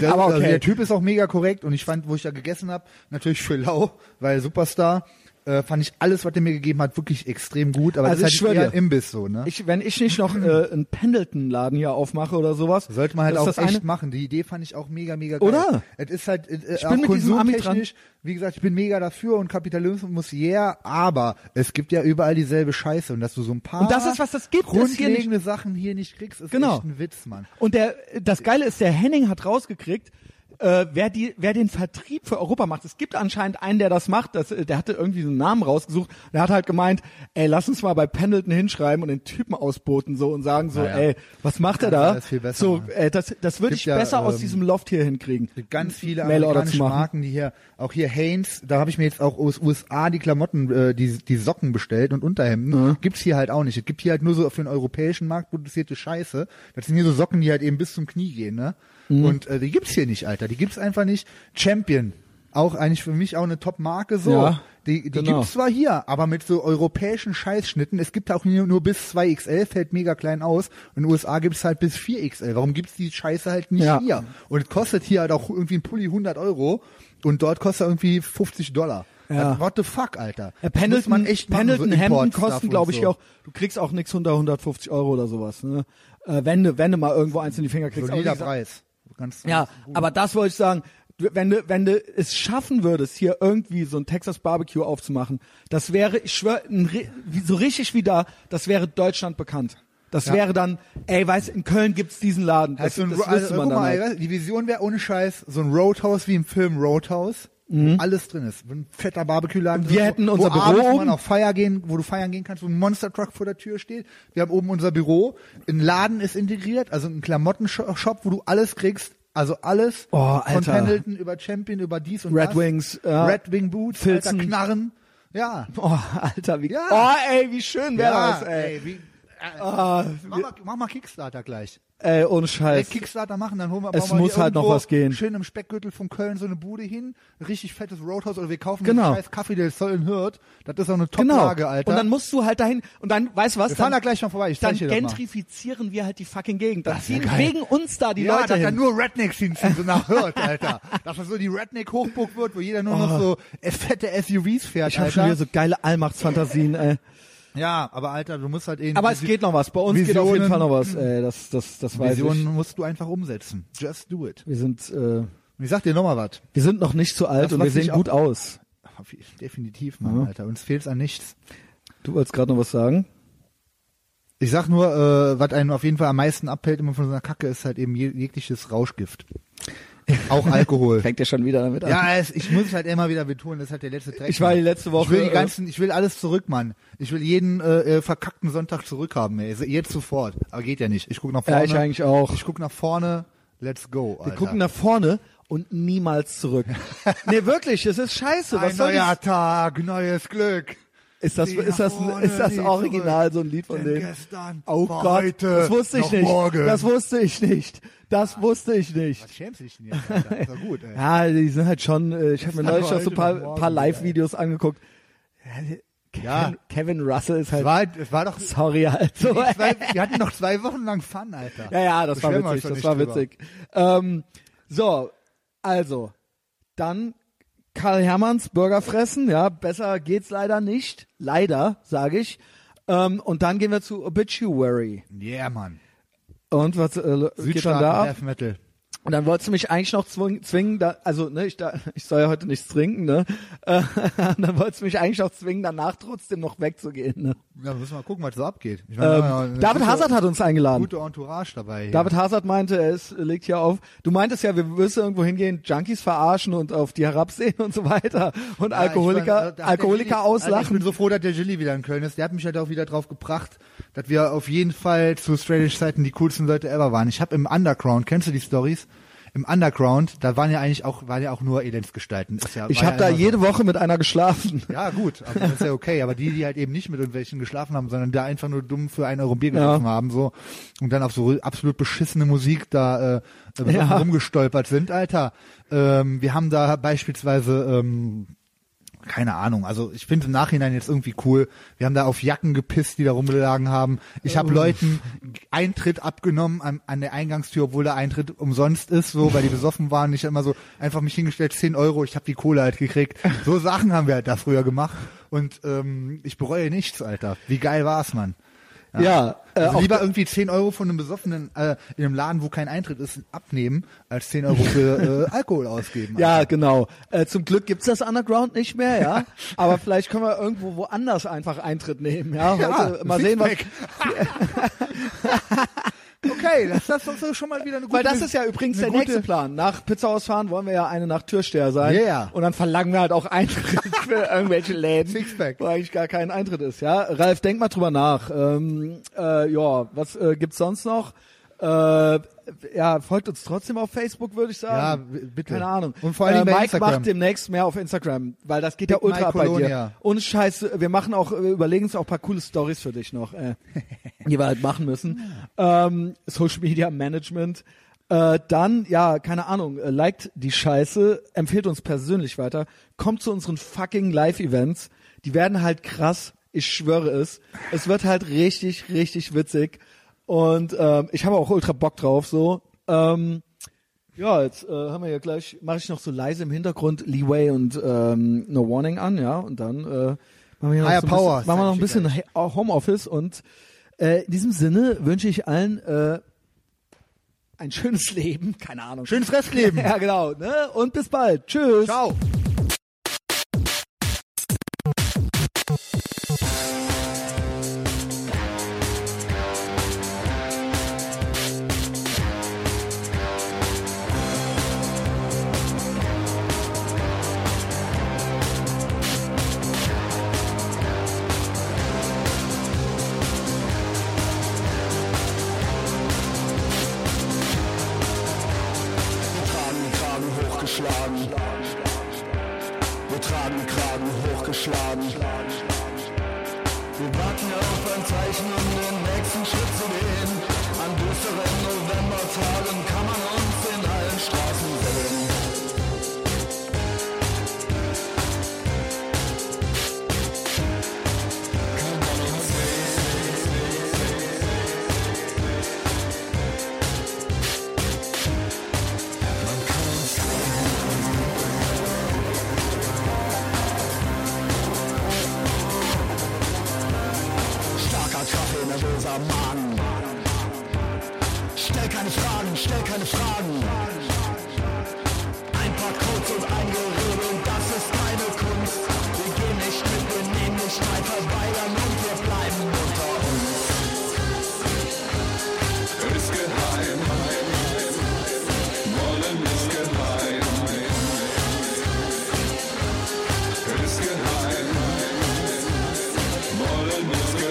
S1: Der,
S2: Aber
S1: also
S2: okay.
S1: der Typ ist auch mega korrekt und ich fand, wo ich da gegessen habe, natürlich für lau, weil Superstar, äh, fand ich alles, was der mir gegeben hat, wirklich extrem gut. Aber
S2: Also
S1: das
S2: ich
S1: ist halt
S2: schwör
S1: eher
S2: dir.
S1: ein Imbiss so, ne?
S2: Ich, wenn ich nicht noch äh, einen Pendleton-Laden hier aufmache oder sowas,
S1: Sollte man halt
S2: das
S1: auch
S2: ist
S1: echt
S2: das eine.
S1: machen. Die Idee fand ich auch mega, mega geil.
S2: Oder?
S1: Es ist halt äh, ich
S2: bin
S1: auch
S2: mit diesem Ami
S1: konsumtechnisch, wie gesagt, ich bin mega dafür und Kapitalismus, yeah, aber es gibt ja überall dieselbe Scheiße und dass du so ein paar
S2: Und das ist was, das gibt es hier nicht.
S1: grundlegende Sachen hier nicht kriegst, ist
S2: Genau.
S1: echt ein Witz, Mann.
S2: Und der, das Geile ist, der Henning hat rausgekriegt, äh, wer, die, wer den Vertrieb für Europa macht. Es gibt anscheinend einen, der das macht. Das, äh, der hatte irgendwie so einen Namen rausgesucht. Und der hat halt gemeint, ey, lass uns mal bei Pendleton hinschreiben und den Typen ausboten so und sagen so,
S1: Naja.
S2: ey, was macht er
S1: Kannst du
S2: da?
S1: alles viel besser
S2: so,
S1: machen.
S2: äh, das, das würde
S1: Gibt
S2: ich
S1: ja,
S2: besser aus
S1: ähm,
S2: diesem Loft hier hinkriegen.
S1: gibt ganz viele
S2: Mailorder
S1: amerikanische
S2: zu machen.
S1: Marken, die hier, auch hier Hanes, da habe ich mir jetzt auch aus USA die Klamotten, äh, die, die Socken bestellt und Unterhemden. Gibt's hier halt auch nicht. Es gibt hier halt nur so auf den europäischen Markt produzierte Scheiße. Das sind hier so Socken, die halt eben bis zum Knie gehen, ne?
S2: Mhm.
S1: Und äh, die gibt's hier nicht, Alter. Die gibt's einfach nicht. Champion. Auch eigentlich für mich auch eine Top-Marke so.
S2: Ja,
S1: die die
S2: genau.
S1: gibt's zwar hier, aber mit so europäischen Scheißschnitten. Es gibt auch nur, nur bis 2XL, fällt mega klein aus. In den USA gibt's halt bis 4XL. Warum gibt's die Scheiße halt nicht
S2: Ja.
S1: hier? Und es kostet hier halt auch irgendwie ein Pulli 100 Euro und dort kostet er irgendwie 50 Dollar. Äh,
S2: Ja.
S1: What the fuck, Alter?
S2: Ja,
S1: Das muss
S2: Pendleton,
S1: man echt machen,
S2: Pendleton Hemden
S1: Import-Stuff
S2: kosten,
S1: und
S2: glaube ich,
S1: so.
S2: auch. Du kriegst auch nix unter 150 Euro oder sowas. Ne? Äh, wenn, du- wenn du mal irgendwo eins in die Finger kriegst. Aber wie
S1: Solider
S2: gesagt,
S1: Preis. Ganz,
S2: Ja, aber das wollte ich sagen. Du- Wenn du, wenn du es schaffen würdest, hier irgendwie so ein Texas Barbecue aufzumachen, das wäre, ich schwöre, so richtig wie da, das wäre Deutschland bekannt. Das
S1: Ja.
S2: wäre dann, ey, weißt, in Köln gibt's diesen Laden. Das,
S1: Also,
S2: das
S1: ein Ro- also,
S2: wüsste man
S1: guck
S2: dann
S1: mal,
S2: halt.
S1: ey, weißt du, die Vision wäre ohne Scheiß so ein Roadhouse wie im Film Roadhouse.
S2: Mhm.
S1: wo Alles drin ist. Ein fetter Barbecue-Laden.
S2: Und wir
S1: drin ist,
S2: hätten
S1: wo-
S2: unser
S1: wo
S2: Büro
S1: abends, Wo
S2: oben.
S1: man auch feiern gehen, wo du feiern gehen kannst, wo ein Monster-Truck vor der Tür steht. Wir haben oben unser Büro. Ein Laden ist integriert, also ein Klamottenshop, wo du alles kriegst. Also alles.
S2: Oh,
S1: Von
S2: Alter.
S1: Pendleton über Champion, über dies und
S2: Red
S1: das.
S2: Wings, ja.
S1: Red Wing Boots,
S2: Filzen.
S1: Alter, Knarren. Ja.
S2: Oh, Alter, wie,
S1: Ja.
S2: oh, ey, wie schön wäre
S1: ja,
S2: das, ey.
S1: wie, Ah, mach, mal, mach mal Kickstarter gleich.
S2: Ey, ohne
S1: Ey,
S2: Scheiß.
S1: Kickstarter machen, dann holen wir
S2: Es
S1: bauen wir
S2: muss
S1: hier
S2: halt noch
S1: irgendwo
S2: was gehen.
S1: Schön im Speckgürtel von Köln so eine Bude hin, richtig fettes Roadhouse oder wir kaufen
S2: Genau.
S1: den scheiß Kaffee del Sol in Hürth. Das ist auch eine
S2: Genau.
S1: Top-Lage, Alter.
S2: Und dann musst du halt dahin, und dann, weißt du was,
S1: wir fahren da
S2: dann,
S1: gleich mal vorbei. Ich
S2: dann
S1: zeig dir das mal.
S2: gentrifizieren wir halt die fucking Gegend. Dann
S1: Das wär
S2: ziehen
S1: geil.
S2: wegen uns da die
S1: ja,
S2: Leute
S1: dass da
S2: hin.
S1: nur Rednecks hinziehen, so nach Hürth, Alter. Dass das so die Redneck-Hochburg wird, wo jeder nur noch so fette SUVs fährt,
S2: Ich habe schon
S1: Alter.
S2: wieder so geile Allmachtsfantasien, ey.
S1: ja, aber Alter, du musst halt eben...
S2: Aber es
S1: Visi-
S2: geht noch was. Bei uns geht auf jeden
S1: Visionen-
S2: Fall noch was, ey. Das, das, das weiß
S1: Visionen
S2: ich.
S1: musst du einfach umsetzen. Just do it.
S2: Wir sind, äh,
S1: Und ich sag dir nochmal was.
S2: wir sind noch nicht zu alt
S1: Das,
S2: und wir
S1: was ich
S2: sehen
S1: auch-
S2: gut aus.
S1: Definitiv, Mann, Alter. Uns fehlt's an nichts.
S2: Du wolltest gerade noch was sagen?
S1: Ich sag nur, äh, was einem auf jeden Fall am meisten abfällt immer von so einer Kacke, ist halt eben je- jegliches Rauschgift. Auch Alkohol.
S2: Fängt ja schon wieder damit an.
S1: ja, es, ich muss es halt immer wieder betonen, das ist halt der letzte Dreck.
S2: Ich war die
S1: Mann.
S2: letzte Woche,
S1: Ich will, die
S2: äh,
S1: ganzen, ich will alles zurück, Mann. Ich will jeden äh, äh, verkackten Sonntag zurückhaben, ey. Jetzt sofort. Aber geht ja nicht. Ich guck nach vorne.
S2: Ja, ich eigentlich auch.
S1: Ich guck nach vorne. Let's go, Alter.
S2: Wir gucken nach vorne und niemals zurück. nee, wirklich, es ist scheiße. Was
S1: Ein
S2: soll
S1: neuer
S2: das?
S1: Tag, neues Glück.
S2: Ist das,
S1: Geh
S2: ist
S1: nach
S2: das,
S1: vorne,
S2: ist das
S1: geh zurück.
S2: original so ein Lied von
S1: Denn
S2: dem?
S1: gestern
S2: Oh
S1: war
S2: Gott,
S1: heute
S2: das wusste ich
S1: noch
S2: nicht.
S1: morgen.
S2: Das wusste ich nicht. Das wusste ich nicht.
S1: Was schämst du dich denn jetzt, Alter? Ist doch gut, ey.
S2: Ja, die sind halt schon, äh, ich habe mir
S1: war
S2: neulich noch
S1: heute
S2: so ein paar,
S1: noch
S2: paar
S1: morgen,
S2: Live-Videos angeguckt.
S1: Ja.
S2: Kevin, Kevin Russell ist
S1: Es
S2: halt,
S1: war, es war doch
S2: sorry halt. So,
S1: zwei, wir hatten noch zwei Wochen lang Fun, Alter.
S2: Ja, ja, das war
S1: Beschweren wir uns
S2: witzig,
S1: doch
S2: das
S1: nicht drüber.
S2: war witzig. Ähm, so, also, dann Karl Hermanns Burger fressen, ja, besser geht's leider nicht, leider, sage ich. Ähm, und dann gehen wir zu Obituary.
S1: Yeah, Mann.
S2: Und was äh, geht dann da ab?
S1: Death Metal.
S2: Und dann wolltest du mich eigentlich noch zwingen, zwingen da, also ne, ich, da, ich soll ja heute nichts trinken, ne? Äh, dann wolltest du mich eigentlich noch zwingen, danach trotzdem noch wegzugehen, ne?
S1: Ja, müssen wir mal gucken, was so abgeht. Ich meine,
S2: Ähm,
S1: ja, eine
S2: David
S1: gute,
S2: Hazard hat uns eingeladen.
S1: Gute Entourage dabei. hier.
S2: David Hazard meinte, er ist, legt hier auf. Du meintest ja, wir müssen irgendwo hingehen, Junkies verarschen und auf die herabsehen und so weiter und
S1: Ja, ich
S2: Alkoholiker,
S1: meine, äh, da- da-
S2: Alkoholiker
S1: der Gilly- Alter, Ich
S2: auslachen.
S1: bin so froh, dass der Gilly wieder in Köln ist. Der hat mich halt auch wieder drauf gebracht, dass wir auf jeden Fall zu Strange Zeiten die coolsten Leute ever waren. Ich habe im Underground, kennst du die Stories? Im Underground, da waren ja eigentlich auch, waren ja auch nur Elendsgestalten. Ist ja,
S2: ich
S1: war
S2: habe
S1: ja
S2: da
S1: immer so.
S2: jede Woche mit einer geschlafen.
S1: Ja, gut, aber das ist ja okay. Aber die, die halt eben nicht mit irgendwelchen geschlafen haben, sondern da einfach nur dumm für ein Euro Bier getroffen haben, so und dann auf so absolut beschissene Musik da äh, besoffen
S2: Ja.
S1: rumgestolpert sind, Alter. Ähm, wir haben da beispielsweise ähm, keine Ahnung. Also ich finde im Nachhinein jetzt irgendwie cool. Wir haben da auf Jacken gepisst, die da rumgelagen haben. Ich habe Leuten Eintritt abgenommen an, an der Eingangstür, obwohl der Eintritt umsonst ist, so weil die besoffen waren. Ich hab immer so einfach mich hingestellt, 10 Euro, ich habe die Kohle halt gekriegt. So Sachen haben wir halt da früher gemacht. Und ähm, ich bereue nichts, Alter. Wie geil war's, Mann.
S2: Ja, äh,
S1: Also
S2: auch,
S1: lieber irgendwie 10 Euro von einem Besoffenen äh, in einem Laden, wo kein Eintritt ist, abnehmen, als 10 Euro für äh, Alkohol ausgeben. Also,
S2: ja genau. Äh, zum Glück gibt's das Underground nicht mehr, ja. Aber vielleicht können wir irgendwo woanders einfach Eintritt nehmen, ja. Heute, mal sehen, was,
S1: okay, das, das ist doch schon mal wieder eine gute
S2: Weil das ist ja übrigens der
S1: eine
S2: nächste Plan. Nach Pizza ausfahren wollen wir ja eine Nacht Türsteher sein.
S1: Ja, ja.
S2: Und dann verlangen wir halt auch Eintritt für irgendwelche Läden.
S1: Sixpack.
S2: Wo eigentlich gar kein Eintritt ist, ja. Ralf, denk mal drüber nach. Ähm, äh, ja, was äh, gibt's sonst noch? Äh, ja, folgt uns trotzdem auf Facebook, würde ich sagen.
S1: Ja, b- bitte.
S2: Keine Ahnung.
S1: Und vor allen Dingen
S2: äh,
S1: bei
S2: Mike
S1: Instagram.
S2: macht demnächst mehr auf Instagram, weil das geht ja
S1: Big
S2: ultra
S1: Mike
S2: ab bei dir.
S1: Colonia.
S2: Und scheiße, wir machen auch, wir überlegen uns auch ein paar coole Stories für dich noch, äh, die wir halt machen müssen. Ähm, Social Media Management. Äh, dann, ja, keine Ahnung, äh, liked die Scheiße, empfiehlt uns persönlich weiter, kommt zu unseren fucking Live-Events. Die werden halt krass, ich schwöre es. Es wird halt richtig, richtig witzig. Und ähm, ich habe auch ultra Bock drauf, so. Ähm, ja, jetzt äh, haben wir ja gleich, mache ich noch so leise im Hintergrund Leeway und ähm, No Warning an, ja, und dann äh, machen wir hier noch,
S1: Higher
S2: so ein
S1: Power,
S2: bisschen, machen wir noch ein
S1: sag ich
S2: bisschen He- Homeoffice und äh, in diesem Sinne wünsche ich allen äh, ein schönes Leben, keine Ahnung.
S1: Schönes Restleben.
S2: Ja, genau, ne? Und bis bald. Tschüss.
S1: Ciao.
S4: tragen Kragen hochgeschlagen. Wir tragen Kragen hochgeschlagen. Wir warten auf ein Zeichen, um den nächsten nervöser Magen. Stell keine Fragen, stell keine Fragen. Ein paar Codes und ein Gerede und das ist keine Kunst. Wir gehen nicht mit, wir nehmen nicht mal verweigern und wir bleiben unter uns.
S5: ist geheim. Wollen ist geheim. Ist geheim. Wollen ist geheim.